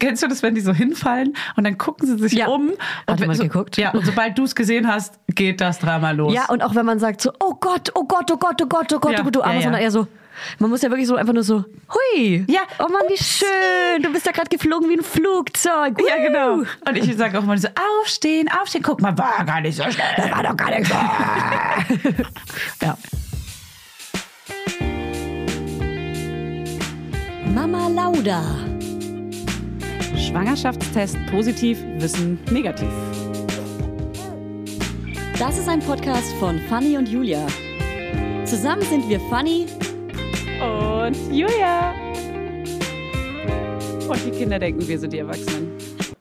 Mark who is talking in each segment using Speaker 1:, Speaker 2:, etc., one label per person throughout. Speaker 1: kennst du das, wenn die so hinfallen und dann gucken sie sich
Speaker 2: Ja.
Speaker 1: um? Und
Speaker 2: Hat
Speaker 1: wenn-
Speaker 2: mal
Speaker 1: so,
Speaker 2: geguckt?
Speaker 1: Ja, und sobald du es gesehen hast, geht das Drama los.
Speaker 2: Ja, und auch wenn man sagt so, oh Gott, oh Gott, oh Gott, oh Gott, oh Gott,
Speaker 1: Ja,
Speaker 2: oh Gott, du
Speaker 1: ja,
Speaker 2: Armer,
Speaker 1: ja.
Speaker 2: sondern eher so, man muss ja wirklich so einfach nur so, hui,
Speaker 1: Ja,
Speaker 2: oh Mann, wie schön, du bist ja gerade geflogen wie ein Flugzeug.
Speaker 1: Ja,
Speaker 2: Woo.
Speaker 1: genau. Und ich sage auch mal so, aufstehen, aufstehen, guck mal, war gar nicht so schnell.
Speaker 2: Das war doch gar nichts. ja. Mama Lauda.
Speaker 1: Schwangerschaftstest positiv, Wissen negativ.
Speaker 2: Das ist ein Podcast von Fanny und Julia. Zusammen sind wir Fanny
Speaker 1: Und Julia. Und die Kinder denken, wir sind die Erwachsenen.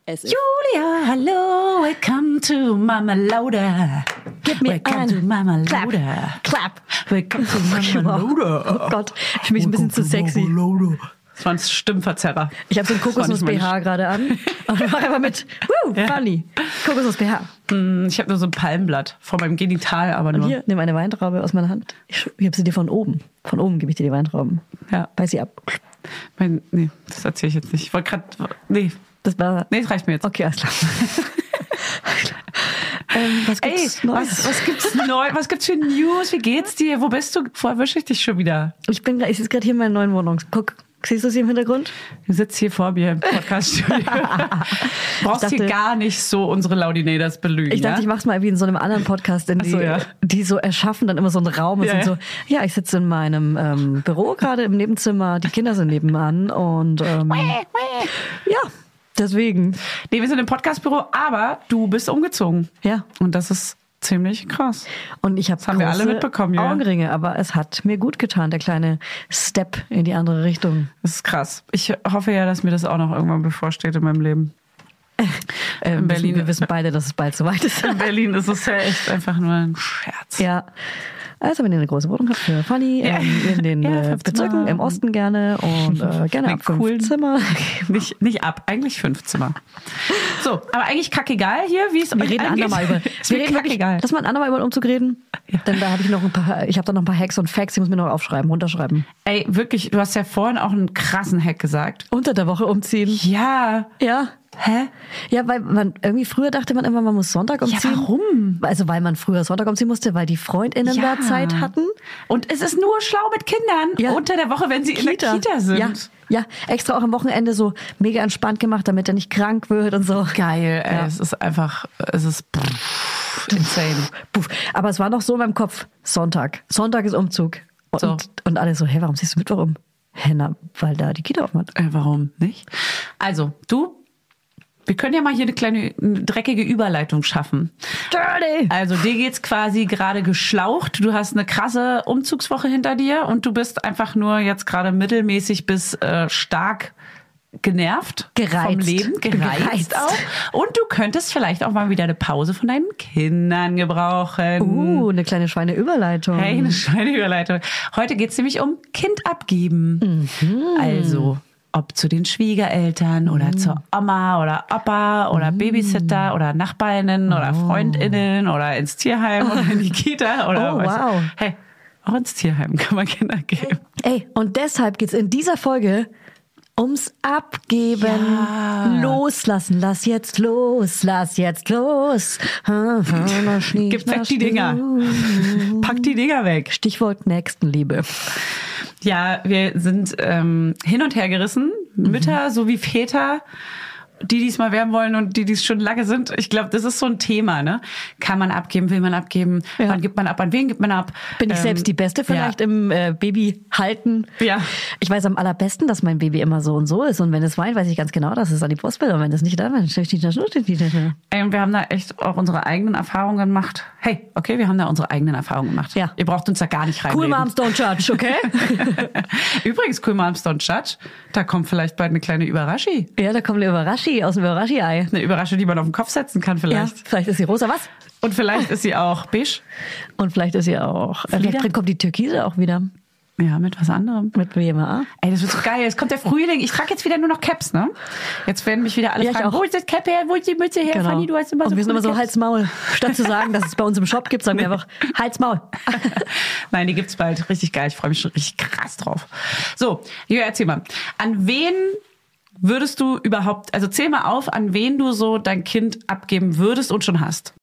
Speaker 2: es ist
Speaker 1: Julia, hallo, welcome to Mama Lauda.
Speaker 2: Gib mir
Speaker 1: welcome
Speaker 2: einen
Speaker 1: to Mama
Speaker 2: Clap.
Speaker 1: Lauda.
Speaker 2: Clap.
Speaker 1: Welcome to Mama Lauda.
Speaker 2: Oh Gott, ich fühle mich ein bisschen zu sexy.
Speaker 1: Das war ein Stimmverzerrer.
Speaker 2: Ich habe so ein
Speaker 1: Das war nicht
Speaker 2: Kokosnuss-BH gerade an und mache einfach mit, woo,
Speaker 1: Ja.
Speaker 2: funny, Kokosnuss-BH.
Speaker 1: meine- Hm, Ich habe nur so ein Palmblatt vor meinem Genital, aber
Speaker 2: Und
Speaker 1: nur.
Speaker 2: hier, nimm eine Weintraube aus meiner Hand. Ich, sch- ich habe sie dir von oben, von oben gebe ich dir die Weintrauben.
Speaker 1: Ja.
Speaker 2: Beiß sie ab.
Speaker 1: Mein, nee, das erzähle ich jetzt nicht. Ich wollte gerade. Nee,
Speaker 2: Das war,
Speaker 1: nee, das reicht mir jetzt.
Speaker 2: okay, alles klar. Alles klar. ähm, was
Speaker 1: Ey,
Speaker 2: gibt's Neues?
Speaker 1: was, was gibt's neu? Was gibt's für News? Wie geht's dir? Wo bist du? Wo erwische ich dich schon wieder?
Speaker 2: Ich bin, gleich- ich sitze gerade hier in meiner neuen Wohnung. Guck, siehst du sie im Hintergrund?
Speaker 1: Du sitzt hier vor mir im Podcaststudio. Brauchst
Speaker 2: dachte-
Speaker 1: hier gar nicht so unsere Laudinators belügen. ne?
Speaker 2: Ich dachte, ich
Speaker 1: ja?
Speaker 2: mache es mal wie in so einem anderen Podcast, in
Speaker 1: Ach
Speaker 2: die,
Speaker 1: so, ja.
Speaker 2: die so erschaffen dann immer so einen Raum und
Speaker 1: Ja,
Speaker 2: sind
Speaker 1: ja.
Speaker 2: so, ja, ich sitze in meinem ähm, Büro gerade im Nebenzimmer, die Kinder sind nebenan und ähm, ja, deswegen.
Speaker 1: Nee, wir sind im Podcastbüro, aber du bist umgezogen.
Speaker 2: Ja.
Speaker 1: Und das ist ziemlich krass.
Speaker 2: Und ich habe
Speaker 1: haben wir alle mitbekommen, ja.
Speaker 2: Augenringe, aber es hat mir gut getan, der kleine Step in die andere Richtung.
Speaker 1: Das ist krass. Ich hoffe ja, dass mir das auch noch irgendwann bevorsteht in meinem Leben.
Speaker 2: Ähm,
Speaker 1: In
Speaker 2: Berlin.
Speaker 1: Berlin.
Speaker 2: Wir wissen beide, dass es bald soweit ist.
Speaker 1: In Berlin ist es ja echt einfach nur ein Scherz.
Speaker 2: Ja. Also wenn ihr eine große Wohnung habt für Fanny,
Speaker 1: Ja.
Speaker 2: ähm, in den
Speaker 1: Ja,
Speaker 2: äh,
Speaker 1: fünf
Speaker 2: Bezirken
Speaker 1: Zimmer.
Speaker 2: im Osten gerne und äh, gerne
Speaker 1: Nee,
Speaker 2: ab fünf
Speaker 1: cool.
Speaker 2: Zimmer.
Speaker 1: Nicht, nicht ab, eigentlich fünf Zimmer. So, aber eigentlich kackegal hier, wie es
Speaker 2: Wir
Speaker 1: euch
Speaker 2: reden
Speaker 1: angeht.
Speaker 2: andermal über.
Speaker 1: Ist
Speaker 2: Wir
Speaker 1: mir
Speaker 2: reden wirklich,
Speaker 1: kackegal.
Speaker 2: lass mal ein andermal über den Umzug reden.
Speaker 1: Ja.
Speaker 2: Denn da habe ich noch ein paar, ich habe da noch ein paar Hacks und Facts, die muss ich mir noch aufschreiben, runterschreiben.
Speaker 1: Ey, wirklich, du hast ja vorhin auch einen krassen Hack gesagt.
Speaker 2: Unter der Woche umziehen.
Speaker 1: Ja.
Speaker 2: Ja.
Speaker 1: Hä?
Speaker 2: Ja, weil man irgendwie früher dachte man immer, man muss Sonntag umziehen.
Speaker 1: warum?
Speaker 2: Also weil man früher Sonntag umziehen musste, weil die FreundInnen
Speaker 1: Ja.
Speaker 2: da Zeit hatten.
Speaker 1: Und es ist nur schlau mit Kindern
Speaker 2: Ja.
Speaker 1: unter der Woche, wenn sie in der Kita sind.
Speaker 2: Ja, ja, extra auch am Wochenende so mega entspannt gemacht, damit er nicht krank wird und so.
Speaker 1: Geil, ey.
Speaker 2: Ja.
Speaker 1: Es ist einfach, es ist pff, insane.
Speaker 2: Puff. Aber es war noch so in meinem Kopf, Sonntag. Sonntag ist Umzug. Und,
Speaker 1: So.
Speaker 2: und alle so, hä, warum ziehst du Mittwoch um? Hä, na, weil da die Kita offen hat.
Speaker 1: Äh, warum nicht? Also, du, wir können ja mal hier eine kleine eine dreckige Überleitung schaffen.
Speaker 2: Dirty!
Speaker 1: Also dir geht's quasi gerade geschlaucht. Du hast eine krasse Umzugswoche hinter dir und du bist einfach nur jetzt gerade mittelmäßig bis äh, stark genervt
Speaker 2: Gereizt.
Speaker 1: vom Leben, gereizt,
Speaker 2: Gereizt.
Speaker 1: auch. Und du könntest vielleicht auch mal wieder eine Pause von deinen Kindern gebrauchen.
Speaker 2: Uh, eine kleine Schweineüberleitung.
Speaker 1: Hey, eine schöne Überleitung. Heute geht's nämlich um Kind abgeben.
Speaker 2: Mhm.
Speaker 1: Also, ob zu den Schwiegereltern oder zur Oma oder Opa
Speaker 2: Mhm.
Speaker 1: oder Babysitter oder Nachbarinnen oder
Speaker 2: Oh.
Speaker 1: Freundinnen oder ins Tierheim oder in die Kita oder
Speaker 2: Oh,
Speaker 1: weißt du.
Speaker 2: wow.
Speaker 1: Hey, auch ins Tierheim kann man Kinder geben.
Speaker 2: Ey, und deshalb geht's in dieser Folge ums Abgeben.
Speaker 1: Ja.
Speaker 2: Loslassen, lass jetzt los, lass jetzt los. Ha, ha, na, schnie,
Speaker 1: Gib
Speaker 2: na,
Speaker 1: weg die
Speaker 2: schnie.
Speaker 1: Dinger. Pack die Dinger weg.
Speaker 2: Stichwort Nächstenliebe.
Speaker 1: Ja, wir sind ähm, hin und her gerissen.
Speaker 2: Mhm.
Speaker 1: Mütter sowie Väter, die diesmal werden wollen und die dies schon lange sind. Ich glaube, das ist so ein Thema. Ne? Kann man abgeben? Will man abgeben?
Speaker 2: Ja.
Speaker 1: Wann gibt man ab? An wen gibt man ab?
Speaker 2: Bin ich
Speaker 1: Ähm,
Speaker 2: selbst die Beste vielleicht
Speaker 1: Ja.
Speaker 2: im äh, Baby halten?
Speaker 1: Ja.
Speaker 2: Ich weiß am allerbesten, dass mein Baby immer so und so ist. Und wenn es weint, weiß ich ganz genau, dass es an die Brust will. Und wenn es nicht da war, dann steht die da steht die da.
Speaker 1: Ähm, wir haben da echt auch unsere eigenen Erfahrungen gemacht. Hey, okay, wir haben da unsere eigenen Erfahrungen gemacht.
Speaker 2: Ja.
Speaker 1: Ihr braucht uns da gar nicht rein.
Speaker 2: Cool Moms don't judge, okay?
Speaker 1: Übrigens, Cool Moms Don't Judge. Da kommt vielleicht bald eine kleine Überraschung.
Speaker 2: ja, da kommt eine Überraschi aus dem Überraschi-Ei.
Speaker 1: Eine Überraschung, die man auf den Kopf setzen kann
Speaker 2: Ja,
Speaker 1: vielleicht.
Speaker 2: vielleicht ist sie rosa, was?
Speaker 1: Und vielleicht ist sie auch beige.
Speaker 2: Und vielleicht ist sie auch. äh,
Speaker 1: Flieder?
Speaker 2: Vielleicht drin kommt die Türkise auch wieder
Speaker 1: Ja, mit was anderem.
Speaker 2: mit BMA.
Speaker 1: Ey, das wird so geil. Es kommt der Frühling. Ich trage jetzt wieder nur noch Caps, ne? Jetzt werden mich wieder alle
Speaker 2: Ja, ich
Speaker 1: fragen,
Speaker 2: auch. Genau.
Speaker 1: wo ist das Cap her, wo ist die Mütze her? Fanny, du hast immer
Speaker 2: Und
Speaker 1: so
Speaker 2: wir sind
Speaker 1: coole
Speaker 2: immer so
Speaker 1: Caps.
Speaker 2: Halsmaul. Statt zu sagen, dass es bei uns im Shop gibt, sagen wir einfach Halsmaul.
Speaker 1: Nein, die gibt's bald. Richtig geil. Ich freue mich schon richtig krass drauf. So, Julia, erzähl mal. An wen
Speaker 3: würdest du überhaupt, also zähl mal auf, an wen du so dein Kind abgeben würdest und schon hast.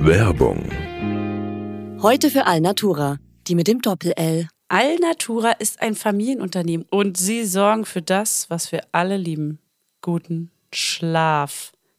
Speaker 4: Werbung.
Speaker 5: Heute für Alnatura, die mit dem Doppel-L.
Speaker 1: Alnatura ist ein Familienunternehmen und sie sorgen für das, was wir alle lieben. Guten Schlaf.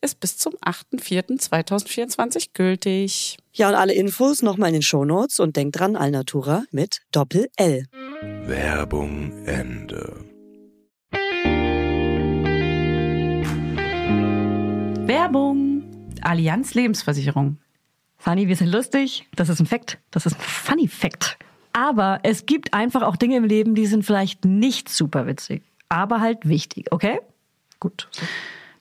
Speaker 1: ist bis zum 8.4.2024 gültig.
Speaker 5: Ja, und alle Infos nochmal in den Shownotes und denkt dran, Alnatura mit Doppel-L.
Speaker 4: Werbung Ende.
Speaker 3: Werbung. Allianz Lebensversicherung.
Speaker 2: Funny, wir sind lustig. Das ist ein Fact. Das ist ein Funny Fact. Aber es gibt einfach auch Dinge im Leben, die sind vielleicht nicht super witzig, aber halt wichtig, okay? Gut.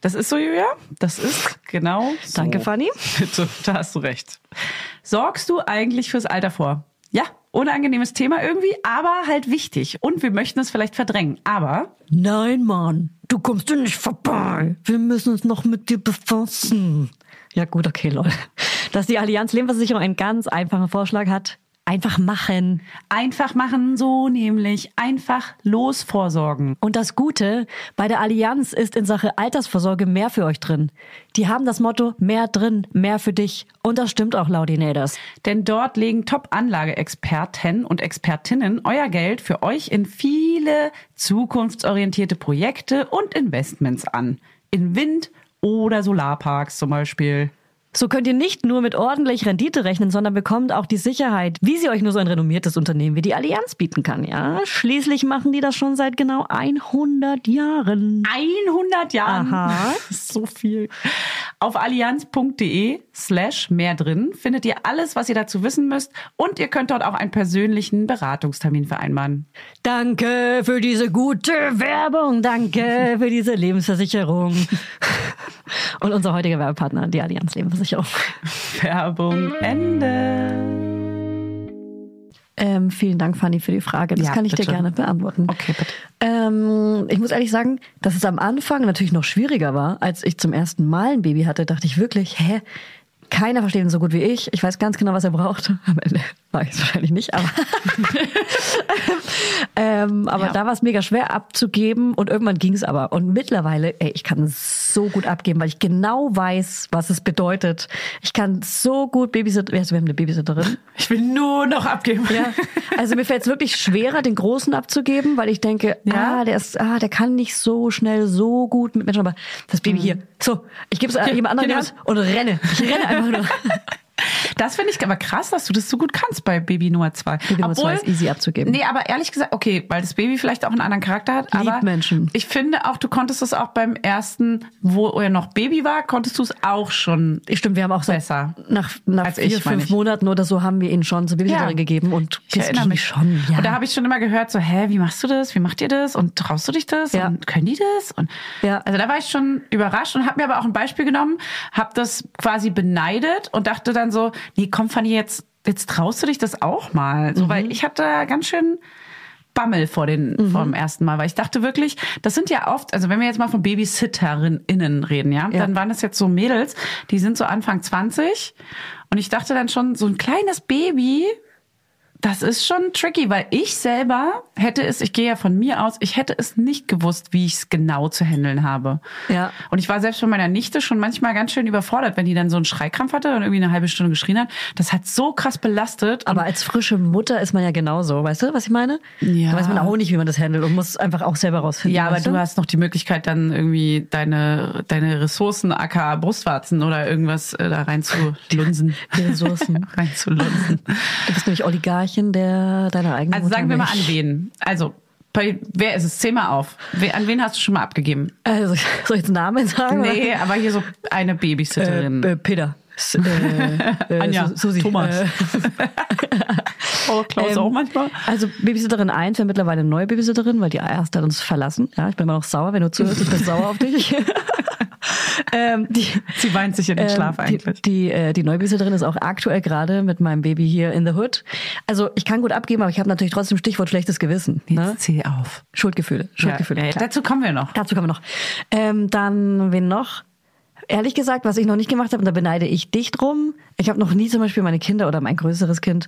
Speaker 3: Das ist so, Julia. Das ist genau. So.
Speaker 2: Danke, Fanny.
Speaker 3: Bitte, da hast du recht. Sorgst du eigentlich fürs Alter vor? Ja, unangenehmes Thema irgendwie, aber halt wichtig. Und wir möchten es vielleicht verdrängen. Aber
Speaker 2: Nein, Mann, du kommst nicht vorbei. Wir müssen uns noch mit dir befassen. Ja gut, okay, Leute. Dass die Allianz Lebensversicherung einen ganz einfachen Vorschlag hat. Einfach machen.
Speaker 3: einfach machen, so nämlich einfach los vorsorgen.
Speaker 2: Und das Gute, bei der Allianz ist in Sache Altersvorsorge mehr für euch drin. Die haben das Motto mehr drin, mehr für dich. Und das stimmt auch, Laudinators.
Speaker 3: Denn dort legen Top-Anlageexperten und Expertinnen euer Geld für euch in viele zukunftsorientierte Projekte und Investments an. In Wind- oder Solarparks zum Beispiel.
Speaker 2: So könnt ihr nicht nur mit ordentlich Rendite rechnen, sondern bekommt auch die Sicherheit, wie sie euch nur so ein renommiertes Unternehmen wie die Allianz bieten kann. Ja, schließlich machen die das schon seit genau 100 Jahren.
Speaker 3: 100 Jahren.
Speaker 2: Aha.
Speaker 3: so viel. Auf allianz.de slash mehr drin findet ihr alles, was ihr dazu wissen müsst und ihr könnt dort auch einen persönlichen Beratungstermin vereinbaren.
Speaker 2: Danke für diese gute Werbung. Danke für diese Lebensversicherung. Und unser heutiger Werbepartner, die Allianz Lebensversicherung.
Speaker 3: Werbung Ende.
Speaker 2: Ähm, vielen Dank, Fanny, für die Frage. Das
Speaker 3: Ja,
Speaker 2: kann ich
Speaker 3: bitte.
Speaker 2: dir gerne beantworten.
Speaker 3: Okay, bitte.
Speaker 2: Ähm, ich muss ehrlich sagen, dass es am Anfang natürlich noch schwieriger war, als ich zum ersten Mal ein Baby hatte, dachte ich wirklich, hä? Keiner versteht ihn so gut wie ich. Ich weiß ganz genau, was er braucht. Am Ende war ich es wahrscheinlich nicht, aber, ähm, aber
Speaker 3: Ja.
Speaker 2: da war es mega schwer abzugeben und irgendwann ging es aber. Und mittlerweile, ey, ich kann so gut abgeben, weil ich genau weiß, was es bedeutet. Ich kann so gut Babysitter, also wir haben eine Babysitterin.
Speaker 3: Ich will nur noch abgeben.
Speaker 2: Ja, also mir fällt es wirklich schwerer, den Großen abzugeben, weil ich denke,
Speaker 3: Ja.
Speaker 2: ah, der ist, ah, der kann nicht so schnell so gut
Speaker 3: Mhm.
Speaker 2: mit Menschen, aber das Baby hier, so, ich gebe es jemand anderen
Speaker 3: hier,
Speaker 2: in die Hand und renne. Ich renne einfach nur.
Speaker 3: Das finde ich aber krass, dass du das so gut kannst bei Baby Nummer 2.
Speaker 2: Baby Nummer zwei ist easy abzugeben.
Speaker 3: Nee, aber ehrlich gesagt, okay, weil das Baby vielleicht auch einen anderen Charakter hat.
Speaker 2: Lieb
Speaker 3: aber
Speaker 2: Menschen.
Speaker 3: Ich finde auch, du konntest das auch beim ersten, wo er noch Baby war, konntest du es auch schon.
Speaker 2: Stimmt, wir haben auch so
Speaker 3: Besser.
Speaker 2: nach, nach
Speaker 3: Als
Speaker 2: vier,
Speaker 3: ich, meine
Speaker 2: fünf
Speaker 3: ich.
Speaker 2: Monaten oder so haben wir ihn schon zur Babysitterin gegeben und
Speaker 3: ich erinnere mich
Speaker 2: schon, ja.
Speaker 3: Und da habe ich schon immer gehört, so, hä, wie machst du das? Wie macht ihr das? Und traust du dich das?
Speaker 2: Ja.
Speaker 3: Und können die das? Und
Speaker 2: Ja.
Speaker 3: also da war ich schon überrascht und habe mir aber auch ein Beispiel genommen, habe das quasi beneidet und dachte dann so, nee, komm Fanny, jetzt jetzt traust du dich das auch mal, so
Speaker 2: Mhm.
Speaker 3: weil ich hatte da ganz schön Bammel vor den vom ersten Mal, weil ich dachte wirklich, das sind ja oft, also wenn wir jetzt mal von Babysitterinnen reden, ja, dann waren das jetzt so Mädels, die sind so Anfang 20 und ich dachte dann schon so ein kleines Baby das ist schon tricky, weil ich selber hätte es, ich gehe ja von mir aus, ich hätte es nicht gewusst, wie ich es genau zu handeln habe.
Speaker 2: Ja.
Speaker 3: Und ich war selbst von meiner Nichte schon manchmal ganz schön überfordert, wenn die dann so einen Schreikrampf hatte und irgendwie eine halbe Stunde geschrien hat. Das hat so krass belastet.
Speaker 2: aber als frische Mutter ist man ja genauso, weißt du, was ich meine?
Speaker 3: Ja.
Speaker 2: Da weiß man auch nicht, wie man das handelt und muss einfach auch selber rausfinden.
Speaker 3: ja, aber
Speaker 2: weißt
Speaker 3: du hast noch die Möglichkeit, dann irgendwie deine, deine Ressourcen, aka Brustwarzen oder irgendwas äh, da rein zu lunsen.
Speaker 2: die Ressourcen.
Speaker 3: rein zu lunsen.
Speaker 2: Du bist nämlich Oligarchin der deiner eigenen
Speaker 3: Also sagen wir mal an
Speaker 2: Muttermilch.
Speaker 3: wen. Also, bei, wer ist es? Zähl mal auf. Wer, an wen hast du schon mal abgegeben?
Speaker 2: Also, soll ich jetzt Namen sagen?
Speaker 3: Nee, aber hier so eine
Speaker 2: Äh,
Speaker 3: Babysitterin.
Speaker 2: äh, Peter. S- Äh, äh,
Speaker 3: Anja,
Speaker 2: Su- Susi.
Speaker 3: Thomas.
Speaker 2: Äh,
Speaker 3: oh, Klaus
Speaker 2: Ähm, Also Babysitterin 1 wäre mittlerweile eine neue Babysitterin, weil die erste hat uns verlassen. Ja, ich bin immer noch sauer, wenn du zuhörst, ich bin sauer auf dich. ähm, die,
Speaker 3: Sie weint sich in den
Speaker 2: ähm,
Speaker 3: Schlaf
Speaker 2: die,
Speaker 3: eigentlich.
Speaker 2: Die, äh, die neue Babysitterin ist auch aktuell gerade mit meinem Baby hier in the hood. Also ich kann gut abgeben, aber ich habe natürlich trotzdem Stichwort schlechtes Gewissen. Ne?
Speaker 3: zähl auf.
Speaker 2: Schuldgefühle,
Speaker 3: Ja,
Speaker 2: Schuldgefühle.
Speaker 3: ja,
Speaker 2: klar.
Speaker 3: dazu kommen wir noch.
Speaker 2: Dazu kommen wir noch. Ähm, dann, wen noch? Ehrlich gesagt, was ich noch nicht gemacht habe, und da beneide ich dich drum. Ich habe noch nie zum Beispiel meine Kinder oder mein größeres Kind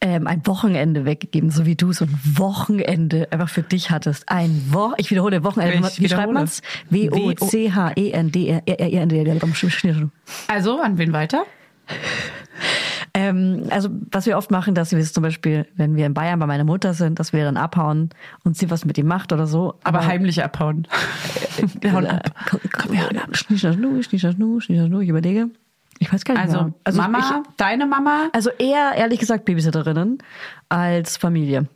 Speaker 2: ähm, ein Wochenende weggegeben, so wie du so ein Wochenende einfach für dich hattest. Ein Wo ich wiederhole Wochenende.
Speaker 3: Ich
Speaker 2: wie schreibt
Speaker 3: wiederhole.
Speaker 2: man's? W-O-C-H-E-N-D-R.
Speaker 3: Also, an wen weiter?
Speaker 2: Ähm, also was wir oft machen, dass wir es zum Beispiel, wenn wir in Bayern bei meiner Mutter sind, dass wir dann abhauen und sie was mit ihm macht oder so.
Speaker 3: Aber heimlich abhauen. Wir hauen ab.
Speaker 2: Komm, komm, wir hauen ab. Schnischnaschnu, schnischnaschnu, schnischnaschnu, ich überlege. Ich weiß gar nicht
Speaker 3: Also,
Speaker 2: mehr.
Speaker 3: Mama,
Speaker 2: Genau. Ich,
Speaker 3: deine Mama,
Speaker 2: also eher, ehrlich gesagt, Babysitterinnen als Familie.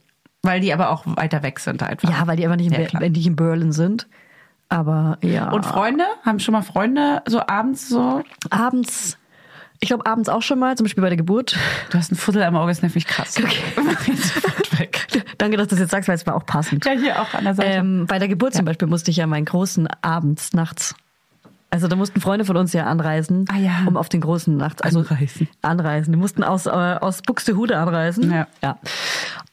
Speaker 3: weil die aber auch weiter weg sind halt. einfach.
Speaker 2: Ah. Ja, weil die einfach nicht in,
Speaker 3: Ja, klar.
Speaker 2: Be- nicht in Berlin sind. Aber ja.
Speaker 3: Und Freunde? Haben schon mal Freunde so abends so?
Speaker 2: abends, ich glaube abends auch schon mal, zum Beispiel bei der Geburt.
Speaker 3: Du hast ein Fussel am Auge, ist nämlich krass. Okay. sofort weg.
Speaker 2: Danke, dass du das jetzt sagst, weil es war auch passend.
Speaker 3: Ja, hier auch an der Seite.
Speaker 2: Ähm, bei der Geburt zum Beispiel musste ich ja meinen großen abends, nachts. Also da mussten Freunde von uns ja anreisen,
Speaker 3: Ah ja.
Speaker 2: um auf den großen nachts also
Speaker 3: Anreisen.
Speaker 2: Anreisen. Die mussten aus äh, aus Buxtehude anreisen.
Speaker 3: Ja.
Speaker 2: ja.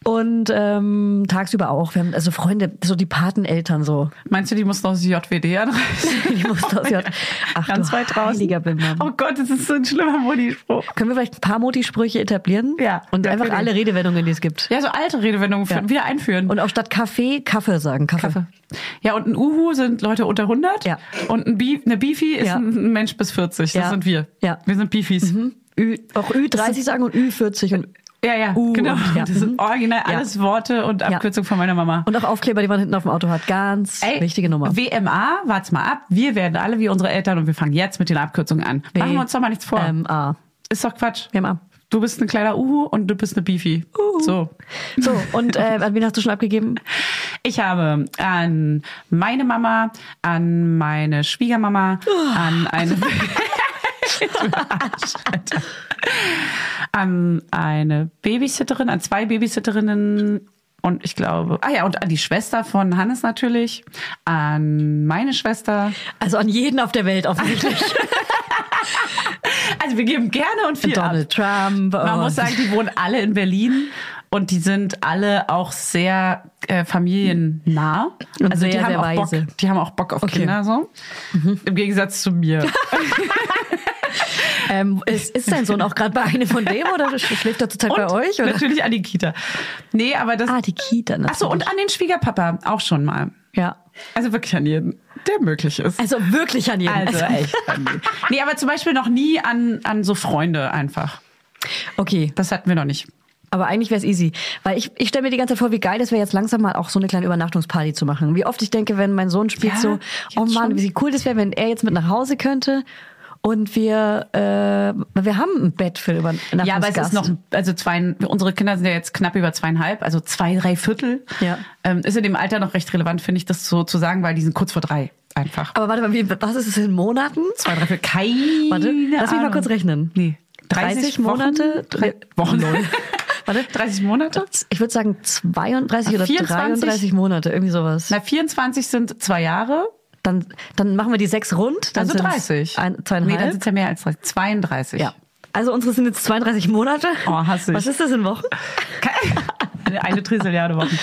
Speaker 2: Und ähm, tagsüber auch. Wir haben also Freunde, so die Pateneltern so.
Speaker 3: Meinst du, die muss noch das JWD anreißen?
Speaker 2: Die mussten aus J- Ach,
Speaker 3: Ganz
Speaker 2: du
Speaker 3: weit draußen.
Speaker 2: heiliger Bimbam.
Speaker 3: Oh Gott, das ist so ein schlimmer Modi-Spruch.
Speaker 2: Können wir vielleicht ein paar Motisprüche etablieren?
Speaker 3: Ja,
Speaker 2: Und
Speaker 3: ja,
Speaker 2: einfach
Speaker 3: finde
Speaker 2: alle Redewendungen, die es gibt.
Speaker 3: Ja, so alte Redewendungen für-
Speaker 2: Ja.
Speaker 3: wieder einführen.
Speaker 2: Und auch statt Kaffee Kaffee sagen. Kaffee.
Speaker 3: Kaffee. Ja, und ein Uhu sind Leute unter 100.
Speaker 2: Ja.
Speaker 3: Und ein Bi eine Bifi ist
Speaker 2: Ja.
Speaker 3: ein Mensch bis 40. Das
Speaker 2: Ja.
Speaker 3: sind wir.
Speaker 2: Ja. Mhm.
Speaker 3: Wir sind Bifis.
Speaker 2: Ü, auch Ü30 sagen und Ü40 und
Speaker 3: Ja, ja,
Speaker 2: Uh,
Speaker 3: genau.
Speaker 2: und- ja.
Speaker 3: Das sind
Speaker 2: Mhm.
Speaker 3: original
Speaker 2: Ja.
Speaker 3: alles Worte und Abkürzung von meiner Mama.
Speaker 2: Und auch Aufkleber, die man hinten auf dem Auto hat. Ganz wichtige Nummer.
Speaker 3: WMA, wart's mal ab. Wir werden alle wie unsere Eltern und wir fangen jetzt mit den Abkürzungen an. Machen wir uns doch mal nichts vor.
Speaker 2: Ähm, ah.
Speaker 3: ist doch Quatsch.
Speaker 2: Wir haben A.
Speaker 3: Du bist ein kleiner Uhu und du bist eine Bifi. So.
Speaker 2: So, und äh, an wen hast du schon abgegeben?
Speaker 3: Ich habe an meine Mama, an meine Schwiegermama,
Speaker 2: Oh.
Speaker 3: an eine. Du Arsch, Alter. an eine Babysitterin, an zwei Babysitterinnen und ich glaube, ah ja, und an die Schwester von Hannes natürlich, an meine Schwester.
Speaker 2: Also an jeden auf der Welt offensichtlich.
Speaker 3: Also wir geben gerne und viel ab.
Speaker 2: Donald Trump. oh.
Speaker 3: Man
Speaker 2: und-
Speaker 3: muss sagen, die wohnen alle in Berlin und die sind alle auch sehr äh, familiennah.
Speaker 2: Und
Speaker 3: also die
Speaker 2: sehr,
Speaker 3: haben
Speaker 2: sehr
Speaker 3: auch
Speaker 2: weise.
Speaker 3: Bock, die haben auch Bock auf
Speaker 2: Okay. Mhm.
Speaker 3: Kinder so. Im Gegensatz zu mir.
Speaker 2: Ähm, ist, ist dein Sohn auch gerade bei einem von dem oder sch- schläft er zurzeit
Speaker 3: und
Speaker 2: bei euch? Oder?
Speaker 3: natürlich an die Kita. Nee, aber das
Speaker 2: Ah, die Kita.
Speaker 3: Ach so, und
Speaker 2: natürlich.
Speaker 3: an den Schwiegerpapa auch schon mal.
Speaker 2: Ja.
Speaker 3: Also wirklich an jeden, der möglich ist.
Speaker 2: Also wirklich an jeden.
Speaker 3: Also echt an jeden. Nee, aber zum Beispiel noch nie an an so Freunde einfach.
Speaker 2: Okay,
Speaker 3: Das hatten wir noch nicht.
Speaker 2: aber eigentlich wäre es easy. Weil ich, ich stelle mir die ganze Zeit vor, wie geil das wäre, jetzt langsam mal auch so eine kleine Übernachtungsparty zu machen. Wie oft ich denke, wenn mein Sohn spielt
Speaker 3: Ja,
Speaker 2: so,
Speaker 3: jetzt
Speaker 2: oh Mann,
Speaker 3: schon.
Speaker 2: wie cool das wäre, wenn er jetzt mit nach Hause könnte. Und wir, äh, wir haben ein Bett für über
Speaker 3: Ja, aber es ist
Speaker 2: Übernachtungsgast.
Speaker 3: noch, also zwei, unsere Kinder sind ja jetzt knapp über zweieinhalb, also zwei, drei Viertel.
Speaker 2: Ja.
Speaker 3: Ähm, ist in dem Alter noch recht relevant, finde ich, das so zu sagen, weil die sind kurz vor drei einfach.
Speaker 2: Aber warte mal, wie, was ist es in Monaten?
Speaker 3: zwei, drei Viertel, keine
Speaker 2: Warte, lass mich mal
Speaker 3: Ahnung.
Speaker 2: kurz rechnen.
Speaker 3: Nee.
Speaker 2: 30 Monate?
Speaker 3: Wochen, drei, Wochen. Warte, 30 Monate?
Speaker 2: Ich würde sagen 32 oder
Speaker 3: 24?
Speaker 2: 33 Monate, irgendwie sowas.
Speaker 3: Na, 24 sind zwei Jahre.
Speaker 2: Dann, dann machen wir die sechs rund. Dann
Speaker 3: Also
Speaker 2: sind's
Speaker 3: 30.
Speaker 2: Ein,
Speaker 3: Nee, dann
Speaker 2: zweieinhalb.
Speaker 3: sind es ja mehr als 30. 32.
Speaker 2: ja. Also unsere sind jetzt 32 Monate.
Speaker 3: Oh, hasse ich.
Speaker 2: Was ist das in Wochen?
Speaker 3: Eine, eine Triseliarde Wochen.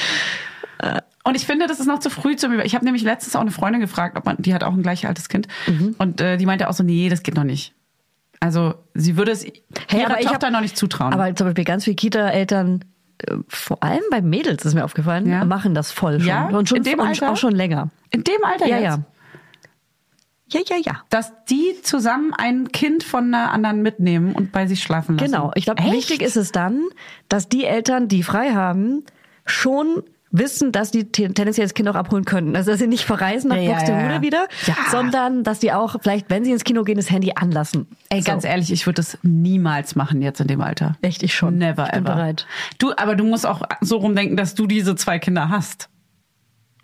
Speaker 3: Und ich finde, das ist noch zu früh zum Über. Ich habe nämlich letztens auch eine Freundin gefragt, ob man, die hat auch ein gleich altes Kind.
Speaker 2: Mhm.
Speaker 3: Und äh, die meinte auch so, nee, das geht noch nicht. Also sie würde es ihrer
Speaker 2: aber ich
Speaker 3: Tochter
Speaker 2: hab-
Speaker 3: noch nicht zutrauen.
Speaker 2: Aber zum Beispiel ganz viele Kita-Eltern, äh, vor allem bei Mädels ist mir aufgefallen,
Speaker 3: Ja.
Speaker 2: machen das voll schon.
Speaker 3: Ja?
Speaker 2: Und schon
Speaker 3: In dem
Speaker 2: und
Speaker 3: Alter?
Speaker 2: auch schon länger.
Speaker 3: In dem Alter
Speaker 2: Ja,
Speaker 3: jetzt,
Speaker 2: ja. Ja, ja, ja.
Speaker 3: dass die zusammen ein Kind von einer anderen mitnehmen und bei sich schlafen lassen.
Speaker 2: Genau. Ich glaube,
Speaker 3: Also, Echt?
Speaker 2: wichtig ist es dann, dass die Eltern, die frei haben, schon wissen, dass die te- tendenziell das Kind auch abholen könnten. Also, dass sie nicht verreisen nach
Speaker 3: Ja, ja,
Speaker 2: Buxtehude
Speaker 3: ja.
Speaker 2: wieder,
Speaker 3: Ja.
Speaker 2: sondern dass die auch vielleicht, wenn sie ins Kino gehen, das Handy anlassen.
Speaker 3: Ey, ganz ehrlich, ich würde das niemals machen jetzt in dem Alter.
Speaker 2: Echt, ich schon.
Speaker 3: Never
Speaker 2: Ich bin
Speaker 3: ever.
Speaker 2: bereit.
Speaker 3: Du, aber du musst auch so rumdenken, dass du diese zwei Kinder hast.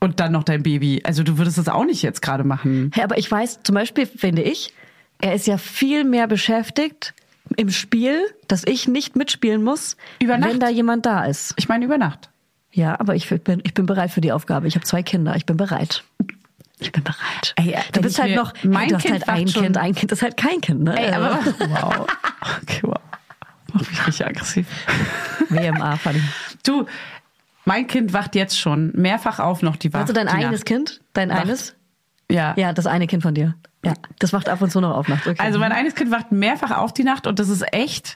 Speaker 3: Und dann noch dein Baby. Also du würdest das auch nicht jetzt gerade machen.
Speaker 2: Hey, aber ich weiß, zum Beispiel finde ich, er ist ja viel mehr beschäftigt im Spiel, dass ich nicht mitspielen muss,
Speaker 3: Über Nacht?
Speaker 2: wenn da jemand da ist.
Speaker 3: Ich meine über Nacht.
Speaker 2: Ja, aber ich bin, ich bin bereit für die Aufgabe. Ich habe zwei Kinder. Ich bin bereit. Ich bin bereit.
Speaker 3: Ey, äh,
Speaker 2: du
Speaker 3: wenn
Speaker 2: bist
Speaker 3: ich
Speaker 2: halt
Speaker 3: mir-
Speaker 2: noch,
Speaker 3: mein
Speaker 2: hey, du hast
Speaker 3: Kind
Speaker 2: halt
Speaker 3: wacht
Speaker 2: ein
Speaker 3: schon-
Speaker 2: Kind, ein Kind ist halt kein Kind, ne?
Speaker 3: Ey, aber
Speaker 2: Also,
Speaker 3: wow. Okay, wow. Mach mich richtig aggressiv.
Speaker 2: WMA fand ich.
Speaker 3: Du, mein Kind wacht jetzt schon mehrfach auf noch die Wacht.
Speaker 2: Also dein
Speaker 3: die
Speaker 2: eines
Speaker 3: Nacht.
Speaker 2: Kind? Dein
Speaker 3: Wacht.
Speaker 2: eines?
Speaker 3: Ja.
Speaker 2: Ja, das eine Kind von dir. Ja, das wacht ab und zu noch auf nachts. Okay.
Speaker 3: Also mein eines Kind wacht mehrfach auf die Nacht und das ist echt.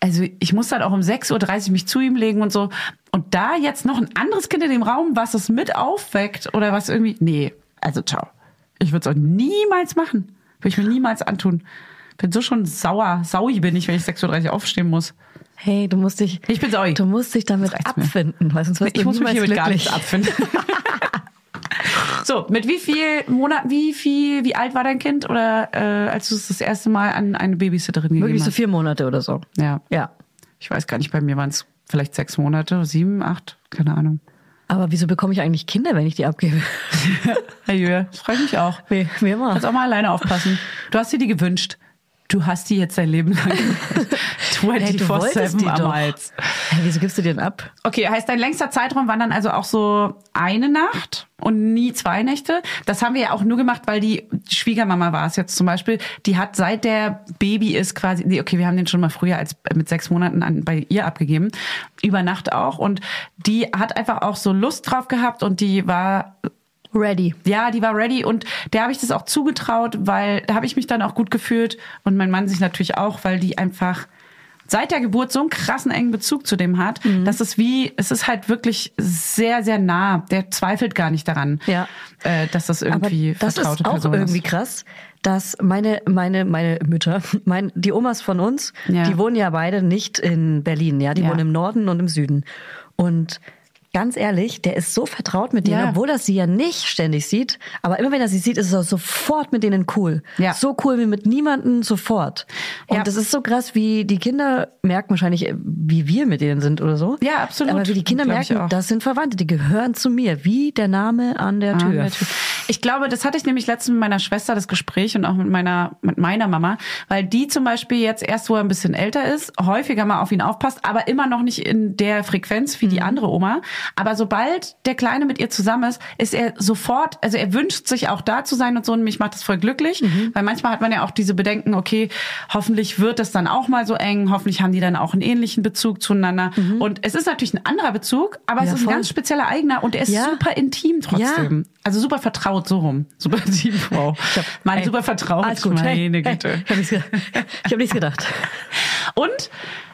Speaker 3: Also ich muss dann auch um 6.30 Uhr mich zu ihm legen und so. Und da jetzt noch ein anderes Kind in dem Raum, was es mit aufweckt oder was irgendwie. Nee, also ciao. Ich würde es auch niemals machen. Würde ich mir niemals antun. Bin so schon sauer. Saui bin ich, wenn ich 6.30 Uhr aufstehen muss.
Speaker 2: hey, du musst dich,
Speaker 3: Ich bin sorry.
Speaker 2: du musst dich damit
Speaker 3: reicht's mir.
Speaker 2: abfinden, weil sonst wirst
Speaker 3: Ich
Speaker 2: du
Speaker 3: muss mich
Speaker 2: niemals
Speaker 3: hiermit
Speaker 2: glücklich.
Speaker 3: gar nicht abfinden. so, mit wie viel Monaten, wie viel, wie alt war dein Kind oder äh, als du es das erste Mal an eine Babysitterin gegeben
Speaker 2: Wirklich
Speaker 3: hast?
Speaker 2: so vier Monate oder so.
Speaker 3: Ja.
Speaker 2: Ja.
Speaker 3: Ich weiß gar nicht, bei mir waren es vielleicht sechs Monate, sieben, acht, keine Ahnung.
Speaker 2: Aber wieso bekomme ich eigentlich Kinder, wenn ich die abgebe?
Speaker 3: Hey, das freut mich auch.
Speaker 2: Wie, wie immer.
Speaker 3: Kannst auch mal alleine aufpassen. Du hast dir die gewünscht. Du hast die jetzt dein Leben lang.
Speaker 2: Hey, du wolltest die
Speaker 3: 24-7 am
Speaker 2: doch.
Speaker 3: Hals.
Speaker 2: Hey, wieso gibst du den ab?
Speaker 3: Okay, heißt dein längster Zeitraum waren dann also auch so eine Nacht und nie zwei Nächte. Das haben wir ja auch nur gemacht, weil die Schwiegermama war es jetzt zum Beispiel. Die hat seit der Baby ist quasi, nee, okay, wir haben den schon mal früher als mit sechs Monaten an, bei ihr abgegeben, über Nacht auch. Und die hat einfach auch so Lust drauf gehabt und die war
Speaker 2: Ready.
Speaker 3: ja, die war ready und der habe ich das auch zugetraut, weil da habe ich mich dann auch gut gefühlt und mein Mann sich natürlich auch, weil die einfach seit der Geburt so einen krassen engen Bezug zu dem hat,
Speaker 2: Mhm.
Speaker 3: dass es wie, es ist halt wirklich sehr, sehr nah. Der zweifelt gar nicht daran,
Speaker 2: Ja.
Speaker 3: äh, dass das irgendwie
Speaker 2: Aber das
Speaker 3: vertraute
Speaker 2: ist auch
Speaker 3: Person
Speaker 2: irgendwie
Speaker 3: ist.
Speaker 2: krass, dass meine meine meine Mütter, mein, die Omas von uns,
Speaker 3: Ja.
Speaker 2: die wohnen ja beide nicht in Berlin, ja, die
Speaker 3: Ja.
Speaker 2: wohnen im Norden und im Süden. Und ganz ehrlich, der ist so vertraut mit denen,
Speaker 3: Ja.
Speaker 2: obwohl er sie ja nicht ständig sieht, aber immer wenn er sie sieht, ist er sofort mit denen cool.
Speaker 3: Ja.
Speaker 2: So cool wie mit niemandem sofort. Und
Speaker 3: Ja.
Speaker 2: das ist so krass, wie die Kinder merken wahrscheinlich, wie wir mit denen sind oder so.
Speaker 3: Ja, absolut.
Speaker 2: Aber wie die Kinder
Speaker 3: Glaub ich
Speaker 2: merken,
Speaker 3: auch.
Speaker 2: das sind Verwandte, die gehören zu mir, wie der Name an der
Speaker 3: Ah,
Speaker 2: Tür.
Speaker 3: natürlich. Ich glaube, das hatte ich nämlich letztens mit meiner Schwester das Gespräch und auch mit meiner, mit meiner Mama, weil die zum Beispiel jetzt erst, wo er ein bisschen älter ist, häufiger mal auf ihn aufpasst, aber immer noch nicht in der Frequenz wie
Speaker 2: Mhm.
Speaker 3: die andere Oma. Aber sobald der Kleine mit ihr zusammen ist, ist er sofort, also er wünscht sich auch da zu sein und so und mich macht das voll glücklich,
Speaker 2: Mhm.
Speaker 3: weil manchmal hat man ja auch diese Bedenken, okay, hoffentlich wird das dann auch mal so eng, hoffentlich haben die dann auch einen ähnlichen Bezug zueinander. Und es ist natürlich ein anderer Bezug, aber
Speaker 2: Mhm. Ja,
Speaker 3: es ist
Speaker 2: voll.
Speaker 3: ein ganz spezieller eigener und er ist
Speaker 2: Ja.
Speaker 3: super intim trotzdem. Also super vertraut, so rum. Super intim, wow. Mann,
Speaker 2: Ey,
Speaker 3: super vertraut.
Speaker 2: Alles gut. Hey,
Speaker 3: Meine
Speaker 2: hey,
Speaker 3: Güte.
Speaker 2: ich habe nichts, ge ich hab nichts gedacht.
Speaker 3: Und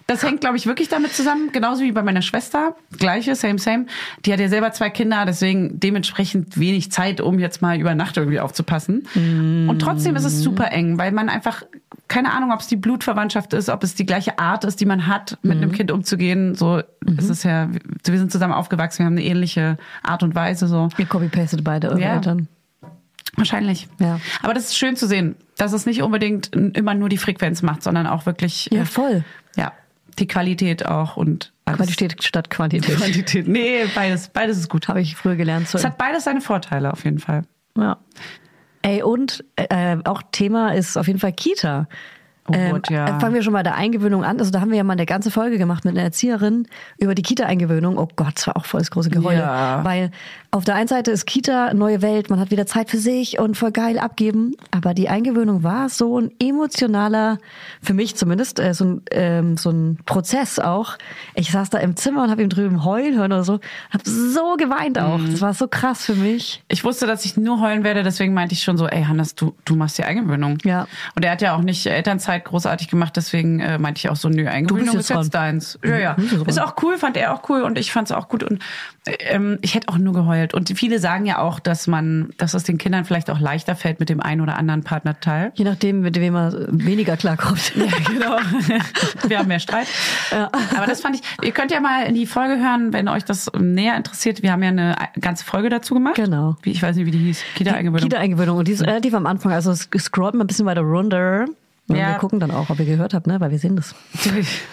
Speaker 3: das hängt, glaube ich, wirklich damit zusammen, genauso wie bei meiner Schwester. Gleiche, same, same. Die hat ja selber zwei Kinder, deswegen dementsprechend wenig Zeit, um jetzt mal über Nacht irgendwie aufzupassen.
Speaker 2: Mm.
Speaker 3: Und trotzdem ist es super eng, weil man einfach, keine Ahnung, ob es die Blutverwandtschaft ist, ob es die gleiche Art ist, die man hat, mit
Speaker 2: Mm.
Speaker 3: einem Kind umzugehen. So
Speaker 2: Mhm.
Speaker 3: es ist ja, wir sind zusammen aufgewachsen, wir haben eine ähnliche Art und Weise, so.
Speaker 2: Ihr copy-pastet beide eure
Speaker 3: Ja.
Speaker 2: Eltern.
Speaker 3: Wahrscheinlich.
Speaker 2: Ja.
Speaker 3: Aber das ist schön zu sehen, dass es nicht unbedingt n- immer nur die Frequenz macht, sondern auch wirklich
Speaker 2: Ja,
Speaker 3: äh,
Speaker 2: voll.
Speaker 3: ja, die Qualität auch und alles.
Speaker 2: Qualität statt Quantität.
Speaker 3: Quantität. Nee, beides, beides ist gut.
Speaker 2: Habe ich früher gelernt. Zu,
Speaker 3: Es hat beides seine Vorteile auf jeden Fall.
Speaker 2: ja. Ey, und äh, auch Thema ist auf jeden Fall Kita.
Speaker 3: Oh Gott, ja.
Speaker 2: äh, Fangen wir schon mal der Eingewöhnung an. Also da haben wir ja mal eine ganze Folge gemacht mit einer Erzieherin über die Kita-Eingewöhnung. Oh Gott, es war auch voll das große Geheule.
Speaker 3: Ja.
Speaker 2: Weil auf der einen Seite ist Kita neue Welt, man hat wieder Zeit für sich und voll geil abgeben. Aber die Eingewöhnung war so ein emotionaler, für mich zumindest, äh, so, ein, ähm, so ein Prozess auch. Ich saß da im Zimmer und habe ihm drüben heulen hören oder so. und Hab so geweint auch.
Speaker 3: Mhm.
Speaker 2: Das war so krass für mich.
Speaker 3: Ich wusste, dass ich nur heulen werde, deswegen meinte ich schon so, ey Hannes, du, du machst die Eingewöhnung.
Speaker 2: Ja.
Speaker 3: Und er hat ja auch nicht Elternzeit großartig gemacht, deswegen äh, meinte ich auch so, nö, Eingewöhnung
Speaker 2: bist jetzt
Speaker 3: ist jetzt
Speaker 2: dran.
Speaker 3: deins. Ja, ja.
Speaker 2: du bist jetzt dran.
Speaker 3: Ist auch cool, fand er auch cool und ich fand es auch gut. Und äh, ähm, ich hätte auch nur geheult. Und viele sagen ja auch, dass man, dass es den Kindern vielleicht auch leichter fällt mit dem einen oder anderen Partnerteil.
Speaker 2: Je nachdem, mit wem man weniger klarkommt.
Speaker 3: genau. Wir haben mehr Streit. Aber das fand ich, ihr könnt ja mal in die Folge hören, wenn euch das näher interessiert. Wir haben ja eine ganze Folge dazu gemacht.
Speaker 2: Genau.
Speaker 3: Wie, ich weiß nicht, wie die hieß. Kita-Eingewöhnung.
Speaker 2: Kita-Eingewöhnung. Und die ist relativ am Anfang. Also es scrollt mal ein bisschen weiter runter. Und
Speaker 3: Ja.
Speaker 2: wir gucken dann auch, ob ihr gehört habt, ne? Weil wir sehen das.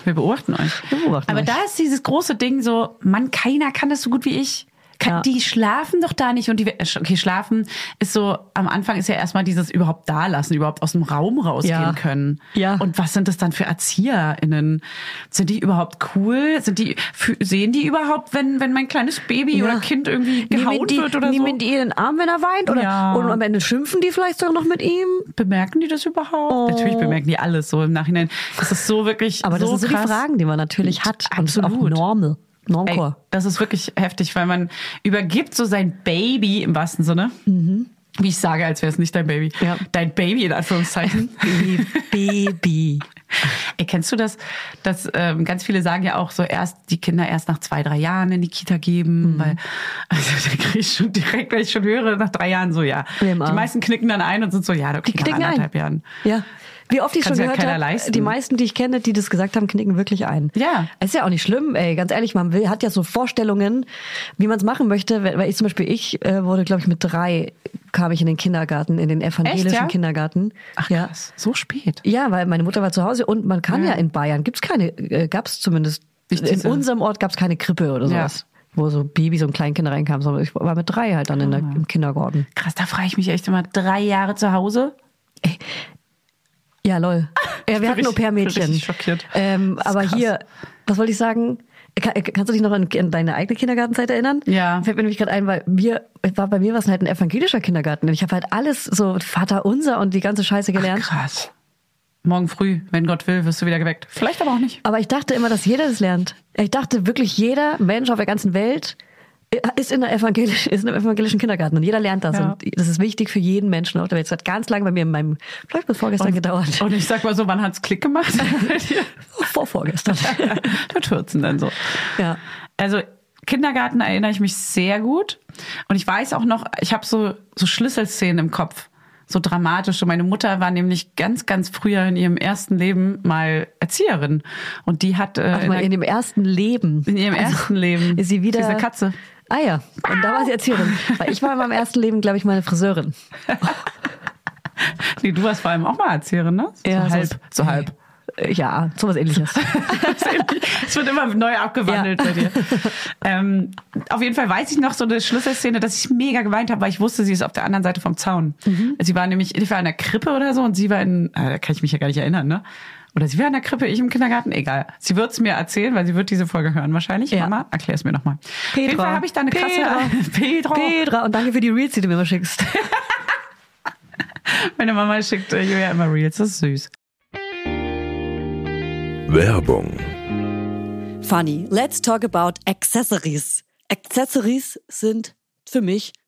Speaker 3: Wir beobachten euch.
Speaker 2: Wir beobachten
Speaker 3: Aber
Speaker 2: euch.
Speaker 3: da ist dieses große Ding so, Mann, keiner kann das so gut wie ich. Kann,
Speaker 2: Ja.
Speaker 3: Die schlafen doch da nicht und die, äh, okay, schlafen ist so, am Anfang ist ja erstmal dieses überhaupt da lassen, überhaupt aus dem Raum rausgehen
Speaker 2: Ja.
Speaker 3: können.
Speaker 2: Ja.
Speaker 3: Und was sind das dann für ErzieherInnen? Sind die überhaupt cool? Sind die, fü- sehen die überhaupt, wenn, wenn mein kleines Baby oder
Speaker 2: Ja.
Speaker 3: Kind irgendwie gehauen
Speaker 2: Nehmen die,
Speaker 3: wird oder so?
Speaker 2: nehmen die ihn in den Arm, wenn er weint? Oder,
Speaker 3: Ja.
Speaker 2: Und am Ende schimpfen die vielleicht sogar noch mit ihm?
Speaker 3: Bemerken die das überhaupt? Natürlich bemerken die alles so im Nachhinein. Das ist so wirklich
Speaker 2: Oh. Aber das
Speaker 3: so
Speaker 2: sind so
Speaker 3: krass.
Speaker 2: die Fragen, die man natürlich hat. Und es ist auch
Speaker 3: Absolut.
Speaker 2: normal.
Speaker 3: Ey,
Speaker 2: Normcore.
Speaker 3: das ist wirklich heftig, weil man übergibt so sein Baby im wahrsten Sinne. Wie ich sage, als wäre es nicht dein Baby.
Speaker 2: Ja.
Speaker 3: Dein Baby in Anführungszeichen.
Speaker 2: Baby.
Speaker 3: Ey, kennst du das? Dass ähm, ganz viele sagen ja auch so erst die Kinder erst nach zwei, drei Jahren in die Kita geben, weil also, da kriege ich schon direkt, wenn ich schon höre, nach drei Jahren so ja.
Speaker 2: Ja,
Speaker 3: Die
Speaker 2: im Arm.
Speaker 3: meisten knicken dann ein und sind so ja, okay,
Speaker 2: Die knicken
Speaker 3: nach
Speaker 2: ein.
Speaker 3: anderthalb Jahren.
Speaker 2: Ja. Wie oft ich
Speaker 3: Kann
Speaker 2: schon
Speaker 3: sich ja
Speaker 2: gehört
Speaker 3: keiner
Speaker 2: habe,
Speaker 3: leisten.
Speaker 2: die meisten, die ich kenne, die das gesagt haben, knicken wirklich ein.
Speaker 3: Ja.
Speaker 2: Ist ja auch nicht schlimm, ey. Ganz ehrlich, man will, hat ja so Vorstellungen, wie man es machen möchte. Weil ich zum Beispiel, ich äh, wurde, glaube ich, mit drei kam ich in den Kindergarten, in den evangelischen
Speaker 3: ja?
Speaker 2: Kindergarten.
Speaker 3: Ach
Speaker 2: ja.
Speaker 3: krass, so spät.
Speaker 2: Ja, weil meine Mutter war zu Hause und man kann ja, in Bayern, gibt's keine, äh, gab's zumindest,
Speaker 3: Nicht
Speaker 2: in
Speaker 3: diese-
Speaker 2: unserem Ort gab's keine Krippe oder
Speaker 3: Ja.
Speaker 2: sowas. Wo so Babys und Kleinkinder reinkamen, sondern ich war mit drei halt dann in der,
Speaker 3: Ah.
Speaker 2: im Kindergarten.
Speaker 3: Krass, da frage ich mich echt immer drei Jahre zu Hause.
Speaker 2: Ja, lol. Ja, wir hatten
Speaker 3: richtig-
Speaker 2: Au-pair-Mädchen.
Speaker 3: richtig schockiert.
Speaker 2: Ähm,
Speaker 3: Das ist
Speaker 2: aber
Speaker 3: krass.
Speaker 2: hier, was wollte ich sagen? Ka- äh, Kannst du dich noch an, an deine eigene Kindergartenzeit erinnern?
Speaker 3: Ja.
Speaker 2: Fällt mir nämlich gerade ein, weil mir, war bei mir war es halt ein evangelischer Kindergarten. Ich habe halt alles, so Vater unser und die ganze Scheiße gelernt.
Speaker 3: Krass. Morgen früh, wenn Gott will, wirst du wieder geweckt. Vielleicht aber auch nicht.
Speaker 2: Aber ich dachte immer, dass jeder das lernt. Ich dachte wirklich, jeder Mensch auf der ganzen Welt äh, ist in, der evangelischen, ist in einem evangelischen Kindergarten und jeder lernt das.
Speaker 3: Ja.
Speaker 2: Und das ist wichtig für jeden Menschen auf der Welt. Es hat ganz lange bei mir in meinem, vielleicht bis vorgestern gedauert.
Speaker 3: Und ich sag mal so, wann hat's Klick gemacht? Bei dir?
Speaker 2: Vor vorgestern.
Speaker 3: Mit 14 dann so.
Speaker 2: Ja.
Speaker 3: Also Kindergarten erinnere ich mich sehr gut. Und ich weiß auch noch, ich habe so, so Schlüsselszenen im Kopf. So dramatische. Meine Mutter war nämlich ganz, ganz früher in ihrem ersten Leben mal Erzieherin. Und die hat äh,
Speaker 2: Warte mal, in
Speaker 3: in, der,
Speaker 2: dem ersten Leben.
Speaker 3: in ihrem ersten Leben
Speaker 2: Ist sie wieder.
Speaker 3: diese Katze.
Speaker 2: Ah ja. Und da war sie Erzieherin. Weil ich war in meinem ersten Leben, glaube ich, meine Friseurin.
Speaker 3: Nee, du warst vor allem auch mal Erzieherin, ne? So
Speaker 2: Ja,
Speaker 3: halb.
Speaker 2: sowas-
Speaker 3: So halb.
Speaker 2: Äh, Ja, sowas ähnliches.
Speaker 3: Es wird immer neu abgewandelt
Speaker 2: Ja.
Speaker 3: bei dir. Ähm, auf jeden Fall weiß ich noch so eine Schlüsselszene, dass ich mega geweint habe, weil ich wusste, sie ist auf der anderen Seite vom Zaun.
Speaker 2: Mhm.
Speaker 3: Also Sie war nämlich, ich war in der Krippe oder so und sie war in, ah, da kann ich mich ja gar nicht erinnern, ne? Oder sie war in der Krippe, ich im Kindergarten, egal. Sie wird es mir erzählen, weil sie wird diese Folge hören wahrscheinlich.
Speaker 2: Ja.
Speaker 3: Mama, erklär es mir nochmal. Auf jeden
Speaker 2: Petra.
Speaker 3: Fall habe ich da eine krasse...
Speaker 2: Petra. Petra. Und danke für die Reels, die du mir immer schickst.
Speaker 3: Oh, Meine Mama schickt äh, Julia immer Reels, das ist süß.
Speaker 4: Werbung,
Speaker 5: Funny, let's talk about Accessories. Accessories sind für mich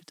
Speaker 1: mit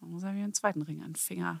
Speaker 1: Dann muss er mir einen zweiten Ring an den Finger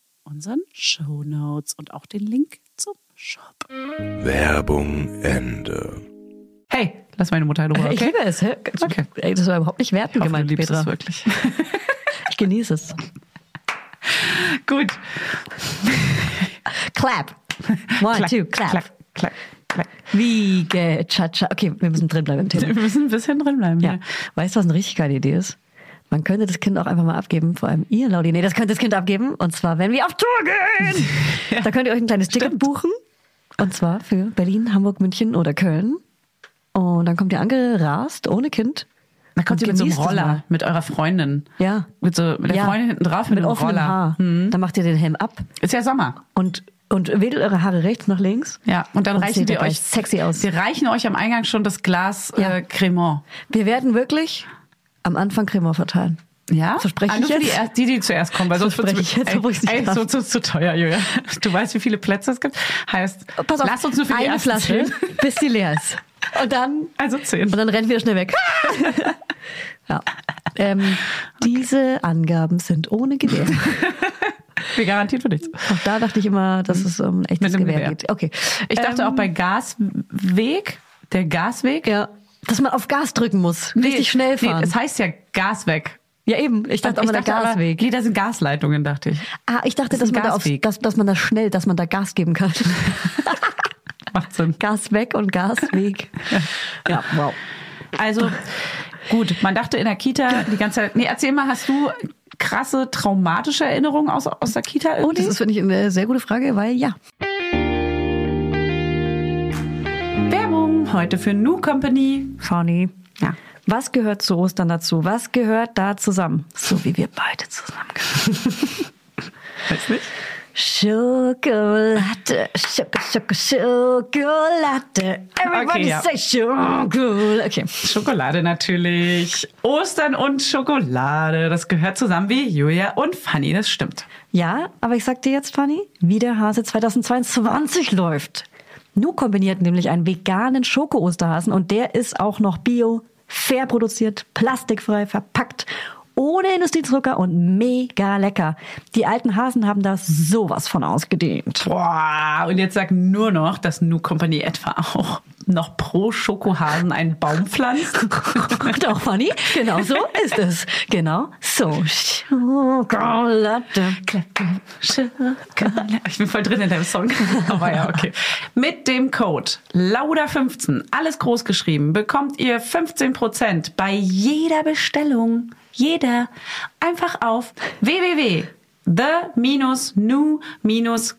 Speaker 1: unseren Show Notes und auch den Link zum Shop.
Speaker 4: Werbung, Ende.
Speaker 3: Hey, lass meine Mutter in Ruhe.
Speaker 2: Ich
Speaker 3: Okay?
Speaker 2: liebe es. hä?
Speaker 3: Okay.
Speaker 2: Ey, das war überhaupt nicht wertend
Speaker 3: Ich hoffe, du
Speaker 2: gemeint,
Speaker 3: liebst
Speaker 2: Petra.
Speaker 3: es wirklich.
Speaker 2: Ich genieße es.
Speaker 3: Gut.
Speaker 2: Clap. One,
Speaker 3: Klack,
Speaker 2: two, clap.
Speaker 3: klack, klack, klack.
Speaker 2: Wiege, cha, cha. Okay, wir müssen drinbleiben im Thema.
Speaker 3: Wir müssen ein bisschen drinbleiben.
Speaker 2: Ja. Ne? Weißt du, was eine richtig geile Idee ist? Man könnte das Kind auch einfach mal abgeben, vor allem ihr, Laudine. Nee, das könnte das Kind abgeben. Und zwar, wenn wir auf Tour gehen. Da könnt ihr euch ein kleines Ticket buchen. Und zwar für Berlin, Hamburg, München oder Köln. Und dann kommt ihr angerast, ohne Kind.
Speaker 3: Da kommt
Speaker 2: Und
Speaker 3: ihr mit so einem
Speaker 2: genießt es
Speaker 3: Roller,
Speaker 2: mal.
Speaker 3: mit eurer Freundin.
Speaker 2: Ja.
Speaker 3: Mit, so, mit der
Speaker 2: ja.
Speaker 3: Freundin hinten drauf, mit,
Speaker 2: mit
Speaker 3: einem
Speaker 2: offenem
Speaker 3: Roller. Hm. Mhm.
Speaker 2: Haar. Dann macht ihr den Helm ab
Speaker 3: Ist ja Sommer.
Speaker 2: und, und wedelt eure Haare rechts nach links.
Speaker 3: Ja, und dann
Speaker 2: Und
Speaker 3: reichen
Speaker 2: seht
Speaker 3: wir
Speaker 2: dabei
Speaker 3: euch
Speaker 2: sexy aus.
Speaker 3: Wir reichen euch am Eingang schon das Glas
Speaker 2: Ja.
Speaker 3: äh, Cremant.
Speaker 2: Wir werden wirklich am Anfang Cremor verteilen.
Speaker 3: Ja?
Speaker 2: Verspreche
Speaker 3: Ah,
Speaker 2: ich
Speaker 3: nur für
Speaker 2: jetzt?
Speaker 3: Die, erst- die, die zuerst kommen, weil sonst
Speaker 2: Verspreche
Speaker 3: wird's-
Speaker 2: ich jetzt, obwohl ich's nicht
Speaker 3: ey, ey,
Speaker 2: darf.
Speaker 3: sonst ist es zu teuer, Julia. Du weißt, wie viele Plätze es gibt. Heißt,
Speaker 2: Pass auf,
Speaker 3: lass uns nur für die
Speaker 2: eine
Speaker 3: ersten
Speaker 2: Flasche,
Speaker 3: Zehn.
Speaker 2: bis die leer ist. Und dann,
Speaker 3: Also zehn.
Speaker 2: und dann rennen wir schnell weg. ja. ähm, Diese Angaben sind ohne Gewehr.
Speaker 3: Wir garantiert für nichts.
Speaker 2: Auch da dachte ich immer, dass es um ein echtes
Speaker 3: Mit dem
Speaker 2: Gewehr,
Speaker 3: Gewehr.
Speaker 2: geht. Okay.
Speaker 3: Ich dachte
Speaker 2: Ähm,
Speaker 3: auch bei Gasweg, der Gasweg.
Speaker 2: Ja, dass man auf Gas drücken muss.
Speaker 3: Nee,
Speaker 2: richtig schnell fahren.
Speaker 3: Nee, es heißt ja Gasweg.
Speaker 2: ja, eben. Ich dachte auch mal der
Speaker 3: aber,
Speaker 2: Gasweg.
Speaker 3: nee, da sind Gasleitungen, dachte ich.
Speaker 2: ah, ich dachte,
Speaker 3: das
Speaker 2: dass
Speaker 3: ist ein
Speaker 2: man, da auf,
Speaker 3: Gasweg.
Speaker 2: dass, dass man da schnell, dass man da Gas geben kann.
Speaker 3: Macht Sinn.
Speaker 2: Gas weg und Gasweg. ja, wow.
Speaker 3: Also gut, man dachte in der Kita die ganze Zeit. Nee, erzähl mal, hast du krasse traumatische Erinnerungen aus, aus der Kita? Irgendwie?
Speaker 2: Das ist, finde ich, eine sehr gute Frage, weil ja,
Speaker 3: Werbung heute für New Company.
Speaker 2: Funny.
Speaker 3: Ja.
Speaker 2: Was gehört zu Ostern dazu? Was gehört da zusammen? So wie wir beide zusammengehören.
Speaker 3: Weiß nicht.
Speaker 2: Schokolade, Schoko, Schoko, Schokolade. Everybody
Speaker 3: Okay, ja.
Speaker 2: say Schokolade. Okay.
Speaker 3: Schokolade natürlich. Ostern und Schokolade, das gehört zusammen wie Julia und Fanny, das stimmt.
Speaker 2: Ja, aber ich sag dir jetzt, Fanny, wie der Hase 2022 läuft. Nu kombiniert nämlich einen veganen Schoko-Osterhasen und der ist auch noch bio, fair produziert, plastikfrei verpackt, ohne Industriezucker und mega lecker. Die alten Hasen haben da sowas von ausgedehnt.
Speaker 3: Boah, und jetzt sag nur noch, dass New Company etwa auch noch pro Schokohasen einen Baum pflanzt.
Speaker 2: Doch, Fanny, genau so ist es. Genau so. Schokolade.
Speaker 3: Ich bin voll drin in deinem Song. Aber ja, okay. Mit dem Code LAUDA15, alles groß geschrieben, bekommt ihr 15% bei jeder Bestellung. Jeder. Einfach auf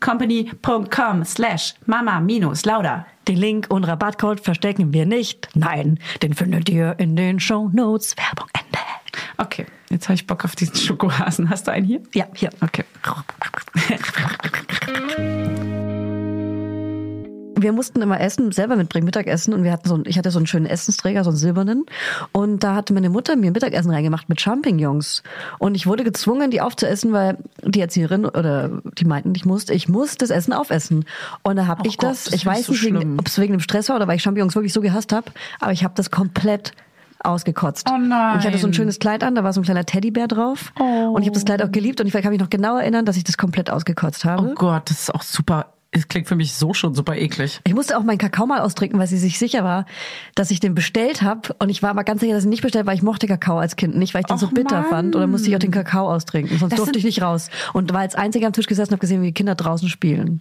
Speaker 3: www.the-new-company.com slash mama-lauda.
Speaker 2: Den Link und Rabattcode verstecken wir nicht. Nein, den findet ihr in den Show Notes. Werbung Ende.
Speaker 3: Okay, jetzt habe ich Bock auf diesen Schokohasen. Hast du einen hier?
Speaker 2: Ja, hier.
Speaker 3: Okay.
Speaker 2: wir mussten immer Essen selber mitbringen, Mittagessen. Und wir hatten so einen, ich hatte so einen schönen Essensträger, so einen silbernen. Und da hatte meine Mutter mir Mittagessen reingemacht mit Champignons. Und ich wurde gezwungen, die aufzuessen, weil die Erzieherin oder die meinten, ich musste, ich muss das Essen aufessen. Und da habe ich
Speaker 3: Gott,
Speaker 2: das,
Speaker 3: das
Speaker 2: ich
Speaker 3: finde
Speaker 2: weiß
Speaker 3: ich so
Speaker 2: nicht, wegen,
Speaker 3: schlimm.
Speaker 2: ob es wegen dem Stress war oder weil ich Champignons wirklich so gehasst habe, aber ich habe das komplett ausgekotzt.
Speaker 3: Oh nein.
Speaker 2: Und ich hatte so ein schönes Kleid an, da war so ein kleiner Teddybär drauf.
Speaker 3: Oh.
Speaker 2: Und ich habe das Kleid auch geliebt und ich kann mich noch genau erinnern, dass ich das komplett ausgekotzt habe.
Speaker 3: Oh Gott, das ist auch super. Es klingt für mich so schon super eklig.
Speaker 2: Ich musste auch meinen Kakao mal austrinken, weil sie sich sicher war, dass ich den bestellt habe. Und ich war aber ganz sicher, dass ich ihn nicht bestellt, weil ich mochte Kakao als Kind nicht, weil ich den so
Speaker 3: Och,
Speaker 2: bitter
Speaker 3: Mann.
Speaker 2: fand. Oder musste ich auch den Kakao austrinken, sonst
Speaker 3: Das
Speaker 2: durfte
Speaker 3: sind-
Speaker 2: ich nicht raus. Und war als einziger am Tisch gesessen und habe gesehen, wie die Kinder draußen spielen.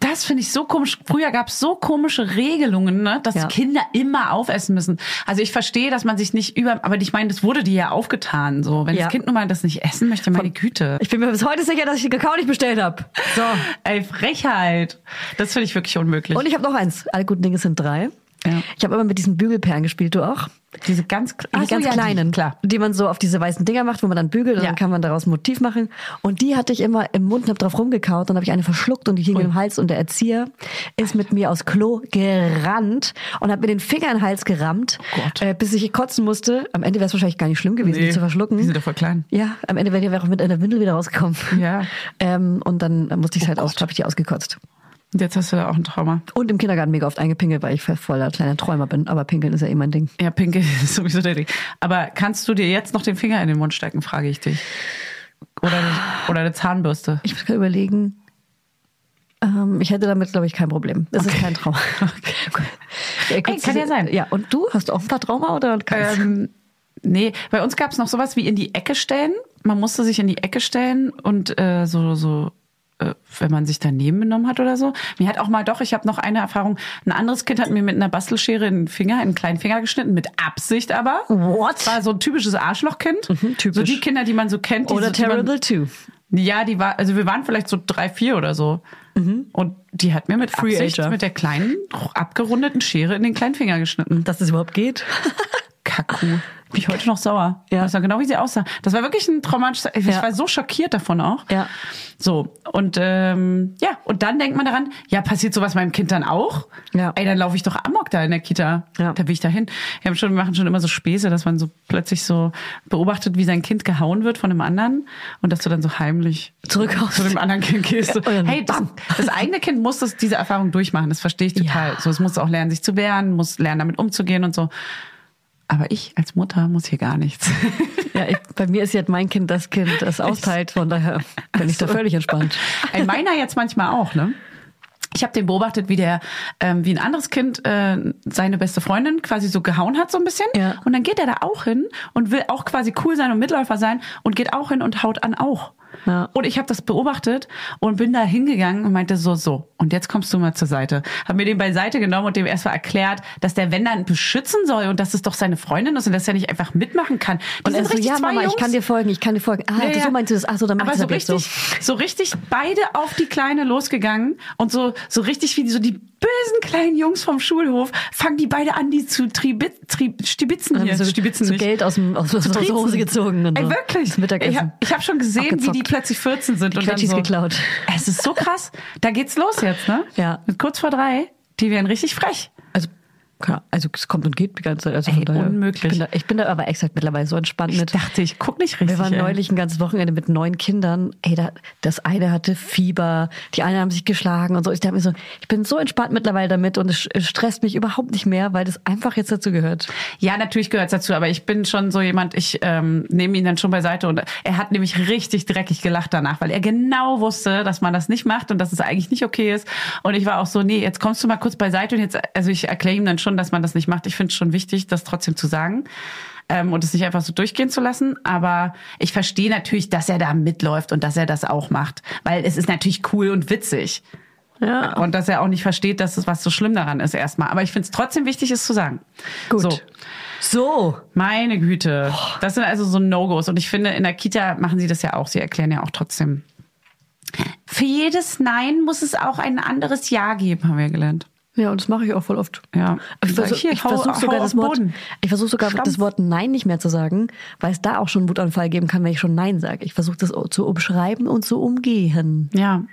Speaker 3: Das finde ich so komisch. Früher gab es so komische Regelungen, ne, dass
Speaker 2: Ja.
Speaker 3: Kinder immer aufessen müssen. Also ich verstehe, dass man sich nicht über, aber ich meine, das wurde dir ja aufgetan. So, wenn
Speaker 2: Ja.
Speaker 3: das Kind nun mal das nicht essen möchte, meine Güte.
Speaker 2: Ich bin mir bis heute sicher, dass ich den Kakao nicht bestellt habe. So.
Speaker 3: Ey, Frechheit. Das finde ich wirklich unmöglich.
Speaker 2: Und ich habe noch eins. Alle guten Dinge sind drei.
Speaker 3: Ja.
Speaker 2: Ich habe immer mit diesen Bügelperlen gespielt, du auch?
Speaker 3: diese ganz,
Speaker 2: Die
Speaker 3: Ach so,
Speaker 2: ganz
Speaker 3: ja, die-
Speaker 2: kleinen,
Speaker 3: klar.
Speaker 2: die man so auf diese weißen Dinger macht, wo man dann bügelt und
Speaker 3: Ja.
Speaker 2: dann kann man daraus ein Motiv machen. Und die hatte ich immer im Mund und hab drauf rumgekaut. Dann habe ich eine verschluckt und die hing im Hals und der Erzieher ist mit mir aufs Klo gerannt und hat mir den Finger in den Hals gerammt,
Speaker 3: Oh Gott.
Speaker 2: äh, bis ich kotzen musste. Am Ende wäre es wahrscheinlich gar nicht schlimm gewesen,
Speaker 3: Nee,
Speaker 2: die zu verschlucken.
Speaker 3: die sind doch voll klein.
Speaker 2: Ja, am Ende wäre ich auch mit einer Windel wieder rausgekommen.
Speaker 3: Ja. Oh
Speaker 2: ähm, und dann musste ich es halt aus, habe ich die ausgekotzt.
Speaker 3: Und jetzt hast du da auch ein Trauma.
Speaker 2: Und im Kindergarten mega oft eingepinkelt, weil ich voller kleiner Träumer bin. Aber pinkeln ist ja eh mein Ding.
Speaker 3: Ja, Pinke ist sowieso der Ding. Aber kannst du dir jetzt noch den Finger in den Mund stecken, frage ich dich. Oder, oder eine Zahnbürste.
Speaker 2: Ich muss gerade überlegen. Ähm, ich hätte damit, glaube ich, kein Problem. Das ist kein Trauma. Ja, gut,
Speaker 3: Ey, kann ja sein.
Speaker 2: Ja, und du? Hast du auch ein paar Trauma oder keins?
Speaker 3: Ähm, nee, bei uns gab es noch sowas wie in die Ecke stellen. Man musste sich in die Ecke stellen und äh, so, so äh, wenn man sich daneben benommen hat oder so. Mir hat auch mal doch, ich habe noch eine Erfahrung, ein anderes Kind hat mir mit einer Bastelschere einen Finger, einen kleinen Finger geschnitten, mit Absicht aber.
Speaker 2: What? Mhm,
Speaker 3: Das war so ein typisches Arschlochkind.
Speaker 2: typisch.
Speaker 3: So die Kinder, die man so kennt. Die
Speaker 2: oder
Speaker 3: so, die man,
Speaker 2: Terrible Two.
Speaker 3: Ja, die war, also wir waren vielleicht so drei, vier oder so. Und die hat mir mit
Speaker 2: Mhm. Free
Speaker 3: Absicht
Speaker 2: Ager.
Speaker 3: mit der kleinen, abgerundeten Schere in den kleinen Finger geschnitten.
Speaker 2: Dass das überhaupt geht?
Speaker 3: Kaku. Bin ich heute noch sauer.
Speaker 2: Ja.
Speaker 3: Ja. Weiß noch genau, wie sie aussah. Das war wirklich ein traumatisches, ich
Speaker 2: Ja.
Speaker 3: war so schockiert davon auch.
Speaker 2: Ja.
Speaker 3: So. Und, ähm, ja. Und dann denkt man daran, ja, passiert sowas meinem Kind dann auch?
Speaker 2: Ja.
Speaker 3: Ey, dann laufe ich doch amok da in der Kita.
Speaker 2: Ja.
Speaker 3: Da will ich da hin. Wir haben schon, wir machen schon immer so Späße, dass man so plötzlich so beobachtet, wie sein Kind gehauen wird von einem anderen und dass du dann so heimlich
Speaker 2: Zurück aus-
Speaker 3: zu dem anderen Kind gehst.
Speaker 2: Ja, und dann
Speaker 3: hey, das,
Speaker 2: bam.
Speaker 3: das eigene Kind muss das, diese Erfahrung durchmachen. Das verstehe ich total.
Speaker 2: Ja.
Speaker 3: So, es muss auch lernen, sich zu wehren, muss lernen, damit umzugehen und so. Aber ich als Mutter muss hier gar nichts.
Speaker 2: Ja, ich, bei mir ist jetzt mein Kind das Kind, das austeilt. Von daher bin ich da völlig entspannt.
Speaker 3: Ein meiner jetzt manchmal auch, ne? Ich habe den beobachtet, wie der, ähm, wie ein anderes Kind äh, seine beste Freundin quasi so gehauen hat so ein bisschen.
Speaker 2: Ja.
Speaker 3: Und dann geht er da auch hin und will auch quasi cool sein und Mitläufer sein und geht auch hin und haut an auch.
Speaker 2: Ja.
Speaker 3: Und ich habe das beobachtet und bin da hingegangen und meinte so, so, und jetzt kommst du mal zur Seite. Hab mir den beiseite genommen und dem erstmal erklärt, dass der wenn dann beschützen soll und dass es doch seine Freundin ist und dass er nicht einfach mitmachen kann. Die
Speaker 2: Und
Speaker 3: sind
Speaker 2: er so,
Speaker 3: richtig
Speaker 2: ja
Speaker 3: zwei
Speaker 2: Mama,
Speaker 3: Jungs.
Speaker 2: ich kann dir folgen, ich kann dir folgen. Ah,
Speaker 3: Ja, ja.
Speaker 2: so meinst du das? Ach so, dann mach
Speaker 3: Aber
Speaker 2: ich
Speaker 3: so
Speaker 2: das jetzt so.
Speaker 3: richtig, so richtig beide auf die Kleine losgegangen und so, so richtig wie die, so die bösen kleinen Jungs vom Schulhof fangen die beide an, die zu tribi, tri, stibitzen
Speaker 2: Dann
Speaker 3: hier.
Speaker 2: so,
Speaker 3: stibitzen
Speaker 2: so
Speaker 3: nicht.
Speaker 2: Geld aus, dem, aus, aus der
Speaker 3: Trizen.
Speaker 2: Hose gezogen. Und
Speaker 3: Ey,
Speaker 2: so.
Speaker 3: wirklich.
Speaker 2: Das Mittagessen.
Speaker 3: Ich habe ich hab schon gesehen, wie die
Speaker 2: Abgezockt.
Speaker 3: plötzlich 14 sind.
Speaker 2: Die
Speaker 3: und dann
Speaker 2: Quetschis
Speaker 3: so,
Speaker 2: geklaut.
Speaker 3: Es ist so krass. Da geht's los jetzt, ne?
Speaker 2: Ja.
Speaker 3: Mit kurz vor drei, die werden richtig frech.
Speaker 2: Also, klar, also es kommt und geht die ganze Zeit. Also von
Speaker 3: Ey,
Speaker 2: daher,
Speaker 3: unmöglich.
Speaker 2: Ich bin, da, ich bin da aber exakt mittlerweile so entspannt
Speaker 3: Ich
Speaker 2: mit.
Speaker 3: dachte, ich guck nicht richtig.
Speaker 2: Wir waren
Speaker 3: ey.
Speaker 2: neulich ein ganzes Wochenende mit neun Kindern. Ey, da, das eine hatte Fieber, die eine haben sich geschlagen und so. Ich dachte mir so, ich bin so entspannt mittlerweile damit und es sch- es stresst mich überhaupt nicht mehr, weil das einfach jetzt dazu gehört.
Speaker 3: Ja, natürlich gehört's dazu, aber ich bin schon so jemand, ich ähm, nehme ihn dann schon beiseite und er hat nämlich richtig dreckig gelacht danach, weil er genau wusste, dass man das nicht macht und dass es eigentlich nicht okay ist. Und ich war auch so, nee, jetzt kommst du mal kurz beiseite und jetzt, also ich erkläre ihm dann schon, dass man das nicht macht. Ich finde es schon wichtig, das trotzdem zu sagen. Ähm, und es nicht einfach so durchgehen zu lassen. Aber ich verstehe natürlich, dass er da mitläuft und dass er das auch macht. Weil es ist natürlich cool und witzig. Ja. Und dass er auch nicht versteht, dass es was so schlimm daran ist erstmal. Aber ich finde es trotzdem wichtig, es zu sagen.
Speaker 2: Gut.
Speaker 3: So.
Speaker 2: So.
Speaker 3: Meine Güte. Das sind also so No-Gos. Und ich finde, in der Kita machen sie das ja auch. Sie erklären ja auch trotzdem. Für jedes Nein muss es auch ein anderes Ja geben, haben wir gelernt.
Speaker 2: Ja, und das mache ich auch voll oft.
Speaker 3: Ja.
Speaker 2: Ich,
Speaker 3: Sag
Speaker 2: versuch,
Speaker 3: ich hier,
Speaker 2: ich
Speaker 3: hau-
Speaker 2: versuche
Speaker 3: hau
Speaker 2: sogar,
Speaker 3: auf
Speaker 2: das Wort,
Speaker 3: Boden.
Speaker 2: ich versuch sogar
Speaker 3: Stampf.
Speaker 2: das Wort Nein nicht mehr zu sagen, weil es da auch schon einen Wutanfall geben kann, wenn ich schon Nein sage. Ich versuche das zu umschreiben und zu umgehen.
Speaker 3: Ja.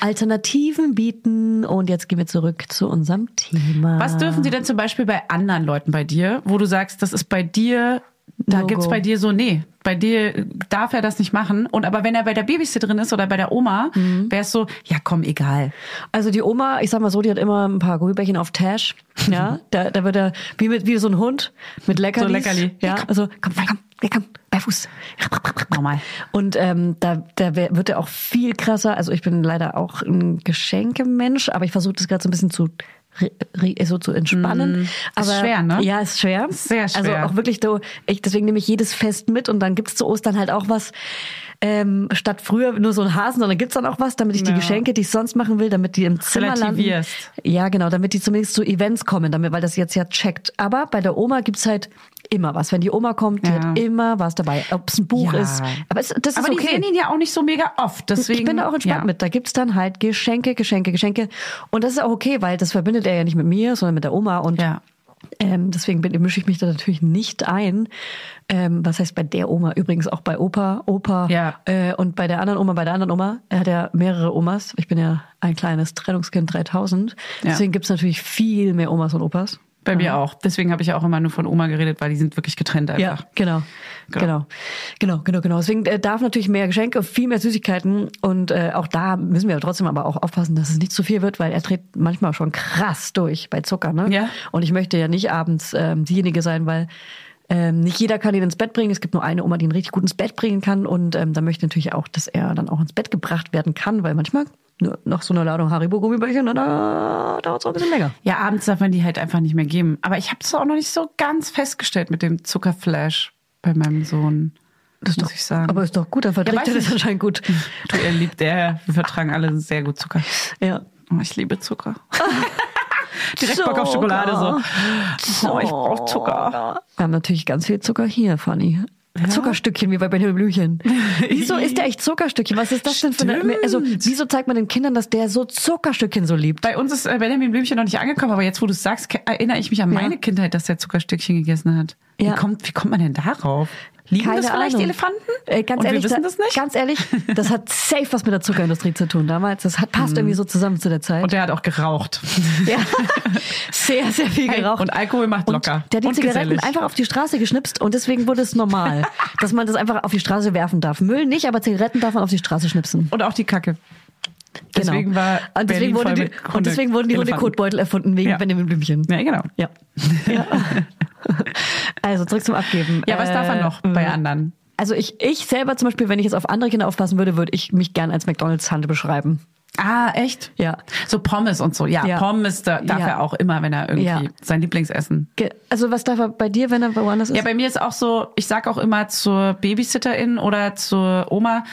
Speaker 2: Alternativen bieten. Und jetzt gehen wir zurück zu unserem Thema.
Speaker 3: Was dürfen sie denn zum Beispiel bei anderen Leuten bei dir, wo du sagst, das ist bei dir, da
Speaker 2: No
Speaker 3: gibt's
Speaker 2: go.
Speaker 3: bei dir so, nee, bei dir darf er das nicht machen. Und aber wenn er bei der Babysitterin ist oder bei der Oma,
Speaker 2: Mhm.
Speaker 3: wäre es so, ja komm, egal.
Speaker 2: Also die Oma, ich sag mal so, die hat immer ein paar Gummibärchen auf Tash. Ja, da, da wird er wie, mit, wie so ein Hund mit Leckerlis.
Speaker 3: Mhm. So Leckerli.
Speaker 2: Ja, also komm, komm, komm, komm, komm bei Fuß.
Speaker 3: Normal.
Speaker 2: Und ähm, da, da wär- wird er auch viel krasser. Also ich bin leider auch ein Geschenkemensch, aber ich versuche das gerade so ein bisschen zu re- re- so zu entspannen.
Speaker 3: Mhm. Ist
Speaker 2: aber,
Speaker 3: schwer, ne?
Speaker 2: Ja, ist schwer.
Speaker 3: Sehr schwer.
Speaker 2: Also auch wirklich so, ich, deswegen nehme ich jedes Fest mit und dann gibt's zu Ostern halt auch was, ähm, statt früher nur so ein Hasen, sondern gibt's dann auch was, damit ich die
Speaker 3: Ja.
Speaker 2: Geschenke, die ich sonst machen will, damit die im Zimmer landen.
Speaker 3: Relativierst.
Speaker 2: Ja, genau, damit die zumindest zu Events kommen, damit, weil das jetzt ja checkt. Aber bei der Oma gibt's halt immer was. Wenn die Oma kommt, die
Speaker 3: Ja.
Speaker 2: hat immer was dabei. Ob's ein Buch
Speaker 3: Ja.
Speaker 2: ist. Aber es, das
Speaker 3: aber
Speaker 2: ist
Speaker 3: die
Speaker 2: okay.
Speaker 3: sehen ihn ja auch nicht so mega oft. Deswegen,
Speaker 2: ich bin da auch entspannt
Speaker 3: ja.
Speaker 2: mit. Da gibt's dann halt Geschenke, Geschenke, Geschenke. Und das ist auch okay, weil das verbindet er ja nicht mit mir, sondern mit der Oma. Und
Speaker 3: Ja.
Speaker 2: ähm, deswegen bin, mische ich mich da natürlich nicht ein. Ähm, was heißt bei der Oma? Übrigens auch bei Opa, Opa
Speaker 3: Ja.
Speaker 2: äh, und bei der anderen Oma, bei der anderen Oma. Er hat ja mehrere Omas. Ich bin ja ein kleines Trennungskind 3000.
Speaker 3: Ja.
Speaker 2: Deswegen gibt's natürlich viel mehr Omas und Opas.
Speaker 3: Bei mir auch. Deswegen habe ich ja auch immer nur von Oma geredet, weil die sind wirklich getrennt einfach.
Speaker 2: Mhm. Ja, genau. Genau. Genau, genau, genau. Deswegen äh, darf natürlich mehr Geschenke, viel mehr Süßigkeiten. Und äh, auch da müssen wir trotzdem aber auch aufpassen, dass es nicht zu viel wird, weil er dreht manchmal schon krass durch bei Zucker. Ne?
Speaker 3: Ja.
Speaker 2: Und ich möchte ja nicht abends ähm, diejenige sein, weil ähm, nicht jeder kann ihn ins Bett bringen. Es gibt nur eine Oma, die ihn richtig gut ins Bett bringen kann. Und ähm, da möchte ich natürlich auch, dass er dann auch ins Bett gebracht werden kann, weil manchmal ne, nach so einer Ladung Haribo-Gummibärchen, na, da dauert es auch ein bisschen länger.
Speaker 3: Ja, abends darf man die halt einfach nicht mehr geben. Aber ich habe es auch noch nicht so ganz festgestellt mit dem Zuckerflash bei meinem Sohn. Das muss ich sagen.
Speaker 2: Aber ist doch gut, dann verträgt
Speaker 3: weiß
Speaker 2: er das
Speaker 3: ich. Mhm.
Speaker 2: anscheinend gut.
Speaker 3: du, er liebt, er, wir vertragen alle sehr gut Zucker.
Speaker 2: Ja.
Speaker 3: Oh, ich liebe Zucker. Direkt Bock auf
Speaker 2: Zucker.
Speaker 3: Schokolade so. Oh, ich brauche Zucker.
Speaker 2: Wir haben natürlich ganz viel Zucker hier, Fanny. Zuckerstückchen wie bei Benjamin Blümchen. Wieso ist der echt Zuckerstückchen? Was ist das denn für eine.
Speaker 3: Stimmt.
Speaker 2: Also, wieso zeigt man den Kindern, dass der so Zuckerstückchen so liebt?
Speaker 3: Bei uns ist äh, Benjamin Blümchen noch nicht angekommen, aber jetzt, wo du es sagst, ke- erinnere ich mich an meine Kindheit, dass der Zuckerstückchen gegessen hat.
Speaker 2: Ja.
Speaker 3: Wie, kommt, wie kommt man denn darauf? Lieben
Speaker 2: Keine
Speaker 3: das vielleicht
Speaker 2: Ahnung.
Speaker 3: die Elefanten?
Speaker 2: Äh, ganz
Speaker 3: Und
Speaker 2: ehrlich,
Speaker 3: wir wissen
Speaker 2: da-
Speaker 3: das nicht?
Speaker 2: Ganz ehrlich, das hat safe was mit der Zuckerindustrie zu tun damals. Das hat, passt irgendwie so zusammen zu der Zeit.
Speaker 3: Mhm. Und der hat auch geraucht.
Speaker 2: ja. Sehr, sehr viel
Speaker 3: Hey,
Speaker 2: geraucht.
Speaker 3: Und Alkohol macht locker.
Speaker 2: Der hat die
Speaker 3: und
Speaker 2: Zigaretten
Speaker 3: gesellig.
Speaker 2: einfach auf die Straße geschnipst und deswegen wurde es normal, dass man das einfach auf die Straße werfen darf. Müll nicht, aber Zigaretten darf man auf die Straße schnipsen.
Speaker 3: Und auch die Kacke.
Speaker 2: Genau.
Speaker 3: Deswegen war
Speaker 2: und deswegen,
Speaker 3: Berlin
Speaker 2: wurde
Speaker 3: voll
Speaker 2: die,
Speaker 3: mit Hunde-
Speaker 2: und deswegen wurden die
Speaker 3: Elefanten.
Speaker 2: Hundekotbeutel erfunden wegen
Speaker 3: Ja.
Speaker 2: Benjamin Blümchen.
Speaker 3: Ja, genau.
Speaker 2: Ja. ja. also zurück zum Abgeben.
Speaker 3: Ja, was darf man noch
Speaker 2: Äh,
Speaker 3: bei anderen?
Speaker 2: Also ich, ich selber zum Beispiel, wenn ich jetzt auf andere Kinder aufpassen würde, würde ich mich gern als McDonalds-Tante beschreiben.
Speaker 3: Ah, echt?
Speaker 2: Ja.
Speaker 3: So Pommes und so. Ja,
Speaker 2: Ja.
Speaker 3: Pommes da, darf
Speaker 2: Ja.
Speaker 3: er auch immer, wenn er irgendwie
Speaker 2: Ja.
Speaker 3: sein Lieblingsessen.
Speaker 2: Ge- Also was darf er bei dir, wenn er woanders ist?
Speaker 3: Ja, bei mir ist auch so, ich sag auch immer zur Babysitterin oder zur Oma,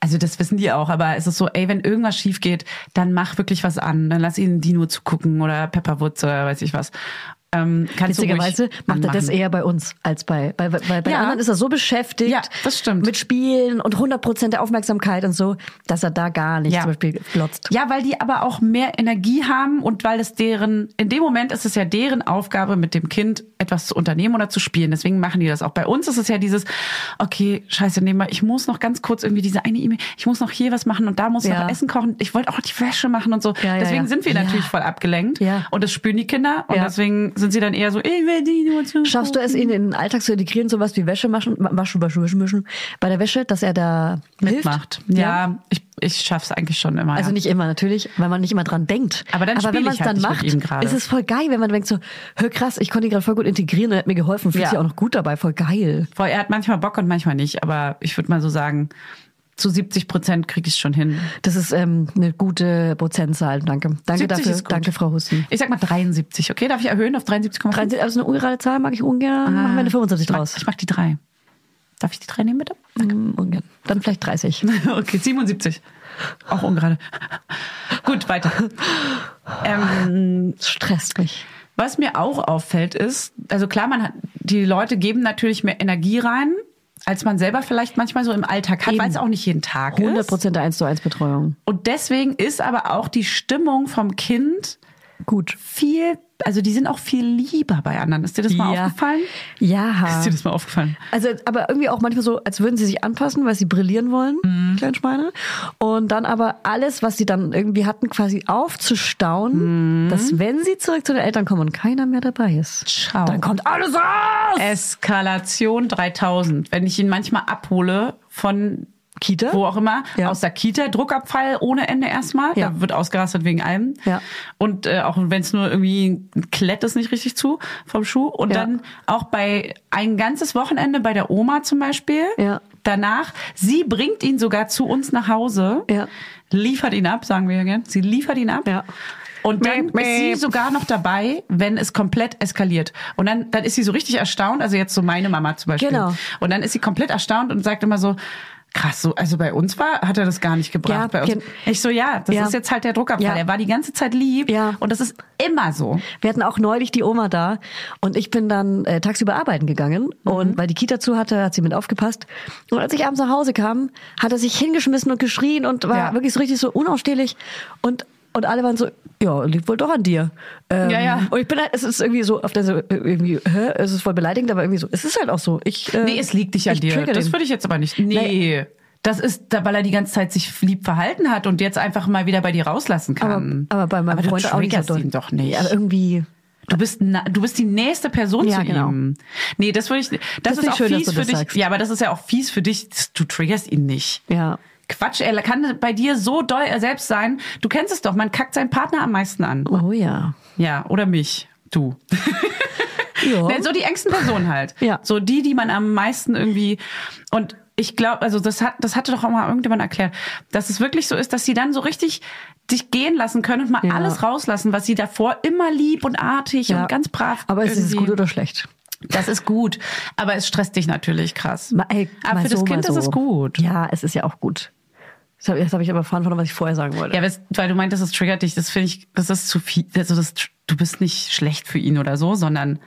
Speaker 3: also das wissen die auch, aber es ist so, ey, wenn irgendwas schief geht, dann mach wirklich was an. Dann lass ihnen Dino zugucken oder Pepperwoods oder weiß ich was. Ähm, kannst du ruhig
Speaker 2: Witzigerweise macht er das
Speaker 3: anmachen.
Speaker 2: eher bei uns als bei bei bei, bei
Speaker 3: Ja.
Speaker 2: anderen ist er so beschäftigt
Speaker 3: Ja, das stimmt.
Speaker 2: mit Spielen und 100% der Aufmerksamkeit und so, dass er da gar nicht
Speaker 3: Ja.
Speaker 2: zum Beispiel glotzt.
Speaker 3: Ja, weil die aber auch mehr Energie haben und weil es deren, in dem Moment ist es ja deren Aufgabe, mit dem Kind etwas zu unternehmen oder zu spielen. Deswegen machen die das auch. Bei uns ist es ja dieses, okay, scheiße, nehmen wir, ich muss noch ganz kurz irgendwie diese eine E-Mail, ich muss noch hier was machen und da muss ich
Speaker 2: Ja.
Speaker 3: noch Essen kochen, ich wollte auch die Wäsche machen und so.
Speaker 2: Ja, ja,
Speaker 3: deswegen
Speaker 2: ja.
Speaker 3: sind wir
Speaker 2: Ja.
Speaker 3: natürlich voll abgelenkt
Speaker 2: Ja.
Speaker 3: und das spüren die Kinder und
Speaker 2: Ja.
Speaker 3: deswegen sind sie dann eher so, ich will die nur zu.
Speaker 2: Schaffst du es, ihn in den Alltag zu integrieren, sowas wie Wäsche waschen, waschen, waschen, waschen, waschen, bei der Wäsche, dass er da
Speaker 3: mitmacht?
Speaker 2: Hilft?
Speaker 3: Ja, ich, ich schaff's eigentlich schon immer.
Speaker 2: Also
Speaker 3: ja.
Speaker 2: nicht immer natürlich, weil man nicht immer dran denkt.
Speaker 3: Aber dann
Speaker 2: wenn
Speaker 3: spiel
Speaker 2: man
Speaker 3: ich
Speaker 2: es
Speaker 3: halt
Speaker 2: dann
Speaker 3: nicht mit
Speaker 2: macht,
Speaker 3: ihm gerade.
Speaker 2: ist es voll geil, wenn man denkt so, hör krass, ich konnte ihn gerade voll gut integrieren, er hat mir geholfen, fühlt
Speaker 3: Ja.
Speaker 2: sich auch noch gut dabei, voll geil.
Speaker 3: Voll, er hat manchmal Bock und manchmal nicht, aber ich würde mal so sagen, zu 70 Prozent kriege ich es schon hin.
Speaker 2: Das ist ähm, eine gute Prozentzahl, danke. Danke
Speaker 3: 70
Speaker 2: dafür,
Speaker 3: ist gut.
Speaker 2: danke Frau Husten.
Speaker 3: Ich sag mal 73, okay? Darf ich erhöhen auf 73,5?
Speaker 2: 30, also eine ungerade Zahl mag ich ungern, machen wir eine 75
Speaker 3: Ah. ich mag-
Speaker 2: draus.
Speaker 3: Ich mag die drei. Darf ich die drei nehmen, bitte?
Speaker 2: Mm, ungern. Dann vielleicht 30.
Speaker 3: Okay, 77. Auch ungerade. Gut, weiter. Ähm,
Speaker 2: Das stresst mich.
Speaker 3: Was mir auch auffällt ist, also klar, man hat, die Leute geben natürlich mehr Energie rein, als man selber vielleicht manchmal so im Alltag hat,
Speaker 2: Eben.
Speaker 3: weil es auch nicht jeden Tag ist.
Speaker 2: 100% der 1 zu 1 Betreuung.
Speaker 3: Und deswegen ist aber auch die Stimmung vom Kind
Speaker 2: Gut.
Speaker 3: viel, also die sind auch viel lieber bei anderen. Ist dir das mal aufgefallen?
Speaker 2: Ja.
Speaker 3: Ist dir das mal aufgefallen?
Speaker 2: Also, aber irgendwie auch manchmal so, als würden sie sich anpassen, weil sie brillieren wollen, die kleinen Schweine. Und dann aber alles, was sie dann irgendwie hatten, quasi aufzustauen, dass wenn sie zurück zu den Eltern kommen und keiner mehr dabei ist,
Speaker 3: Schau.
Speaker 2: dann kommt alles raus!
Speaker 3: Eskalation 3000. Wenn ich ihn manchmal abhole von
Speaker 2: Kita?
Speaker 3: wo auch immer,
Speaker 2: Ja.
Speaker 3: aus der Kita, Druckabfall ohne Ende erstmal.
Speaker 2: Ja.
Speaker 3: Da wird ausgerastet wegen allem.
Speaker 2: Ja.
Speaker 3: Und äh, auch wenn es nur irgendwie ein Klett ist nicht richtig zu vom Schuh. Und
Speaker 2: Ja.
Speaker 3: dann auch bei ein ganzes Wochenende bei der Oma zum Beispiel.
Speaker 2: Ja.
Speaker 3: Danach, sie bringt ihn sogar zu uns nach Hause,
Speaker 2: Ja.
Speaker 3: liefert ihn ab, sagen wir ja gern. Sie liefert ihn ab.
Speaker 2: Ja.
Speaker 3: Und dann
Speaker 2: Miep, miep.
Speaker 3: ist sie sogar noch dabei, wenn es komplett eskaliert. Und dann, dann ist sie so richtig erstaunt, also jetzt so meine Mama zum Beispiel.
Speaker 2: Genau.
Speaker 3: Und dann ist sie komplett erstaunt und sagt immer so, krass, so, also bei uns war, hat er das gar nicht gebracht.
Speaker 2: Ja,
Speaker 3: bei uns.
Speaker 2: gen-
Speaker 3: Ich so, ja, das
Speaker 2: Ja.
Speaker 3: ist jetzt halt der Druckabfall.
Speaker 2: Ja.
Speaker 3: Er war die ganze Zeit lieb
Speaker 2: Ja.
Speaker 3: und das ist immer so.
Speaker 2: Wir hatten auch neulich die Oma da und ich bin dann äh, tagsüber arbeiten gegangen
Speaker 3: Mhm.
Speaker 2: und weil die Kita zu hatte, hat sie mit aufgepasst. Und als ich abends nach Hause kam, hat er sich hingeschmissen und geschrien und war
Speaker 3: Ja.
Speaker 2: wirklich so richtig so unausstehlich und und alle waren so, ja, liegt wohl doch an dir. Ähm,
Speaker 3: Ja, ja.
Speaker 2: Und ich bin halt, es ist irgendwie so, auf der so- irgendwie, hä, es ist voll beleidigend, aber irgendwie so, es ist halt auch so. Ich, äh,
Speaker 3: Nee, es liegt nicht an
Speaker 2: ich
Speaker 3: dir.
Speaker 2: trigger
Speaker 3: Das
Speaker 2: den.
Speaker 3: würde ich jetzt aber nicht. Nee. Das ist, da- weil er die ganze Zeit sich lieb verhalten hat und jetzt einfach mal wieder bei dir rauslassen
Speaker 2: aber,
Speaker 3: kann.
Speaker 2: aber bei meinem
Speaker 3: aber
Speaker 2: Freund
Speaker 3: du
Speaker 2: auch nicht so
Speaker 3: triggerst
Speaker 2: doll.
Speaker 3: ihn doch nicht.
Speaker 2: Ja, aber irgendwie,
Speaker 3: Du bist, na, du bist die nächste Person
Speaker 2: Ja,
Speaker 3: zu
Speaker 2: genau.
Speaker 3: ihm. Nee, das würde ich, das,
Speaker 2: Das
Speaker 3: ist
Speaker 2: finde ich
Speaker 3: auch
Speaker 2: schön, dass
Speaker 3: fies
Speaker 2: du
Speaker 3: für
Speaker 2: das
Speaker 3: dich.
Speaker 2: sagst.
Speaker 3: Ja, aber das ist ja auch fies für dich. Du triggerst ihn nicht.
Speaker 2: ja.
Speaker 3: Quatsch, er kann bei dir so doll er selbst sein. Du kennst es doch, man kackt seinen Partner am meisten an.
Speaker 2: Oh ja.
Speaker 3: Ja, oder mich. Du.
Speaker 2: Ja.
Speaker 3: Nee, so die engsten Personen halt.
Speaker 2: Ja.
Speaker 3: So die, die man am meisten irgendwie. Und ich glaube, also das hat, das hatte doch auch mal irgendjemand erklärt, dass es wirklich so ist, dass sie dann so richtig dich gehen lassen können und mal
Speaker 2: Ja.
Speaker 3: alles rauslassen, was sie davor immer lieb und artig
Speaker 2: ja.
Speaker 3: und ganz brav.
Speaker 2: Aber ist es
Speaker 3: irgendwie-
Speaker 2: gut oder schlecht?
Speaker 3: Das ist gut. Aber es stresst dich natürlich krass.
Speaker 2: Ma- ey,
Speaker 3: aber
Speaker 2: mal
Speaker 3: Ah, für das
Speaker 2: so,
Speaker 3: Kind
Speaker 2: mal so.
Speaker 3: ist es gut.
Speaker 2: Ja, es ist ja auch gut. Das habe hab ich aber fahren von, was ich vorher sagen wollte.
Speaker 3: Ja, weil es- weil du meintest, es triggert dich. Das finde ich, das ist zu viel. Also das, du bist nicht schlecht für ihn oder so, sondern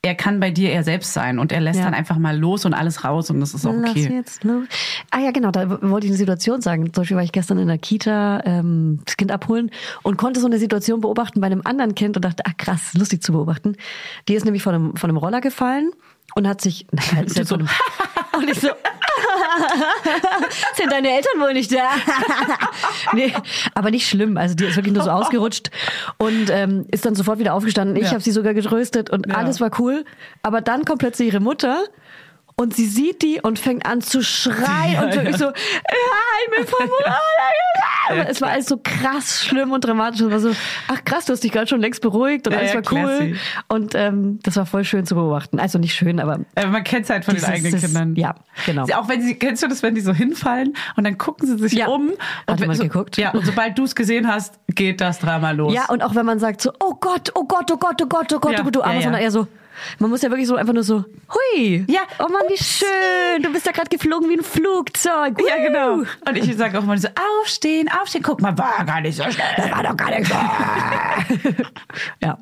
Speaker 3: er kann bei dir er selbst sein und er lässt
Speaker 2: Ja.
Speaker 3: dann einfach mal los und alles raus und das ist auch
Speaker 2: Lass
Speaker 3: okay.
Speaker 2: jetzt, ne? Ah ja, genau, da w- wollte ich eine Situation sagen. Zum Beispiel war ich gestern in der Kita ähm, das Kind abholen und konnte so eine Situation beobachten bei einem anderen Kind und dachte, ah krass, lustig zu beobachten. Die ist nämlich von einem, von einem Roller gefallen und hat sich... Na, ist ja
Speaker 3: so-
Speaker 2: von einem, und ich so... Sind deine Eltern wohl nicht da? nee, aber nicht schlimm. Also die ist wirklich nur so ausgerutscht und ähm, ist dann sofort wieder aufgestanden. Ich
Speaker 3: Ja.
Speaker 2: habe sie sogar getröstet und
Speaker 3: Ja.
Speaker 2: alles war cool. Aber dann kommt plötzlich ihre Mutter und sie sieht die und fängt an zu schreien
Speaker 3: Ja,
Speaker 2: und wirklich
Speaker 3: ja.
Speaker 2: so, ja, ich bin vom Roller gefahren." Es war alles so krass schlimm und dramatisch. Es war so, ach krass, du hast dich gerade schon längst beruhigt und
Speaker 3: Ja,
Speaker 2: alles
Speaker 3: ja,
Speaker 2: war cool.
Speaker 3: classy.
Speaker 2: Und ähm, das war voll schön zu beobachten. Also nicht schön, aber
Speaker 3: Äh, Man kennt es halt von
Speaker 2: Dieses-
Speaker 3: den eigenen
Speaker 2: das-
Speaker 3: Kindern.
Speaker 2: ja, genau.
Speaker 3: Auch wenn sie, kennst du das, wenn die so hinfallen und dann gucken sie sich
Speaker 2: Ja. Hat
Speaker 3: um. und wenn-
Speaker 2: jemand
Speaker 3: so,
Speaker 2: geguckt?
Speaker 3: Ja, und sobald du es gesehen hast, geht das Drama los.
Speaker 2: Ja, und auch wenn man sagt so, oh Gott, oh Gott, oh Gott, oh Gott, oh Gott,
Speaker 3: Ja,
Speaker 2: oh Gott, du
Speaker 3: ja,
Speaker 2: Armer,
Speaker 3: ja.
Speaker 2: sondern eher so, man muss ja wirklich so einfach nur so, hui,
Speaker 3: Ja,
Speaker 2: oh Mann, wie schön, du bist ja gerade geflogen wie ein Flugzeug.
Speaker 3: Ja,
Speaker 2: Wuhu.
Speaker 3: genau. Und ich sage auch mal so, aufstehen, aufstehen, guck mal, war gar nicht so schnell.
Speaker 2: War doch gar nichts. ja.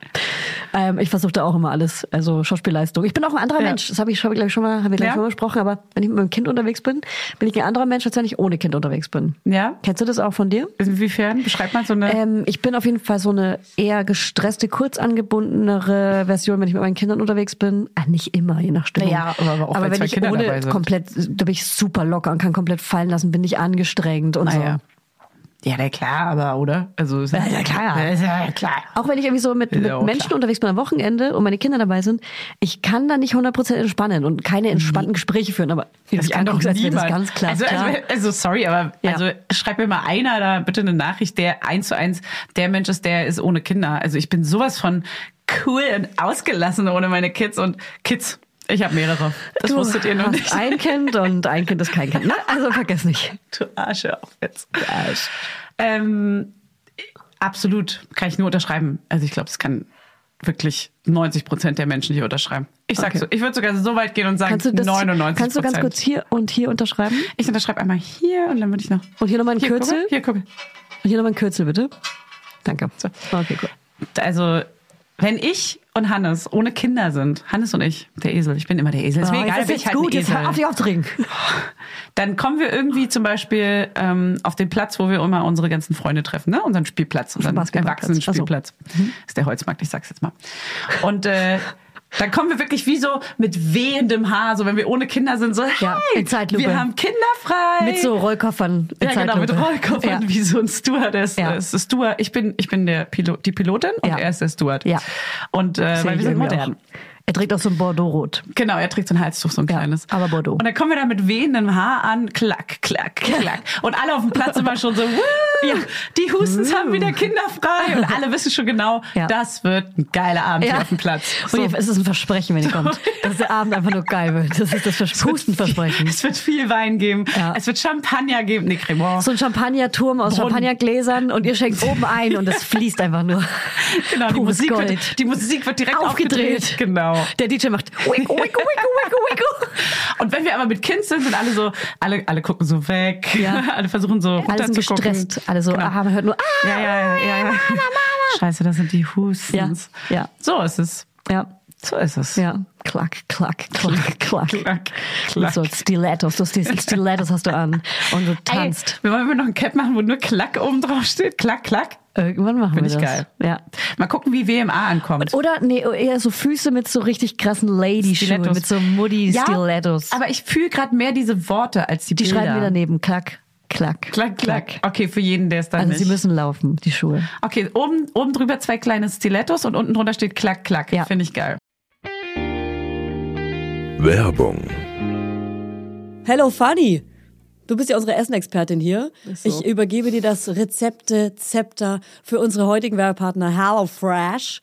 Speaker 2: Ähm, ich versuche da auch immer alles, also Schauspielleistung. Ich bin auch ein anderer
Speaker 3: Ja.
Speaker 2: Mensch. Das habe ich, hab ich glaube ich schon mal, haben wir gleich
Speaker 3: Ja.
Speaker 2: schon mal besprochen, aber wenn ich mit meinem Kind unterwegs bin, bin ich ein anderer Mensch, als wenn ich ohne Kind unterwegs bin.
Speaker 3: Ja.
Speaker 2: Kennst du das auch von dir?
Speaker 3: Inwiefern? Beschreibt man so eine.
Speaker 2: Ähm, ich bin auf jeden Fall so eine eher gestresste, kurz angebundenere Version, wenn ich mit meinen Kindern unterwegs bin. Ah, nicht immer, je nach Stimmung.
Speaker 3: Naja, aber auch wenn
Speaker 2: wenn
Speaker 3: zwei
Speaker 2: ich
Speaker 3: Kinder
Speaker 2: ohne
Speaker 3: dabei sind.
Speaker 2: komplett, da bin ich super locker und kann komplett fallen lassen, bin nicht angestrengt und so.
Speaker 3: Naja. Ja, na klar, aber, oder? Also, ist ja,
Speaker 2: ja, klar.
Speaker 3: Ist ja klar.
Speaker 2: Auch wenn ich irgendwie so mit, mit
Speaker 3: Ja,
Speaker 2: Menschen
Speaker 3: klar.
Speaker 2: unterwegs bin am Wochenende und meine Kinder dabei sind, ich kann da nicht 100% entspannen und keine entspannten Gespräche führen, aber wie du
Speaker 3: Das
Speaker 2: mich
Speaker 3: kann doch
Speaker 2: anguckst, als wäre
Speaker 3: niemand.
Speaker 2: das ganz klar.
Speaker 3: also,
Speaker 2: klar.
Speaker 3: also, also sorry, aber
Speaker 2: Ja.
Speaker 3: also schreib mir mal einer da bitte eine Nachricht, der eins zu eins der Mensch ist, der ist ohne Kinder. Also ich bin sowas von cool und ausgelassen ohne meine Kids und Kids. Ich habe mehrere. Das
Speaker 2: Du
Speaker 3: wusstet ihr noch
Speaker 2: hast
Speaker 3: nicht.
Speaker 2: Ein Kind und ein Kind ist kein Kind. Ne? Also vergiss nicht.
Speaker 3: Du Arsche auf jetzt. Ähm, absolut, kann ich nur unterschreiben. Also ich glaube, es kann wirklich 90 Prozent der Menschen hier unterschreiben. Ich sag
Speaker 2: Okay.
Speaker 3: so, ich würde sogar so weit gehen und sagen
Speaker 2: Kannst du das,
Speaker 3: 99
Speaker 2: kannst du ganz kurz hier und hier unterschreiben?
Speaker 3: Ich unterschreibe einmal hier und dann würde ich noch.
Speaker 2: Und hier nochmal ein Kürzel?
Speaker 3: Gucke, hier gucke.
Speaker 2: Und hier nochmal ein Kürzel, bitte. Danke. Ah,
Speaker 3: So.
Speaker 2: Okay, cool.
Speaker 3: Also, wenn ich
Speaker 6: und Hannes ohne Kinder sind, Hannes und ich, der Esel, ich bin immer der Esel. Ist mir
Speaker 2: Oh,
Speaker 6: egal,
Speaker 2: jetzt
Speaker 6: bin
Speaker 2: ist
Speaker 6: ich
Speaker 2: jetzt
Speaker 6: halt
Speaker 2: gut,
Speaker 6: ein
Speaker 2: jetzt
Speaker 6: Esel.
Speaker 2: hör auf dich aufzuregen.
Speaker 6: Dann kommen wir irgendwie zum Beispiel ähm, auf den Platz, wo wir immer unsere ganzen Freunde treffen, ne? unseren Spielplatz, unseren
Speaker 2: Basketballplatz. Mhm.
Speaker 6: Erwachsenen-Spielplatz. Ist der Holzmarkt, ich sag's jetzt mal. Und äh, dann kommen wir wirklich wie so mit wehendem Haar, so wenn wir ohne Kinder sind, so hey,
Speaker 2: Ja, in Zeitlupe.
Speaker 6: wir haben Kinder frei.
Speaker 2: Mit so Rollkoffern. in
Speaker 6: ja, genau, mit
Speaker 2: Zeitlupe.
Speaker 6: Rollkoffern,
Speaker 2: Ja.
Speaker 6: wie so ein Stewardess.
Speaker 2: Ja.
Speaker 6: Ja. Ist Steward. Ich bin, ich bin der Pilot, die Pilotin und
Speaker 2: Ja.
Speaker 6: er ist der Steward.
Speaker 2: Ja.
Speaker 6: Und äh,
Speaker 2: Sehe
Speaker 6: weil
Speaker 2: ich
Speaker 6: wir sind
Speaker 2: irgendwie
Speaker 6: modern.
Speaker 2: auch. Er trägt auch so ein Bordeaux-Rot.
Speaker 6: Genau, er trägt so ein Halstuch, so ein
Speaker 2: Ja,
Speaker 6: kleines.
Speaker 2: aber Bordeaux.
Speaker 6: Und dann kommen wir da mit wehendem Haar an, klack, klack, klack. Und alle auf dem Platz immer schon so, Woo, die Hustens haben wieder Kinder frei. Und alle wissen schon genau,
Speaker 2: Ja.
Speaker 6: das wird ein geiler Abend
Speaker 2: Ja.
Speaker 6: hier auf dem Platz.
Speaker 2: Und ihr- es ist ein Versprechen, wenn ihr kommt. Dass der Abend einfach nur geil wird. Das ist das Vers Hustenversprechen.
Speaker 6: Es wird viel Wein geben,
Speaker 2: Ja.
Speaker 6: es wird Champagner geben, nee, Cremant.
Speaker 2: So ein Champagnerturm aus
Speaker 6: Brunnen.
Speaker 2: Champagnergläsern und ihr schenkt oben ein und es fließt einfach nur.
Speaker 6: Genau, die
Speaker 2: Pures
Speaker 6: Musik,
Speaker 2: Gold.
Speaker 6: wird, die Musik wird direkt
Speaker 2: Aufgedreht.
Speaker 6: aufgedreht. Genau.
Speaker 2: Der DJ macht wicko, wicko, wicko, wicko, wicko.
Speaker 6: Und wenn wir aber mit Kind sind, sind alle so, alle, alle gucken so weg,
Speaker 2: Ja.
Speaker 6: alle versuchen so
Speaker 2: Alle sind
Speaker 6: runterzugucken.
Speaker 2: gestresst. Alle
Speaker 6: Genau.
Speaker 2: so, ah, man hört nur, ah,
Speaker 6: Ja, ja, ja, ja. Scheiße, das sind die Hustens.
Speaker 2: Ja, ja.
Speaker 6: So ist es.
Speaker 2: ja.
Speaker 6: So ist es.
Speaker 2: Ja, klack, klack, klack, klack.
Speaker 6: Klack,
Speaker 2: Mit
Speaker 6: klack.
Speaker 2: So Stilettos, so Stil- Stilettos hast du an und du
Speaker 6: Ey,
Speaker 2: tanzt.
Speaker 6: wir wollen immer noch ein Cap machen, wo nur Klack oben drauf steht. Klack, klack.
Speaker 2: Irgendwann machen
Speaker 6: Finde
Speaker 2: wir
Speaker 6: ich
Speaker 2: das.
Speaker 6: geil.
Speaker 2: Ja.
Speaker 6: Mal gucken, wie WMA ankommt.
Speaker 2: Oder nee, eher so Füße mit so richtig krassen Lady-Schuhen,
Speaker 6: Stilettos.
Speaker 2: mit so Muddy-Stilettos.
Speaker 6: Ja, aber ich fühle gerade mehr diese Worte als die
Speaker 2: die
Speaker 6: Bilder.
Speaker 2: schreiben wir daneben, klack, klack,
Speaker 6: Klack, klack. Okay, für jeden, der es dann
Speaker 2: Also
Speaker 6: nicht.
Speaker 2: sie müssen laufen, die Schuhe.
Speaker 6: okay, oben, oben drüber zwei kleine Stilettos und unten drunter steht Klack, klack.
Speaker 2: Ja.
Speaker 6: Finde ich geil.
Speaker 4: Werbung,
Speaker 5: Hello Fanny, du bist ja unsere Essenexpertin hier. Ich übergebe dir das Rezepte-Zepter für unsere heutigen Werbepartner HelloFresh.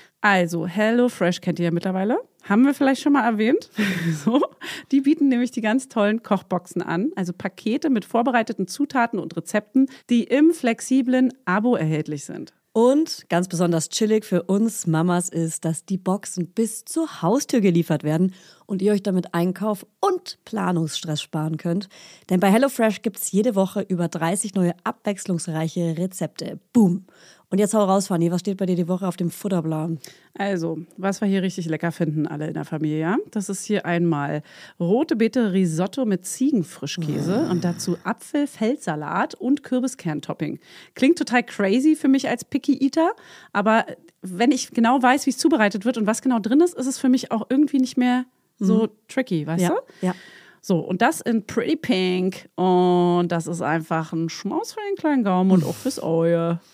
Speaker 3: Also, HelloFresh kennt ihr ja mittlerweile. Haben wir vielleicht schon mal erwähnt. so. Die bieten nämlich die ganz tollen Kochboxen an. Also Pakete mit vorbereiteten Zutaten und Rezepten, die im flexiblen Abo erhältlich sind.
Speaker 5: Und ganz besonders chillig für uns Mamas ist, dass die Boxen bis zur Haustür geliefert werden und ihr euch damit Einkauf und Planungsstress sparen könnt. Denn bei HelloFresh gibt es jede Woche über 30 neue abwechslungsreiche Rezepte. Boom! Und jetzt hau raus, Fanny, was steht bei dir die Woche auf dem Futterplan?
Speaker 3: Also, was wir hier richtig lecker finden, alle in der Familie, ja? Das ist hier einmal rote Beete Risotto mit Ziegenfrischkäse und dazu Apfelfeldsalat und Kürbiskerntopping. Klingt total crazy für mich als Picky Eater, aber wenn ich genau weiß, wie es zubereitet wird und was genau drin ist, ist es für mich auch irgendwie nicht mehr so tricky, weißt
Speaker 5: Ja,
Speaker 3: du?
Speaker 5: ja.
Speaker 3: So, und das in Pretty Pink. Und das ist einfach ein Schmaus für den kleinen Gaumen und auch fürs Auge.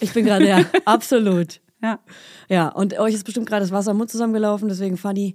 Speaker 5: ich bin gerade, ja, absolut.
Speaker 3: Ja.
Speaker 5: Ja, und euch ist bestimmt gerade das Wasser im Mund zusammengelaufen. Deswegen, Fanny,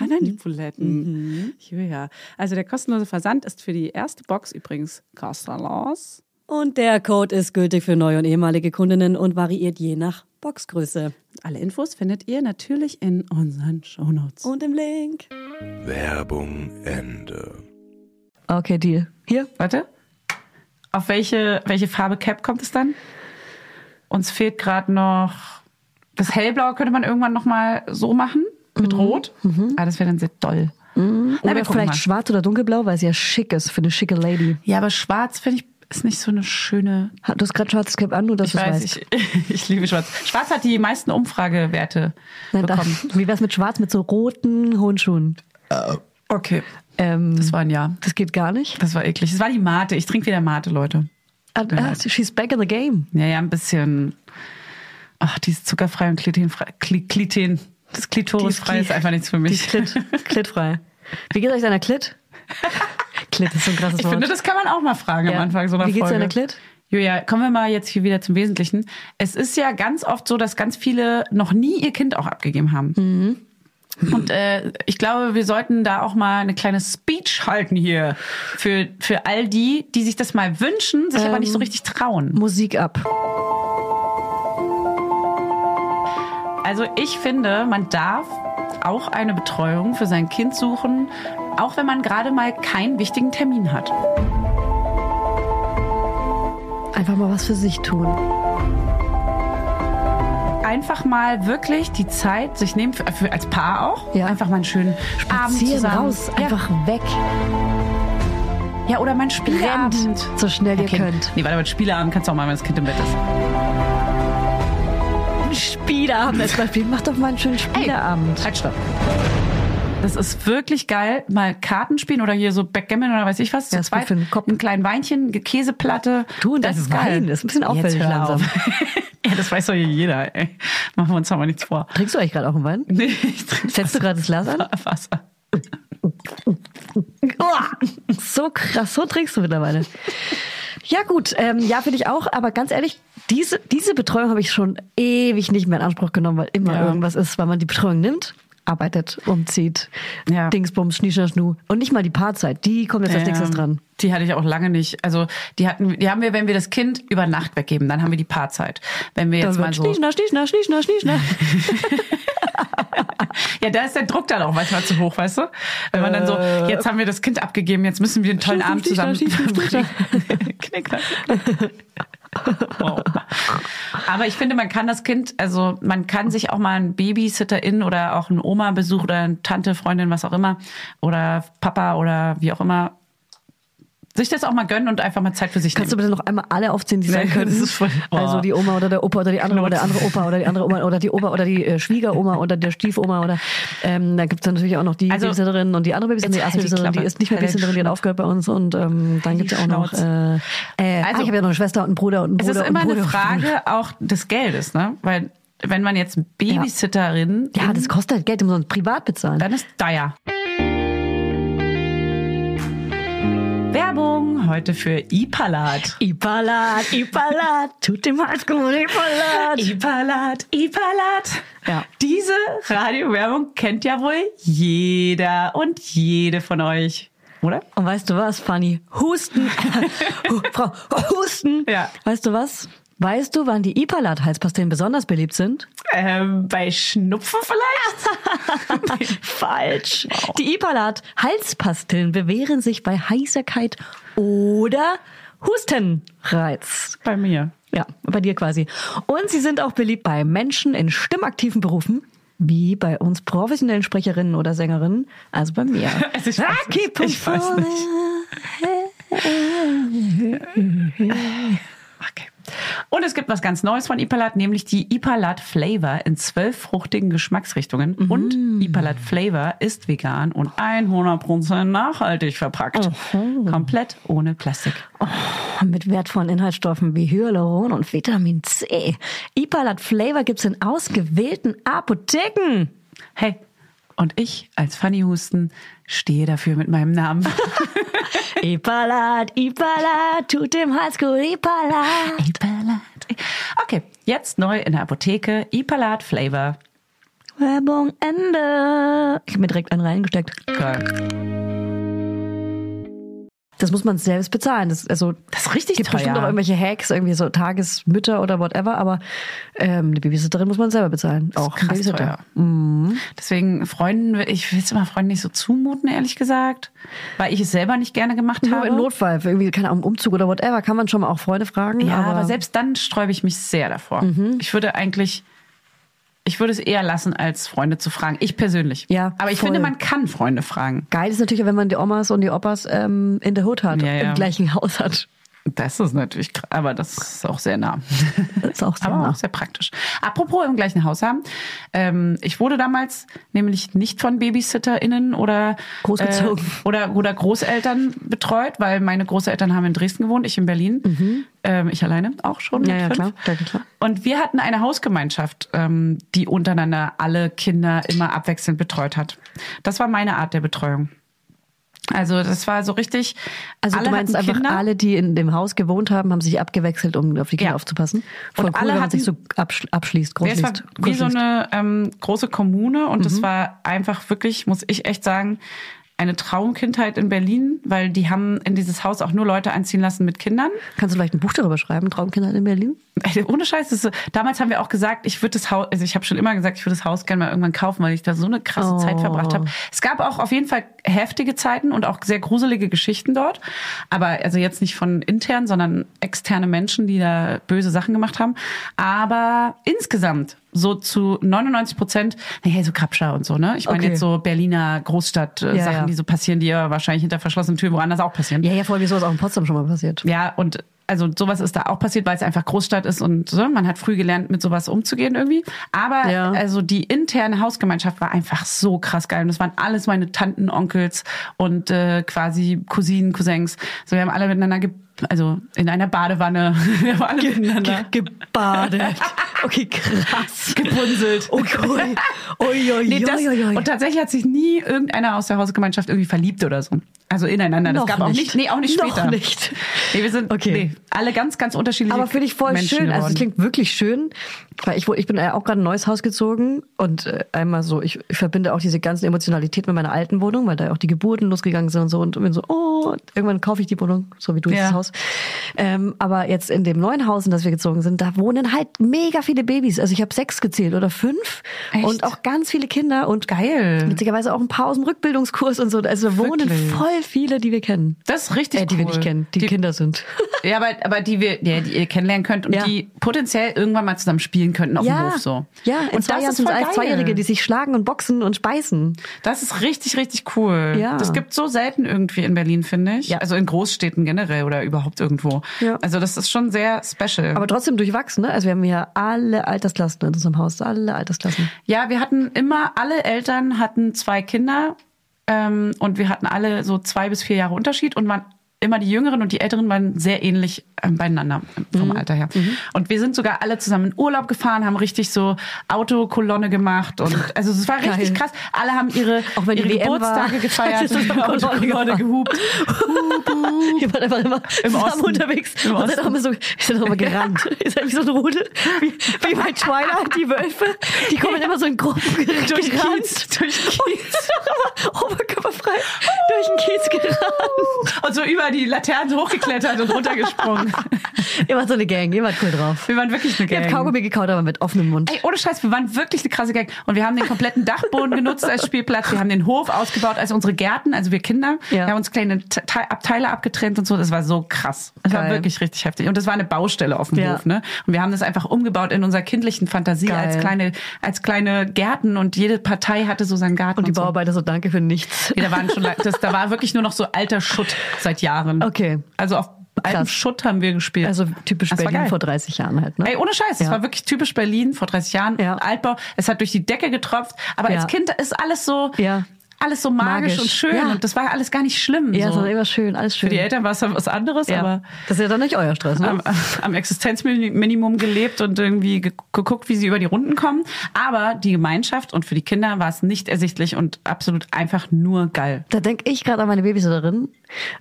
Speaker 3: Ran an die Buletten. Ja. Also der kostenlose Versand ist für die erste Box übrigens kostenlos.
Speaker 5: Und der Code ist gültig für neue und ehemalige Kundinnen und variiert je nach Boxgröße.
Speaker 3: Alle Infos findet ihr natürlich in unseren Shownotes.
Speaker 5: Und im Link.
Speaker 4: Werbung, Ende.
Speaker 2: Okay, Deal. Hier?
Speaker 6: Warte. Auf welche, welche Farbe Cap kommt es dann? Uns fehlt gerade noch.
Speaker 3: Mhm.
Speaker 6: Das Hellblau könnte man irgendwann nochmal so machen. Mit Rot. Ah, das wäre dann sehr doll.
Speaker 3: Na, wir
Speaker 2: Oder
Speaker 3: gucken
Speaker 2: vielleicht
Speaker 3: mal.
Speaker 2: schwarz oder dunkelblau, weil es ja schick ist für eine schicke Lady.
Speaker 3: Ja, aber schwarz finde ich ist nicht so eine schöne.
Speaker 2: Ha- Du hast gerade schwarzes Cap an, nur dass
Speaker 3: Ich
Speaker 2: du es
Speaker 3: weiß,
Speaker 2: weißt.
Speaker 3: ich, ich liebe schwarz. Schwarz hat die meisten Umfragewerte
Speaker 2: Nein, da,
Speaker 3: bekommen.
Speaker 2: wie wär's mit schwarz mit so roten hohen Schuhen?
Speaker 3: Okay,
Speaker 2: Ähm,
Speaker 3: das war ein Ja.
Speaker 2: das geht gar nicht.
Speaker 3: Das war eklig. Das war die Mate. Ich trinke wieder Mate, Leute.
Speaker 2: Ah, ah, she's back in the game.
Speaker 3: Ja, ja, ein bisschen. Ach, die ist zuckerfrei und Klitenfrei. Kli- Kliten. Das Klitorisfrei
Speaker 2: Die ist
Speaker 3: ist
Speaker 2: Kli-
Speaker 3: einfach nichts für
Speaker 2: Die
Speaker 3: mich.
Speaker 2: ist Klit, klitfrei. Wie geht's euch deiner Klit? Klit ist so ein krasses
Speaker 3: Ich
Speaker 2: Wort.
Speaker 3: finde, das kann man auch mal fragen am
Speaker 2: Ja.
Speaker 3: Anfang so einer
Speaker 2: Wie geht's
Speaker 3: Folge.
Speaker 2: deiner Klit?
Speaker 3: Julia, kommen wir mal jetzt hier wieder zum Wesentlichen. Es ist ja ganz oft so, dass ganz viele noch nie ihr Kind auch abgegeben haben.
Speaker 2: Mhm.
Speaker 3: Und äh, ich glaube, wir sollten da auch mal eine kleine Speech halten hier für, für all die, die sich das mal wünschen, sich aber nicht
Speaker 2: Ähm,
Speaker 3: so richtig trauen.
Speaker 2: Musik ab.
Speaker 3: Also ich finde, man darf auch eine Betreuung für sein Kind suchen, auch wenn man gerade mal keinen wichtigen Termin hat.
Speaker 2: Einfach mal was für sich tun.
Speaker 3: Einfach mal wirklich die Zeit sich nehmen, für, für, als Paar auch,
Speaker 2: Ja.
Speaker 3: einfach mal einen schönen Abend
Speaker 2: Ziehen
Speaker 3: zusammen.
Speaker 2: raus, einfach weg.
Speaker 3: ja. ja, oder mal einen Spieleabend.
Speaker 2: Rennt so schnell ihr
Speaker 3: Okay.
Speaker 2: könnt.
Speaker 3: Nee, warte mal, Spieleabend kannst du auch mal, wenn das Kind im Bett ist.
Speaker 2: Spieleabend als Beispiel. Mach doch mal einen schönen Spieleabend.
Speaker 3: Halt, stopp. Das ist wirklich geil, mal Karten spielen oder hier so Backgammon oder weiß ich was. Zu
Speaker 2: Ja, ist gut
Speaker 3: zweit.
Speaker 2: für den Kopf.
Speaker 3: Ein kleinen Weinchen, eine Käseplatte.
Speaker 2: Du und
Speaker 3: das
Speaker 2: dein
Speaker 3: ist geil.
Speaker 2: Wein, ist ein bisschen auffällig
Speaker 3: Jetzt hör auf.
Speaker 2: langsam.
Speaker 3: ja, das weiß doch hier jeder. Ey. Machen wir uns doch mal nichts vor.
Speaker 2: Trinkst du eigentlich gerade auch einen Wein?
Speaker 3: Nee, ich trinke
Speaker 2: Setzt du gerade das Glas an?
Speaker 3: Wasser.
Speaker 2: Uah, so krass, so trinkst du mittlerweile. Ja gut, ähm, ja finde ich auch, aber ganz ehrlich, diese, diese Betreuung habe ich schon ewig nicht mehr in Anspruch genommen, weil immer
Speaker 3: Ja.
Speaker 2: irgendwas ist, weil man die Betreuung nimmt, arbeitet, umzieht,
Speaker 3: Ja.
Speaker 2: Dingsbums, Schnieschner, Schnu und nicht mal die Paarzeit, die kommt jetzt als nächstes
Speaker 3: Ähm,
Speaker 2: dran.
Speaker 3: Die hatte ich auch lange nicht. Also die hatten, die haben wir, wenn wir das Kind über Nacht weggeben, dann haben wir die Paarzeit. Wenn wir jetzt
Speaker 2: Dann
Speaker 3: mal
Speaker 2: wird
Speaker 3: so,
Speaker 2: Schnieschner, Schnieschner, Schnieschner, Schnieschner.
Speaker 3: ja, da ist der Druck dann auch manchmal zu hoch, weißt du? Wenn man dann so, jetzt haben wir das Kind abgegeben, jetzt müssen wir einen tollen
Speaker 2: Schießen,
Speaker 3: Abend
Speaker 2: Äh, schießen,
Speaker 3: zusammen
Speaker 2: schießen, schießen.
Speaker 3: Knickknack. wow. Aber ich finde, man kann das Kind, also man kann sich auch mal einen Babysitterin oder auch einen Oma-Besuch oder eine Tante, Freundin, was auch immer, oder Papa oder wie auch immer, sich das auch mal gönnen und einfach mal Zeit für sich
Speaker 2: Kannst du
Speaker 3: nehmen.
Speaker 2: bitte noch einmal alle aufzählen, die sein
Speaker 3: Nee,
Speaker 2: können?
Speaker 3: das ist voll- Oh. Genau. Boah.
Speaker 2: also die Oma oder der Opa oder die andere oder der andere Opa oder die andere Oma oder die Opa oder die äh, Schwiegeroma oder der Stiefoma oder ähm, da gibt's dann natürlich auch noch die
Speaker 3: Also,
Speaker 2: Babysitterin und die andere Babysitterin, die
Speaker 3: jetzt
Speaker 2: erste
Speaker 3: halt die
Speaker 2: Babysitterin, die
Speaker 3: Klappe.
Speaker 2: ist nicht mehr
Speaker 3: Halt den
Speaker 2: Babysitterin, die hat aufgehört bei uns und ähm, dann gibt's ja auch noch äh,
Speaker 3: Schnauze.
Speaker 2: äh, also,
Speaker 3: Also-
Speaker 2: ich habe ja noch eine Schwester und einen Bruder und einen
Speaker 3: Es
Speaker 2: Bruder
Speaker 3: ist
Speaker 2: und
Speaker 3: immer
Speaker 2: einen
Speaker 3: eine
Speaker 2: Bruder.
Speaker 3: Frage auch des Geldes, ne? Weil wenn man jetzt Babysitterin,
Speaker 2: Ja, das kostet halt Geld, die muss man privat bezahlen.
Speaker 3: dann ist teuer. Werbung heute für Ipalat.
Speaker 2: Ipalat, Ipalat, tut dem Hals gut, Ipalat.
Speaker 3: Ipalat, Ipalat.
Speaker 2: Ja.
Speaker 3: Diese Radiowerbung kennt ja wohl jeder und jede von euch, oder?
Speaker 2: Und weißt du was, Fanny? Husten. Hu- Frau, Husten.
Speaker 3: Ja.
Speaker 2: Weißt du was? Weißt du, wann die Ipalat-Halspastillen besonders beliebt sind?
Speaker 3: Ähm, bei Schnupfen vielleicht?
Speaker 2: Falsch. Die Ipalat-Halspastillen bewähren sich bei Heiserkeit oder Hustenreiz.
Speaker 3: bei mir.
Speaker 2: Ja, bei dir quasi. Und sie sind auch beliebt bei Menschen in stimmaktiven Berufen, wie bei uns professionellen Sprecherinnen oder Sängerinnen, also bei mir.
Speaker 3: Also ich weiß
Speaker 2: Rocky
Speaker 3: nicht. Ich weiß
Speaker 2: Pumpola.
Speaker 3: nicht. Okay. Und es gibt was ganz Neues von Ipalat, nämlich die Ipalat Flavor in zwölf fruchtigen Geschmacksrichtungen.
Speaker 2: Mhm.
Speaker 3: Und Ipalat Flavor ist vegan und 100% nachhaltig verpackt. Komplett ohne Plastik.
Speaker 2: Oh, mit wertvollen Inhaltsstoffen wie Hyaluron und Vitamin C. Ipalat Flavor gibt's in ausgewählten Apotheken.
Speaker 3: Hey, und ich als Fanny Husten stehe dafür mit meinem Namen.
Speaker 2: Ipalat, Ipalat, tut dem Hals gut, Ipalat.
Speaker 3: Ipalat. Okay, jetzt neu in der Apotheke Ipalat Flavor.
Speaker 2: Werbung Ende. Ich hab mir direkt einen reingesteckt.
Speaker 3: Geil.
Speaker 2: Das muss man selbst bezahlen. Das, also,
Speaker 3: Das ist richtig
Speaker 2: gibt
Speaker 3: teuer.
Speaker 2: bestimmt auch irgendwelche Hacks, irgendwie so Tagesmütter oder whatever, aber ähm, eine Babysitterin muss man selber bezahlen.
Speaker 3: ist
Speaker 2: Auch ein
Speaker 3: krass
Speaker 2: Babysitter.
Speaker 3: teuer. Deswegen Freunden, ich will es immer Freunden nicht so zumuten, ehrlich gesagt, weil ich es selber nicht gerne gemacht
Speaker 2: Nur
Speaker 3: habe.
Speaker 2: im Notfall, für irgendwie, keine Ahnung, Umzug oder whatever, kann man schon mal auch Freunde fragen.
Speaker 3: Ja, aber, selbst dann sträube ich mich sehr davor. Ich würde eigentlich Ich würde es eher lassen, als Freunde zu fragen. Ich persönlich.
Speaker 2: Ja,
Speaker 3: Aber ich
Speaker 2: voll.
Speaker 3: finde, man kann Freunde fragen.
Speaker 2: Geil ist natürlich, wenn man die Omas und die Opas ähm, in der Hood hat,
Speaker 3: Ja, ja.
Speaker 2: im gleichen Haus hat.
Speaker 3: Das ist natürlich, kr- aber das ist auch sehr nah.
Speaker 2: Das ist auch sehr
Speaker 3: aber
Speaker 2: nah.
Speaker 3: auch sehr praktisch. Apropos im gleichen Haus haben. Ähm, ich wurde damals nämlich nicht von BabysitterInnen oder,
Speaker 2: Großgezogen.
Speaker 3: Äh, oder, oder Großeltern betreut, weil meine Großeltern haben in Dresden gewohnt, ich in Berlin. Ähm, ich alleine auch schon.
Speaker 2: Mhm. Ja,
Speaker 3: mit
Speaker 2: ja,
Speaker 3: fünf.
Speaker 2: klar. Ja, klar.
Speaker 3: Und wir hatten eine Hausgemeinschaft, ähm, die untereinander alle Kinder immer abwechselnd betreut hat. Das war meine Art der Betreuung. Also das war so richtig.
Speaker 2: Also
Speaker 3: alle
Speaker 2: du meinst
Speaker 3: hatten
Speaker 2: einfach,
Speaker 3: Kinder.
Speaker 2: alle, die in dem Haus gewohnt haben, haben sich abgewechselt, um auf die Kinder
Speaker 3: Ja.
Speaker 2: aufzupassen. Voll
Speaker 3: Und
Speaker 2: cool,
Speaker 3: alle
Speaker 2: wenn man
Speaker 3: hatten-
Speaker 2: sich so absch abschließt,
Speaker 3: Ja, es war
Speaker 2: großliest.
Speaker 3: wie
Speaker 2: großliest.
Speaker 3: so eine ähm, große Kommune und das war einfach wirklich, muss ich echt sagen, eine Traumkindheit in Berlin, weil die haben in dieses Haus auch nur Leute einziehen lassen mit Kindern.
Speaker 2: Kannst du vielleicht ein Buch darüber schreiben, Traumkinder in Berlin?
Speaker 3: Ey, Ohne Scheiß, das ist so, damals haben wir auch gesagt, ich würde das Haus, also ich habe schon immer gesagt, ich würde das Haus gerne mal irgendwann kaufen, weil ich da so eine krasse
Speaker 2: Oh.
Speaker 3: Zeit verbracht habe. Es gab auch auf jeden Fall heftige Zeiten und auch sehr gruselige Geschichten dort, aber also jetzt nicht von intern, sondern externe Menschen, die da böse Sachen gemacht haben. Aber insgesamt so zu 99 Prozent, naja, so Krabscher und so, ne? Ich meine
Speaker 2: Okay.
Speaker 3: jetzt so Berliner Großstadt-Sachen,
Speaker 2: Ja, ja.
Speaker 3: die so passieren, die ja wahrscheinlich hinter verschlossenen Türen woanders auch passieren.
Speaker 2: Ja, ja, voll wie sowas auch in Potsdam schon mal passiert.
Speaker 3: Ja, und also sowas ist da auch passiert, weil es einfach Großstadt ist und so. man hat früh gelernt, mit sowas umzugehen irgendwie. Aber
Speaker 2: Ja.
Speaker 3: also die interne Hausgemeinschaft war einfach so krass geil. Und das waren alles meine Tanten, Onkels und äh, quasi Cousinen, Cousins. So, wir haben alle miteinander, ge also in einer Badewanne, wir haben alle miteinander
Speaker 2: Ge gebadet. Okay, krass.
Speaker 3: gepunselt.
Speaker 2: Okay. Ui, ui,
Speaker 3: Nee,
Speaker 2: ui,
Speaker 3: das,
Speaker 2: ui, ui.
Speaker 3: und tatsächlich hat sich nie irgendeiner aus der Hausgemeinschaft irgendwie verliebt oder so. Also ineinander. Das
Speaker 2: Noch
Speaker 3: gab auch nicht,
Speaker 2: nicht.
Speaker 3: nee, auch nicht
Speaker 2: Noch
Speaker 3: später.
Speaker 2: nicht.
Speaker 3: Nee, wir sind
Speaker 2: Okay.
Speaker 3: nee, alle ganz, ganz unterschiedliche
Speaker 2: Aber finde ich voll
Speaker 3: Menschen
Speaker 2: schön. Also es
Speaker 3: geworden.
Speaker 2: klingt wirklich schön, weil ich, wo- ich bin ja auch gerade ein neues Haus gezogen und äh, einmal so, ich, ich verbinde auch diese ganzen Emotionalität mit meiner alten Wohnung, weil da auch die Geburten losgegangen sind und so und bin so, oh, und irgendwann kaufe ich die Wohnung, so wie du
Speaker 3: Ja.
Speaker 2: dieses Haus. Ähm, aber jetzt in dem neuen Haus, in das wir gezogen sind, da wohnen halt mega viele Babys. Also ich habe sechs gezählt oder fünf
Speaker 3: Echt?
Speaker 2: und auch ganz viele Kinder und
Speaker 3: Geil.
Speaker 2: witzigerweise auch ein paar aus dem Rückbildungskurs und so. Also da wohnen
Speaker 3: Wirklich?
Speaker 2: voll viele, die wir kennen.
Speaker 3: Das ist richtig
Speaker 2: Äh, die
Speaker 3: cool.
Speaker 2: wir nicht kennen, die, Kinder sind.
Speaker 3: Ja, aber, aber die wir, ja, die ihr kennenlernen könnt und
Speaker 2: Ja.
Speaker 3: die potenziell irgendwann mal zusammen spielen könnten auf dem Hof so.
Speaker 2: Ja, in
Speaker 3: und
Speaker 2: zwei
Speaker 3: das
Speaker 2: Jahren
Speaker 3: ist
Speaker 2: sind
Speaker 3: voll
Speaker 2: alles
Speaker 3: geil.
Speaker 2: Zweijährige, die sich schlagen und boxen und speisen.
Speaker 3: Das ist richtig, richtig cool.
Speaker 2: Ja.
Speaker 3: Das gibt so selten irgendwie in Berlin, finde ich.
Speaker 2: Ja.
Speaker 3: Also in Großstädten generell oder überhaupt irgendwo.
Speaker 2: Ja.
Speaker 3: Also das ist schon sehr special.
Speaker 2: Aber trotzdem durchwachsen, ne? Also wir haben hier alle Altersklassen in unserem Haus, alle Altersklassen.
Speaker 3: ja, wir hatten immer, alle Eltern hatten zwei Kinder ähm, und wir hatten alle so zwei bis vier Jahre Unterschied und waren immer die Jüngeren und die Älteren waren sehr ähnlich ähm, beieinander ähm, vom
Speaker 2: Mhm.
Speaker 3: Alter her. Und wir sind sogar alle zusammen in Urlaub gefahren, haben richtig so Autokolonne gemacht und also es war richtig
Speaker 2: Geil.
Speaker 3: krass. Alle haben ihre,
Speaker 2: Auch wenn die
Speaker 3: ihre
Speaker 2: WM war,
Speaker 3: Geburtstage gefeiert,
Speaker 2: sind wir Kolonne
Speaker 3: Autokolonne
Speaker 2: gefahren.
Speaker 3: gehupt.
Speaker 2: Ihr wart einfach immer
Speaker 3: Im
Speaker 2: zusammen
Speaker 3: Osten.
Speaker 2: unterwegs
Speaker 3: Im
Speaker 2: und seid
Speaker 3: Osten.
Speaker 2: auch immer so, ihr seid auch immer gerannt. ihr seid wie so ein Rudel, wie, wie bei Twilight, die Wölfe, die kommen immer so in Gruppen gerannt.
Speaker 3: Durch den Kiez, durch den Kiez.
Speaker 2: Und immer oberkörperfrei durch den Kiez gerannt.
Speaker 3: Und so über die Laternen hochgeklettert und runtergesprungen.
Speaker 2: ihr wart so eine Gang, ihr wart cool drauf.
Speaker 3: Wir waren wirklich eine
Speaker 2: Ihr habt
Speaker 3: Gang.
Speaker 2: Kaugummi gekaut, aber mit offenem Mund.
Speaker 3: Ey, ohne Scheiß, wir waren wirklich eine krasse Gang. Und wir haben den kompletten Dachboden genutzt als Spielplatz. Wir haben den Hof ausgebaut als unsere Gärten, also wir Kinder.
Speaker 2: Ja.
Speaker 3: Wir haben uns kleine Te- Te- Abteile abgetrennt und so. Das war so krass. Das war
Speaker 2: Geil.
Speaker 3: wirklich richtig heftig. Und das war eine Baustelle auf dem
Speaker 2: Ja.
Speaker 3: Hof, ne? Und wir haben das einfach umgebaut in unserer kindlichen Fantasie
Speaker 2: Geil.
Speaker 3: als kleine, als kleine Gärten und jede Partei hatte so seinen Garten.
Speaker 2: und die
Speaker 3: so.
Speaker 2: Bauarbeiter so, danke für nichts.
Speaker 3: Nee, da waren schon, le- das, da war wirklich nur noch so alter Schutt seit Jahren.
Speaker 2: Okay.
Speaker 3: Also auf altem
Speaker 2: Krass.
Speaker 3: Schutt haben wir gespielt.
Speaker 2: Also typisch
Speaker 3: Das war
Speaker 2: Berlin
Speaker 3: geil.
Speaker 2: vor 30 Jahren halt, ne?
Speaker 3: Ey, ohne Scheiß, es
Speaker 2: Ja.
Speaker 3: war wirklich typisch Berlin vor 30 Jahren.
Speaker 2: Ja.
Speaker 3: Altbau, es hat durch die Decke getropft, aber
Speaker 2: Ja.
Speaker 3: als Kind ist alles so,
Speaker 2: Ja.
Speaker 3: alles so magisch,
Speaker 2: Magisch.
Speaker 3: und schön
Speaker 2: Ja.
Speaker 3: und das war alles gar nicht schlimm.
Speaker 2: ja, es
Speaker 3: so.
Speaker 2: war immer schön, alles schön.
Speaker 3: Für die Eltern war es dann was anderes,
Speaker 2: ja.
Speaker 3: aber
Speaker 2: das ist ja dann nicht euer Stress, ne?
Speaker 3: am, am Existenzminimum gelebt und irgendwie ge- geguckt, wie sie über die Runden kommen. Aber die Gemeinschaft und für die Kinder war es nicht ersichtlich und absolut einfach nur geil.
Speaker 2: Da denk ich gerade an meine Babysitterin.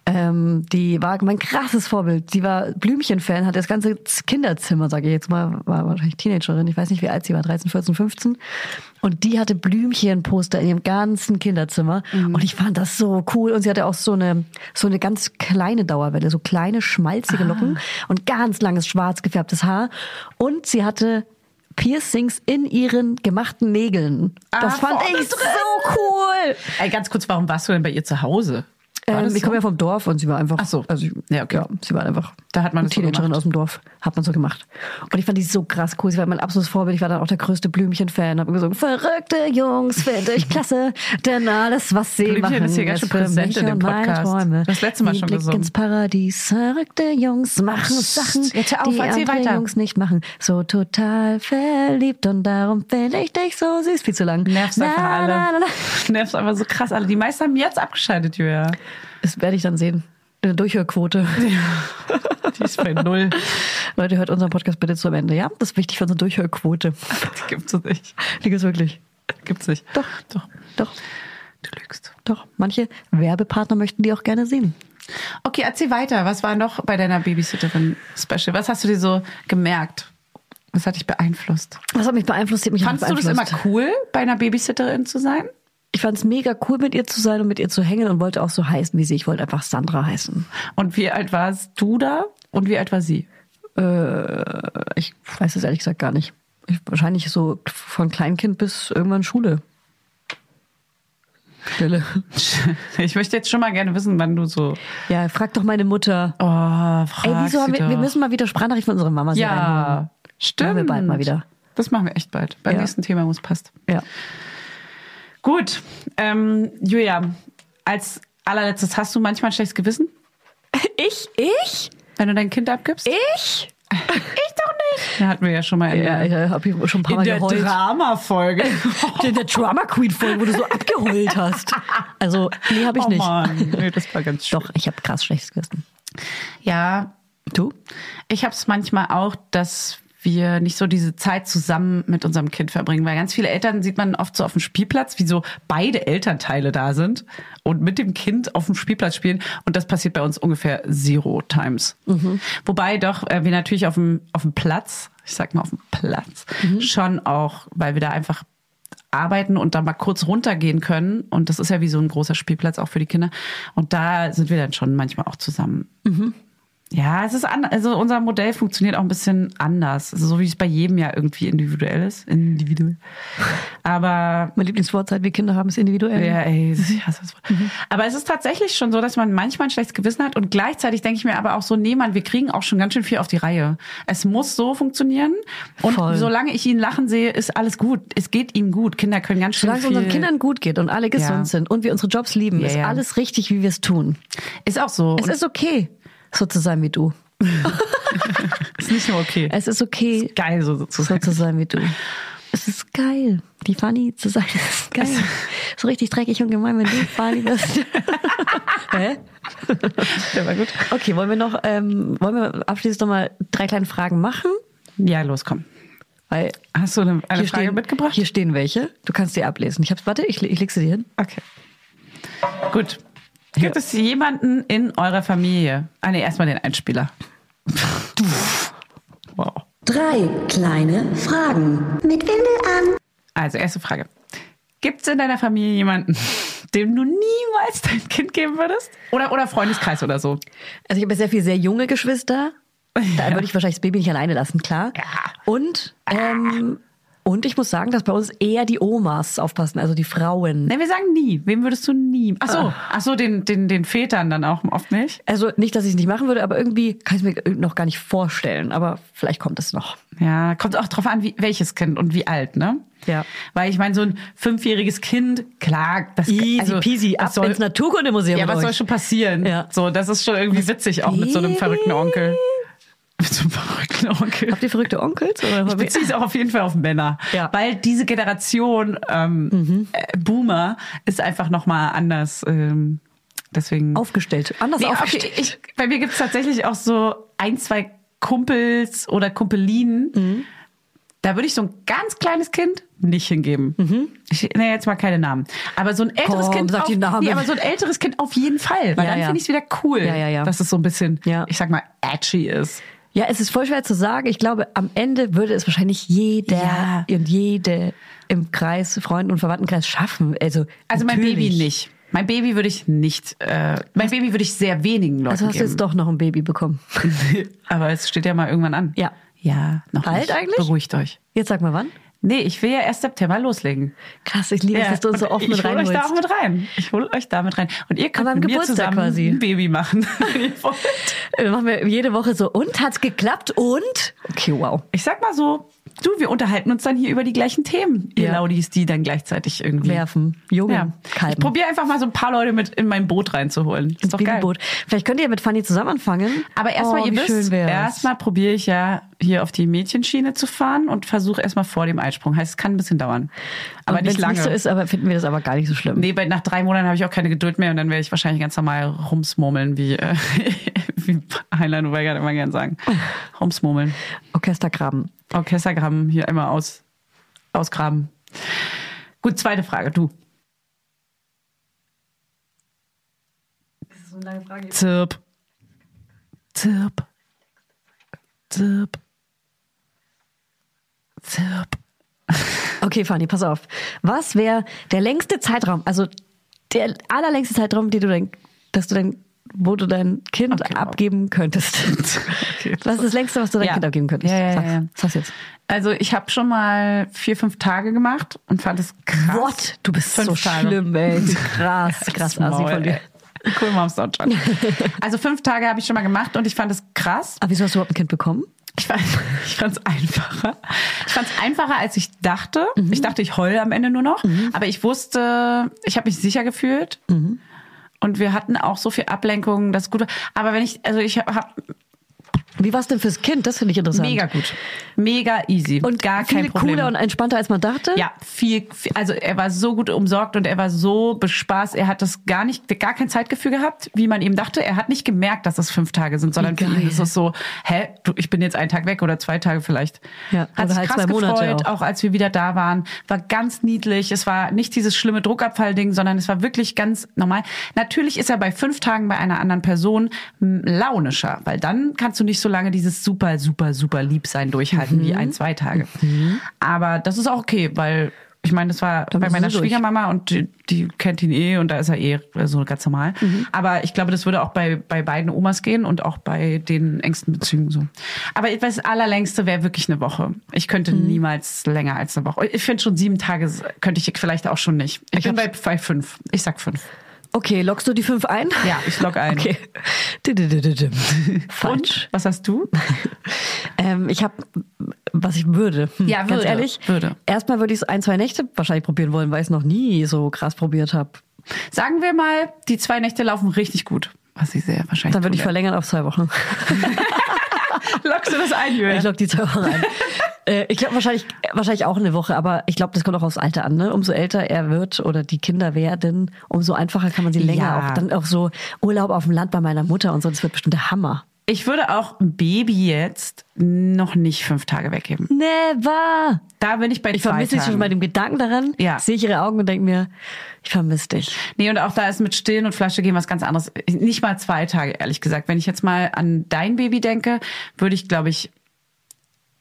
Speaker 2: Ähm, die war mein krasses Vorbild. Die war Blümchen-Fan, hat das ganze Z- Kinderzimmer, sage ich jetzt mal, war wahrscheinlich Teenagerin, ich weiß nicht wie alt sie war, 13, 14, 15. Und die hatte Blümchenposter in ihrem ganzen Kinderzimmer.
Speaker 3: Mhm.
Speaker 2: Und ich fand das so cool. Und sie hatte auch so eine, so eine ganz kleine Dauerwelle, so kleine, schmalzige
Speaker 3: Ah.
Speaker 2: Locken und ganz langes, schwarz gefärbtes Haar. Und sie hatte Piercings in ihren gemachten Nägeln.
Speaker 3: Ah,
Speaker 2: das fand
Speaker 3: vorne
Speaker 2: ich
Speaker 3: drin.
Speaker 2: so cool.
Speaker 3: Ey, ganz kurz, warum warst du denn bei ihr zu Hause? War das
Speaker 2: Ähm, ich komme ja vom Dorf und sie war einfach.
Speaker 3: Ach so.
Speaker 2: Also, ich-
Speaker 3: Ja, okay.
Speaker 2: sie war einfach.
Speaker 3: Da hat man
Speaker 2: eine
Speaker 3: das so
Speaker 2: Teenagerin
Speaker 3: gemacht.
Speaker 2: aus dem Dorf. Hat man so gemacht. Und ich fand die so krass cool. Sie war mein absolutes Vorbild. Ich war dann auch der größte Blümchen-Fan. Hab immer gesungen, verrückte Jungs, finde ich klasse. Denn alles, was sie
Speaker 3: Blümchen
Speaker 2: machen,
Speaker 3: ist hier ganz schön
Speaker 2: für
Speaker 3: präsent
Speaker 2: mich
Speaker 3: in dem
Speaker 2: und meine
Speaker 3: Podcast.
Speaker 2: Träume.
Speaker 3: Du hast letztes Mal
Speaker 2: Ein
Speaker 3: schon
Speaker 2: Blick
Speaker 3: gesungen.
Speaker 2: ins Paradies, verrückte Jungs machen
Speaker 3: Psst,
Speaker 2: Sachen,
Speaker 3: jetzt hör auf,
Speaker 2: die
Speaker 3: erzähl
Speaker 2: andere
Speaker 3: weiter.
Speaker 2: Jungs nicht machen. So total verliebt und darum finde ich dich so süß. Viel zu lang.
Speaker 3: Nervst einfach
Speaker 2: Na,
Speaker 3: alle.
Speaker 2: na, na, na.
Speaker 3: Nervst einfach so krass alle. Die meisten haben jetzt abgeschaltet, Julia.
Speaker 2: Das werde ich dann sehen. Eine Durchhörquote.
Speaker 3: Die ist bei null.
Speaker 2: Leute, hört unseren Podcast bitte zum Ende, ja? Das ist wichtig für unsere Durchhörquote.
Speaker 3: Die gibt's nicht.
Speaker 2: Die gibt's wirklich.
Speaker 3: Gibt's nicht.
Speaker 2: Doch.
Speaker 3: Doch.
Speaker 2: Doch,
Speaker 3: Du lügst.
Speaker 2: doch. Manche Werbepartner möchten die auch gerne sehen.
Speaker 3: Okay, erzähl weiter. Was war noch bei deiner Babysitterin-Special? Was hast du dir so gemerkt? Was hat dich beeinflusst?
Speaker 2: Was hat mich beeinflusst? Die Hat mich
Speaker 3: Fandst du das immer
Speaker 2: beeinflusst.
Speaker 3: cool, bei einer Babysitterin zu sein?
Speaker 2: Ich fand's mega cool, mit ihr zu sein und mit ihr zu hängen und wollte auch so heißen wie sie. Ich wollte einfach Sandra heißen.
Speaker 3: Und wie alt warst du da und wie alt war sie?
Speaker 2: Äh, Ich weiß es ehrlich gesagt gar nicht. Ich, wahrscheinlich so von Kleinkind bis irgendwann Schule. Stille.
Speaker 3: Ich möchte jetzt schon mal gerne wissen, wann du so.
Speaker 2: Ja, frag doch meine Mutter.
Speaker 3: Oh, frag
Speaker 2: Ey, wieso
Speaker 3: sie
Speaker 2: haben wir,
Speaker 3: doch.
Speaker 2: wir müssen mal wieder Sprachnachrichten von unserer Mama sehen.
Speaker 3: Ja, stimmt.
Speaker 2: Machen wir bald mal wieder.
Speaker 3: Das machen wir echt bald. Beim
Speaker 2: Ja.
Speaker 3: nächsten Thema, wo es passt.
Speaker 2: Ja.
Speaker 3: Gut, ähm, Julia, als allerletztes, hast du manchmal ein schlechtes Gewissen,
Speaker 2: Ich? Ich?
Speaker 3: wenn du dein Kind abgibst?
Speaker 2: Ich?
Speaker 3: Ich doch nicht. Da hatten wir ja schon mal in,
Speaker 2: Ja, ich habe hier schon ein paar
Speaker 3: in
Speaker 2: Mal
Speaker 3: der
Speaker 2: geheult. Oh.
Speaker 3: Drama-Folge.
Speaker 2: in der Drama Queen Folge, wo du so abgeheult hast. Also, nee, habe ich
Speaker 3: oh
Speaker 2: nicht.
Speaker 3: Mann, nee, das war ganz schön.
Speaker 2: Doch, ich habe krass schlechtes Gewissen.
Speaker 3: Ja,
Speaker 2: Du?
Speaker 3: Ich habe es manchmal auch, dass wir nicht so diese Zeit zusammen mit unserem Kind verbringen, weil ganz viele Eltern sieht man oft so auf dem Spielplatz, wie so beide Elternteile da sind und mit dem Kind auf dem Spielplatz spielen und das passiert bei uns ungefähr zero times. Wobei doch äh, wir natürlich auf dem auf dem Platz, ich sag mal auf dem Platz, schon auch, weil wir da einfach arbeiten und dann mal kurz runtergehen können. Und das ist ja wie so ein großer Spielplatz auch für die Kinder. Und da sind wir dann schon manchmal auch zusammen. Ja, es ist an, also unser Modell funktioniert auch ein bisschen anders, also so wie es bei jedem ja irgendwie individuell ist, individuell. Aber
Speaker 2: Mein Lieblingswort seit wir Kinder haben ist individuell.
Speaker 3: ja, ey, ich hasse das Wort.
Speaker 2: Mhm.
Speaker 3: Aber es ist tatsächlich schon so, dass man manchmal ein schlechtes Gewissen hat und gleichzeitig denke ich mir aber auch so, nee, Mann, wir kriegen auch schon ganz schön viel auf die Reihe. Es muss so funktionieren und
Speaker 2: Voll.
Speaker 3: solange ich ihn lachen sehe, ist alles gut. Es geht ihm gut. Kinder können ganz schön
Speaker 2: Solange es unseren
Speaker 3: viel.
Speaker 2: Kindern gut geht und alle gesund
Speaker 3: Ja.
Speaker 2: sind und wir unsere Jobs lieben,
Speaker 3: Ja,
Speaker 2: ist
Speaker 3: ja.
Speaker 2: alles richtig, wie wir es tun.
Speaker 3: ist auch so.
Speaker 2: Es
Speaker 3: Und
Speaker 2: ist okay, so zu sein wie du.
Speaker 3: ist nicht nur okay.
Speaker 2: Es ist okay,
Speaker 3: Geil so sozusagen.
Speaker 2: so zu sein wie du. Es ist geil, die Fanny zu sein. Es ist geil. So richtig dreckig und gemein, wenn du Fanny bist. Hä?
Speaker 3: Der war gut.
Speaker 2: Okay, wollen wir noch, ähm, wollen wir abschließend nochmal drei kleine Fragen machen?
Speaker 3: Ja, los, komm.
Speaker 2: Weil
Speaker 3: Hast du eine, eine Frage
Speaker 2: hier stehen,
Speaker 3: mitgebracht?
Speaker 2: Hier stehen welche. Du kannst die ablesen. Ich hab's, warte, ich, le- ich leg sie dir hin.
Speaker 3: Okay. Gut. Gibt es jemanden in eurer Familie? Ah, nee, erstmal den Einspieler. Wow.
Speaker 7: Drei kleine Fragen. Mit Windel an.
Speaker 3: Also, erste Frage. Gibt es in deiner Familie jemanden, dem du niemals dein Kind geben würdest? Oder, oder Freundeskreis oder so?
Speaker 2: Also ich habe sehr viel sehr junge Geschwister. Da würde ich wahrscheinlich das Baby nicht alleine lassen, klar.
Speaker 3: Ja.
Speaker 2: Und, ähm, und ich muss sagen, dass bei uns eher die Omas aufpassen, also die Frauen.
Speaker 3: Ne, wir sagen nie. Wem würdest du nie? Ach so, ach so den, den, den Vätern dann auch oft nicht.
Speaker 2: Also nicht, dass ich es nicht machen würde, aber irgendwie kann ich es mir noch gar nicht vorstellen. Aber vielleicht kommt es noch.
Speaker 3: Ja, kommt auch drauf an, wie, welches Kind und wie alt, ne?
Speaker 2: Ja.
Speaker 3: Weil ich meine, so ein fünfjähriges Kind, klar, das
Speaker 2: Easy
Speaker 3: also,
Speaker 2: peasy,
Speaker 3: das
Speaker 2: ab
Speaker 3: soll-
Speaker 2: ins Naturkundemuseum.
Speaker 3: Ja,
Speaker 2: mit
Speaker 3: was soll
Speaker 2: euch.
Speaker 3: schon passieren?
Speaker 2: Ja.
Speaker 3: So, das ist schon irgendwie witzig, auch mit so einem verrückten Onkel. Mit so einem verrückten Onkel.
Speaker 2: Habt ihr verrückte Onkels? Oder
Speaker 3: Ich beziehe es auch auf jeden Fall auf Männer,
Speaker 2: Ja. Mhm.
Speaker 3: weil diese Generation ähm, äh, Boomer ist einfach noch mal anders. Ähm,
Speaker 2: Oh,
Speaker 3: deswegen.
Speaker 2: aufgestellt. Anders
Speaker 3: Nee,
Speaker 2: aufgestellt.
Speaker 3: okay, ich, bei mir gibt's tatsächlich auch so ein, zwei Kumpels oder Kumpelinen.
Speaker 2: Mhm.
Speaker 3: Da würde ich so ein ganz kleines Kind nicht hingeben. Ich nenne jetzt mal keine Namen. Aber so ein älteres
Speaker 2: Mhm. Komm,
Speaker 3: Kind.
Speaker 2: sag
Speaker 3: auf,
Speaker 2: die Namen.
Speaker 3: Nee, aber so ein älteres Kind auf jeden Fall. Weil
Speaker 2: Ja,
Speaker 3: dann
Speaker 2: ja.
Speaker 3: finde ich es wieder cool,
Speaker 2: Ja, ja, ja.
Speaker 3: dass es so ein bisschen,
Speaker 2: Ja.
Speaker 3: ich sag mal, edgy ist.
Speaker 2: Ja, es ist voll schwer zu sagen. Ich glaube, am Ende würde es wahrscheinlich jeder und jede im Kreis, Freunden und Verwandtenkreis schaffen. Also,
Speaker 3: Also mein
Speaker 2: natürlich.
Speaker 3: Baby nicht. Mein Baby würde ich nicht, äh, mein Baby würde ich sehr wenigen Leuten
Speaker 2: Also hast du
Speaker 3: geben.
Speaker 2: jetzt doch noch ein Baby bekommen.
Speaker 3: aber es steht ja mal irgendwann an.
Speaker 2: Ja.
Speaker 3: Ja, noch
Speaker 2: Bald
Speaker 3: nicht.
Speaker 2: eigentlich?
Speaker 3: Beruhigt euch.
Speaker 2: Jetzt sag mal wann.
Speaker 3: Nee, ich will ja erst September loslegen.
Speaker 2: Krass, ich liebe es, dass du uns so
Speaker 3: und
Speaker 2: oft mit
Speaker 3: ich hol euch da auch
Speaker 2: reinholst.
Speaker 3: mit rein. Ich hol euch da mit rein. Und ihr könnt
Speaker 2: Aber am
Speaker 3: mit
Speaker 2: Geburtstag
Speaker 3: mir zusammen
Speaker 2: quasi.
Speaker 3: ein Baby machen. wenn ihr wollt.
Speaker 2: Äh, Machen wir jede Woche so. Und hat's geklappt? Und? Okay, wow.
Speaker 3: ich sag mal so, du, wir unterhalten uns dann hier über die gleichen Themen, ihr
Speaker 2: Ja.
Speaker 3: Laudis, die dann gleichzeitig irgendwie
Speaker 2: Werfen, Junge,
Speaker 3: Hm. Ja. Ich
Speaker 2: Kalben.
Speaker 3: probiere einfach mal so ein paar Leute mit in mein Boot reinzuholen. Ist doch geil.
Speaker 2: Boot. Vielleicht könnt ihr mit Fanny zusammen anfangen.
Speaker 3: Aber erstmal,
Speaker 2: oh,
Speaker 3: ihr
Speaker 2: wie
Speaker 3: wisst,
Speaker 2: schön wär's.
Speaker 3: erstmal probiere ich ja hier auf die Mädchenschiene zu fahren und versuche erstmal vor dem Eisprung. Heißt, es kann ein bisschen dauern. Aber
Speaker 2: Und
Speaker 3: nicht
Speaker 2: wenn's
Speaker 3: lange.
Speaker 2: nicht so ist, aber finden wir das aber gar nicht so schlimm.
Speaker 3: Nee, bei, nach drei Monaten habe ich auch keine Geduld mehr und dann werde ich wahrscheinlich ganz normal rumsmurmeln, wie, äh, wie Heinlein und Weigert immer gern sagen. Rumsmurmeln.
Speaker 2: Orchestergraben.
Speaker 3: Orchestergraben hier einmal aus, ausgraben. Gut, zweite Frage, du. Das ist so eine lange Frage. Zirp. Zirp. Zirp. Zirp.
Speaker 2: Okay, Fanny, pass auf. Was wäre der längste Zeitraum, also der allerlängste Zeitraum, den du dein, dass du dein, wo du dein Kind
Speaker 3: Okay, wow.
Speaker 2: abgeben könntest? Was ist das längste, was du dein
Speaker 3: Ja.
Speaker 2: Kind abgeben könntest?
Speaker 3: Ja, ja, ja,
Speaker 2: Sag's.
Speaker 3: ja.
Speaker 2: Sag's jetzt.
Speaker 3: Also ich habe schon mal vier, fünf Tage gemacht und fand es krass.
Speaker 2: What? Du bist
Speaker 3: Fünf
Speaker 2: so
Speaker 3: Tage.
Speaker 2: schlimm, ey. Krass, krass,
Speaker 3: Das
Speaker 2: assi
Speaker 3: Maul,
Speaker 2: von dir.
Speaker 3: ey. Cool Moms Soundtrack. Also fünf Tage habe ich schon mal gemacht und ich fand es krass.
Speaker 2: Aber wieso hast du überhaupt ein Kind bekommen?
Speaker 3: Ich fand ich fand's einfacher. Ich fand es einfacher, als ich dachte.
Speaker 2: Mhm.
Speaker 3: Ich dachte, ich heule am Ende nur noch. Aber ich wusste, ich habe mich sicher gefühlt.
Speaker 2: Mhm.
Speaker 3: Und wir hatten auch so viel Ablenkung, das Gute. Aber wenn ich, also ich habe
Speaker 2: Wie war es denn fürs Kind? Das finde ich interessant.
Speaker 3: mega gut, mega easy
Speaker 2: Und
Speaker 3: gar
Speaker 2: viel
Speaker 3: kein Problem.
Speaker 2: cooler und entspannter, als man dachte.
Speaker 3: Ja, viel, viel, also er war so gut umsorgt und er war so bespaßt. Er hat das gar nicht, gar kein Zeitgefühl gehabt, wie man eben dachte. Er hat nicht gemerkt, dass es fünf Tage sind, sondern für ihn
Speaker 2: geil.
Speaker 3: ist es so, hä, du, ich bin jetzt einen Tag weg oder zwei Tage vielleicht.
Speaker 2: Ja,
Speaker 3: hat
Speaker 2: oder
Speaker 3: sich
Speaker 2: halt
Speaker 3: krass
Speaker 2: zwei Monate
Speaker 3: gefreut,
Speaker 2: auch.
Speaker 3: auch. als wir wieder da waren. War ganz niedlich. Es war nicht dieses schlimme Druckabfall-Ding, sondern es war wirklich ganz normal. Natürlich ist er bei fünf Tagen bei einer anderen Person m, launischer, weil dann kannst du nicht so lange dieses super, super, super Liebsein durchhalten
Speaker 2: Mhm.
Speaker 3: wie ein, zwei Tage. Aber das ist auch okay, weil ich meine, das war
Speaker 2: Dann
Speaker 3: bei
Speaker 2: ist
Speaker 3: meiner
Speaker 2: sie durch.
Speaker 3: Schwiegermama und die, die kennt ihn eh und da ist er eh so ganz normal.
Speaker 2: Mhm.
Speaker 3: Aber ich glaube, das würde auch bei, bei beiden Omas gehen und auch bei den engsten Bezügen so. Aber das allerlängste wäre wirklich eine Woche. Ich könnte
Speaker 2: Mhm.
Speaker 3: niemals länger als eine Woche. Ich finde schon sieben Tage könnte ich vielleicht auch schon nicht. Ich, bin bei, bei fünf. Ich sag fünf.
Speaker 2: Okay, lockst du die fünf ein?
Speaker 3: Ja, ich log ein.
Speaker 2: Okay. Didididididum. Falsch.
Speaker 3: Und was hast du?
Speaker 2: Ähm, ich habe, was ich würde. Hm,
Speaker 3: Ja,
Speaker 2: Ganz
Speaker 3: würde,
Speaker 2: ehrlich.
Speaker 3: würde.
Speaker 2: Erstmal würde ich es ein, zwei Nächte wahrscheinlich probieren wollen, weil ich es noch nie so krass probiert habe.
Speaker 3: Sagen wir mal, die zwei Nächte laufen richtig gut. Was sie sehr wahrscheinlich.
Speaker 2: Dann würde ich
Speaker 3: tun
Speaker 2: verlängern auf zwei Wochen.
Speaker 3: werden. Lockst du das ein, Julia?
Speaker 2: Ich lock die zwei Wochen rein. Äh, Ich glaube wahrscheinlich, wahrscheinlich auch eine Woche, aber ich glaube, das kommt auch aufs Alter an. Ne? Umso älter er wird oder die Kinder werden, umso einfacher kann man sie länger
Speaker 3: Ja.
Speaker 2: auch dann auch so Urlaub auf dem Land bei meiner Mutter und so. Das wird bestimmt der Hammer.
Speaker 3: Ich würde auch ein Baby jetzt noch nicht fünf Tage weggeben.
Speaker 2: Never!
Speaker 3: Da bin ich bei
Speaker 2: Ich
Speaker 3: zwei
Speaker 2: vermisse dich
Speaker 3: Tagen.
Speaker 2: schon bei dem Gedanken daran.
Speaker 3: Ja.
Speaker 2: Sehe ich ihre Augen und denke mir, ich vermisse dich.
Speaker 3: Nee, und auch da ist mit Stillen und Flasche gehen was ganz anderes. Nicht mal zwei Tage, ehrlich gesagt. Wenn ich jetzt mal an dein Baby denke, würde ich, glaube ich,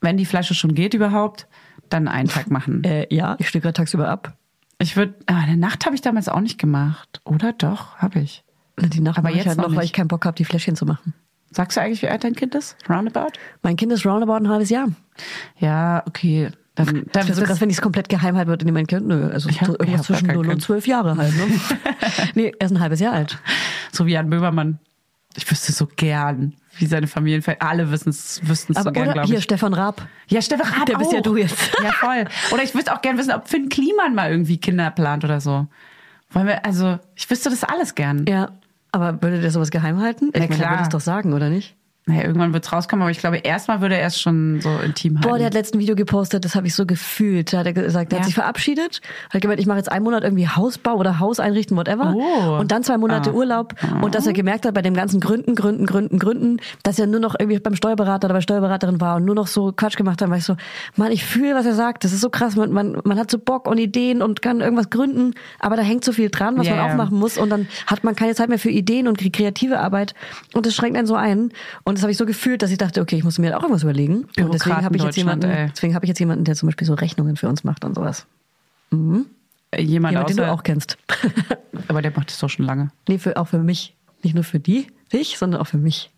Speaker 3: wenn die Flasche schon geht überhaupt, dann einen Tag machen.
Speaker 2: Äh, ja, ich stehe gerade tagsüber ab.
Speaker 3: Ich würde, ah, eine Nacht habe ich damals auch nicht gemacht. Oder doch, habe ich.
Speaker 2: Na, Die Nacht
Speaker 3: Aber
Speaker 2: aber jetzt ich
Speaker 3: jetzt
Speaker 2: halt noch,
Speaker 3: noch
Speaker 2: weil
Speaker 3: nicht.
Speaker 2: ich keinen Bock habe, die Fläschchen zu machen.
Speaker 3: Sagst du eigentlich, wie alt dein Kind ist? Roundabout?
Speaker 2: Mein Kind ist roundabout ein halbes Jahr.
Speaker 3: Ja, okay. Dann,
Speaker 2: Das
Speaker 3: dann
Speaker 2: wäre so krass, wenn ich es komplett geheim halten würde, nehme mein Kind. Nö, also
Speaker 3: Also Ich hab-
Speaker 2: so
Speaker 3: ich
Speaker 2: irgendwas
Speaker 3: hab gar
Speaker 2: zwischen
Speaker 3: kein
Speaker 2: 0 und
Speaker 3: Kind.
Speaker 2: 12 Jahre halt. Ne? nee, er ist ein halbes Jahr alt.
Speaker 3: so wie Jan Böhmermann. Ich wüsste so gern, wie seine Familienfälle. Alle wissen es wüssten es so
Speaker 2: Aber
Speaker 3: gern,
Speaker 2: oder
Speaker 3: glaube
Speaker 2: hier,
Speaker 3: ich.
Speaker 2: Stefan Raab.
Speaker 3: Ja, Stefan Raab
Speaker 2: Der
Speaker 3: auch.
Speaker 2: bist ja du jetzt.
Speaker 3: Ah, oh. Ja, voll. Oder ich wüsste auch gern wissen, ob Finn Kliman mal irgendwie Kinder plant oder so. Wollen wir, also, ich wüsste das alles gern.
Speaker 2: Ja, aber würde der sowas geheim halten? Ich
Speaker 3: Na
Speaker 2: meine, der
Speaker 3: klar.
Speaker 2: würde es doch sagen, oder nicht?
Speaker 3: Naja, irgendwann wird's rauskommen, aber ich glaube, erstmal würde er es schon so intim halten.
Speaker 2: Boah, der hat letzten Video gepostet, das habe ich so gefühlt. Da hat er gesagt, der
Speaker 3: Ja.
Speaker 2: hat sich verabschiedet, hat gemeint, ich mache jetzt einen Monat irgendwie Hausbau oder Haus einrichten, whatever.
Speaker 3: Oh.
Speaker 2: Und dann zwei Monate
Speaker 3: Ah.
Speaker 2: Urlaub. Und dass er gemerkt hat, bei dem ganzen Gründen, Gründen, Gründen, Gründen, dass er nur noch irgendwie beim Steuerberater oder bei Steuerberaterin war und nur noch so Quatsch gemacht hat, weil ich so, Mann, ich fühle, was er sagt. Das ist so krass. Man, man, man hat so Bock und Ideen und kann irgendwas gründen, aber da hängt so viel dran, was
Speaker 3: Ja,
Speaker 2: man
Speaker 3: ja.
Speaker 2: aufmachen muss. Und dann hat man keine Zeit mehr für Ideen und kreative Arbeit. Und das schränkt einen so ein. Und das habe ich so gefühlt, dass ich dachte, okay, ich muss mir auch irgendwas überlegen. Und deswegen
Speaker 3: Bürokraten
Speaker 2: habe ich jetzt
Speaker 3: Deutschland,
Speaker 2: jemanden,
Speaker 3: ey.
Speaker 2: deswegen habe ich jetzt jemanden, der zum Beispiel so Rechnungen für uns macht und sowas.
Speaker 3: Äh, Jemand,
Speaker 2: Jemand, den du
Speaker 3: außer-
Speaker 2: auch kennst.
Speaker 3: Aber der macht das doch schon lange.
Speaker 2: nee, für, auch für mich. Nicht nur für die, dich, sondern auch für mich.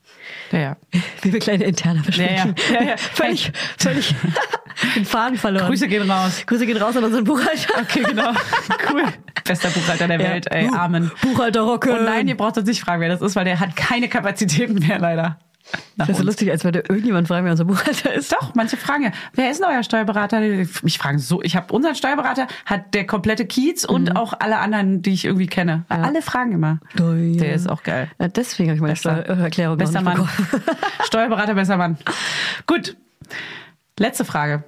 Speaker 3: Ja.
Speaker 2: Wie wir kleine Interne
Speaker 3: Ja,
Speaker 2: besprechen.
Speaker 3: ja. Ja, ja.
Speaker 2: Völlig, völlig den Faden verloren.
Speaker 3: Grüße gehen raus.
Speaker 2: Grüße gehen raus an unseren Buchhalter.
Speaker 3: Okay, genau. Cool. Bester Buchhalter der Welt, ey.
Speaker 2: Buch-
Speaker 3: Amen.
Speaker 2: Buchhalter Rocke.
Speaker 3: Und nein, ihr braucht uns nicht fragen, wer das ist, weil der hat keine Kapazitäten mehr, leider. Nach
Speaker 2: das ist so
Speaker 3: uns.
Speaker 2: lustig, als würde irgendjemand fragen, wer unser Buchhalter ist.
Speaker 3: Doch, manche fragen ja, wer ist denn euer Steuerberater? Mich fragen so, ich habe unseren Steuerberater, hat der komplette Kiez und
Speaker 2: Mhm.
Speaker 3: auch alle anderen, die ich irgendwie kenne. Alle fragen immer. Der ist auch geil.
Speaker 2: Ja, Äh, deswegen habe ich meine
Speaker 3: Bester-
Speaker 2: Steuererklärung noch
Speaker 3: Bester
Speaker 2: nicht
Speaker 3: Mann.
Speaker 2: bekommen.
Speaker 3: Steuerberater, besser Mann. Gut. Letzte Frage.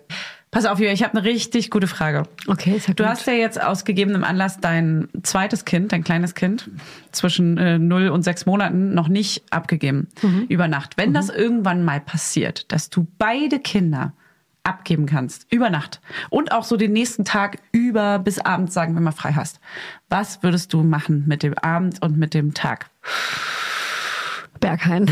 Speaker 3: Pass auf, Julia, ich habe eine richtig gute Frage.
Speaker 2: Okay, sag
Speaker 3: Du
Speaker 2: gut.
Speaker 3: hast ja jetzt aus gegebenem Anlass dein zweites Kind, dein kleines Kind, zwischen äh, 0 und sechs Monaten noch nicht abgegeben
Speaker 2: Mhm.
Speaker 3: über Nacht. Wenn das irgendwann mal passiert, dass du beide Kinder abgeben kannst über Nacht und auch so den nächsten Tag über bis abends, sagen wir mal, frei hast, was würdest du machen mit dem Abend und mit dem Tag?
Speaker 2: Berghain.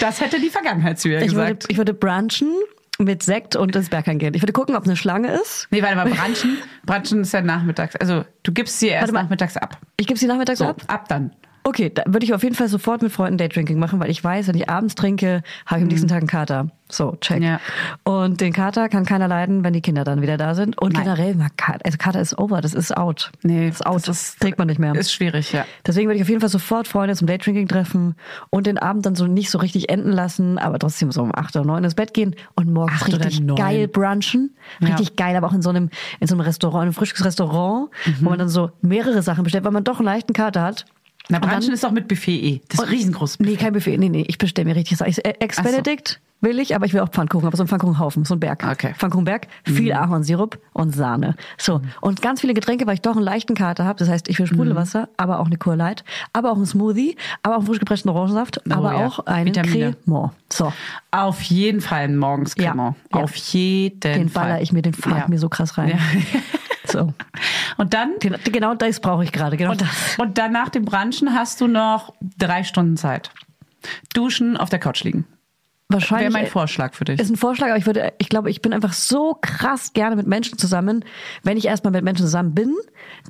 Speaker 3: Das hätte die Vergangenheit zu ihr
Speaker 2: Ich würde,
Speaker 3: gesagt.
Speaker 2: ich würde brunchen mit Sekt und ins Berghain gehen. Ich würde gucken, ob eine Schlange ist.
Speaker 3: Nee, warte mal, Branchen. Branchen ist ja nachmittags. Also du gibst sie erst
Speaker 2: Warte mal.
Speaker 3: nachmittags ab.
Speaker 2: Ich gebe sie nachmittags
Speaker 3: So,
Speaker 2: ab.
Speaker 3: ab dann.
Speaker 2: Okay, da würde ich auf jeden Fall sofort mit Freunden Date Drinking machen, weil ich weiß, wenn ich abends trinke, habe ich am nächsten Tag einen Kater. So, check.
Speaker 3: Mhm. Ja.
Speaker 2: Und den Kater kann keiner leiden, wenn die Kinder dann wieder da sind. Und
Speaker 3: Nein.
Speaker 2: generell, mag Kater, also Kater ist over, das ist out.
Speaker 3: Nee,
Speaker 2: das ist out,
Speaker 3: das
Speaker 2: das
Speaker 3: ist-
Speaker 2: trägt man nicht mehr.
Speaker 3: Ist schwierig, ja.
Speaker 2: Deswegen würde ich auf jeden Fall sofort Freunde zum Date Drinking treffen und den Abend dann so nicht so richtig enden lassen, aber trotzdem so um 8 oder 9 ins Bett gehen und morgens
Speaker 3: Acht oder
Speaker 2: richtig
Speaker 3: neun.
Speaker 2: geil brunchen. Richtig geil, aber auch in so einem, in so einem Restaurant, einem Frühstücksrestaurant,
Speaker 3: Mhm.
Speaker 2: wo man dann so mehrere Sachen bestellt, weil man doch einen leichten Kater hat.
Speaker 3: Na,
Speaker 2: Und dann-
Speaker 3: Branchen ist auch mit Buffet eh. Das ist riesengroß.
Speaker 2: Nee, kein Buffet. Nee, nee, ich bestelle mir richtig. Ich, äh,
Speaker 3: Ach so.
Speaker 2: Ex-Benedict will ich, aber ich will auch Pfannkuchen, aber so einen Pfannkuchenhaufen, so einen Berg.
Speaker 3: Okay. Mhm.
Speaker 2: Pfannkuchenberg, viel Ahornsirup und Sahne. So. Und ganz viele Getränke, weil ich doch einen leichten Kater habe. Das heißt, ich will
Speaker 3: Mhm.
Speaker 2: Sprudelwasser, aber auch eine Cool Light, aber auch einen Smoothie, aber auch einen frisch gepressten Orangensaft, aber
Speaker 3: Oh ja.
Speaker 2: auch einen
Speaker 3: Vitamine.
Speaker 2: Cremant. So.
Speaker 3: Auf jeden Fall ein Morgenskrimmer.
Speaker 2: Ja, ja.
Speaker 3: Auf jeden
Speaker 2: Den
Speaker 3: Fall.
Speaker 2: baller ich mir, den fahre
Speaker 3: Ja.
Speaker 2: ich mir so krass rein.
Speaker 3: Ja.
Speaker 2: So.
Speaker 3: Und dann,
Speaker 2: Den, genau das brauche ich gerade. Genau
Speaker 3: und,
Speaker 2: das.
Speaker 3: und dann nach dem Branchen hast du noch drei Stunden Zeit. Duschen, auf der Couch liegen.
Speaker 2: Wahrscheinlich. äh,
Speaker 3: Wäre mein Vorschlag für dich.
Speaker 2: Ist ein Vorschlag, aber ich würde, ich glaube, ich bin einfach so krass gerne mit Menschen zusammen. Wenn ich erstmal mit Menschen zusammen bin,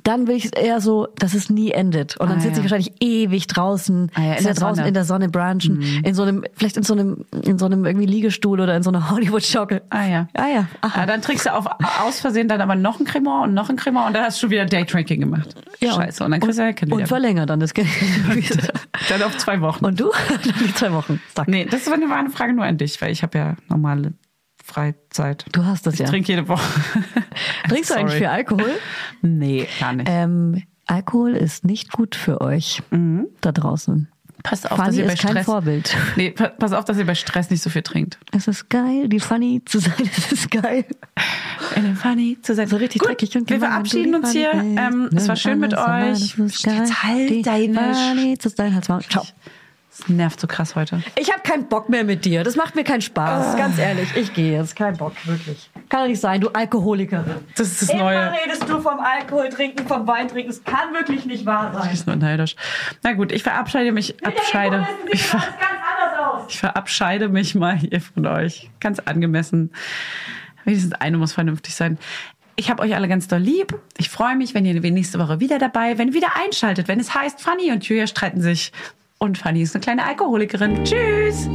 Speaker 2: dann will ich es eher so, dass es nie endet. Und dann
Speaker 3: Ah,
Speaker 2: sitze
Speaker 3: ja.
Speaker 2: ich wahrscheinlich ewig draußen,
Speaker 3: Ah, ja, in
Speaker 2: sitze
Speaker 3: der
Speaker 2: draußen
Speaker 3: Sonne. Mhm.
Speaker 2: in der Sonne branchen, in so einem, vielleicht in so einem, in so einem irgendwie Liegestuhl oder in so einer Hollywood-Schaukel.
Speaker 3: Ah ja.
Speaker 2: Ah ja. Aha.
Speaker 3: Ah, dann trinkst du auf, aus Versehen dann aber noch ein Cremant und noch ein Cremant und dann hast du schon wieder Daytrinking gemacht.
Speaker 2: Ja,
Speaker 3: Scheiße. Und dann kriegst du ja kein
Speaker 2: Und
Speaker 3: wieder.
Speaker 2: verlängert dann das Geld.
Speaker 3: Dann auf zwei Wochen.
Speaker 2: Und du? Die zwei Wochen. Zack.
Speaker 3: Nee, das ist eine wahre Frage nur an dich, weil ich habe ja normale Freizeit.
Speaker 2: Du hast das
Speaker 3: ich
Speaker 2: ja.
Speaker 3: trinke jede Woche.
Speaker 2: Trinkst du eigentlich
Speaker 3: Sorry.
Speaker 2: viel Alkohol?
Speaker 3: Nee, gar nicht.
Speaker 2: Ähm, Alkohol ist nicht gut für euch da draußen.
Speaker 3: Mhm. Pass auf,
Speaker 2: Fanny
Speaker 3: dass ihr
Speaker 2: ist
Speaker 3: bei
Speaker 2: kein
Speaker 3: Stress,
Speaker 2: Vorbild.
Speaker 3: Nee, pa- pass auf, dass ihr bei Stress nicht so viel trinkt.
Speaker 2: Es ist geil, die Funny zu sein, es ist geil.
Speaker 3: Funny zu sein.
Speaker 2: So richtig dreckig und
Speaker 3: wir
Speaker 2: gemein,
Speaker 3: verabschieden
Speaker 2: du
Speaker 3: uns
Speaker 2: die
Speaker 3: hier.
Speaker 2: Funny Girl.
Speaker 3: Ähm, es war schön mit
Speaker 2: Alles
Speaker 3: euch.
Speaker 2: alleine, es ist geil,
Speaker 3: Jetzt halt
Speaker 2: die
Speaker 3: deine Sch-
Speaker 2: Funny zu sein, halt's mal. Ciao.
Speaker 3: Das nervt so krass heute.
Speaker 2: Ich habe keinen Bock mehr mit dir. Das macht mir keinen
Speaker 3: Ah.
Speaker 2: Spaß. Ganz ehrlich, ich gehe jetzt. Kein Bock, wirklich. Kann doch nicht sein, du Alkoholikerin.
Speaker 3: Das ist das Neue.
Speaker 2: redest du vom Alkohol trinken, vom Wein trinken. Es kann wirklich nicht wahr
Speaker 3: Ich
Speaker 2: sein.
Speaker 3: bin nur neidisch. Na gut, ich verabschiede mich. Abscheide. Ich, ver ich verabscheide mich mal hier von euch. Ganz angemessen. Wenigstens eine muss vernünftig sein. Ich habe euch alle ganz doll lieb. Ich freue mich, wenn ihr nächste Woche wieder dabei, wenn ihr wieder einschaltet, wenn es heißt, Fanny und Julia streiten sich. Und Fanny ist eine kleine Alkoholikerin. Tschüss!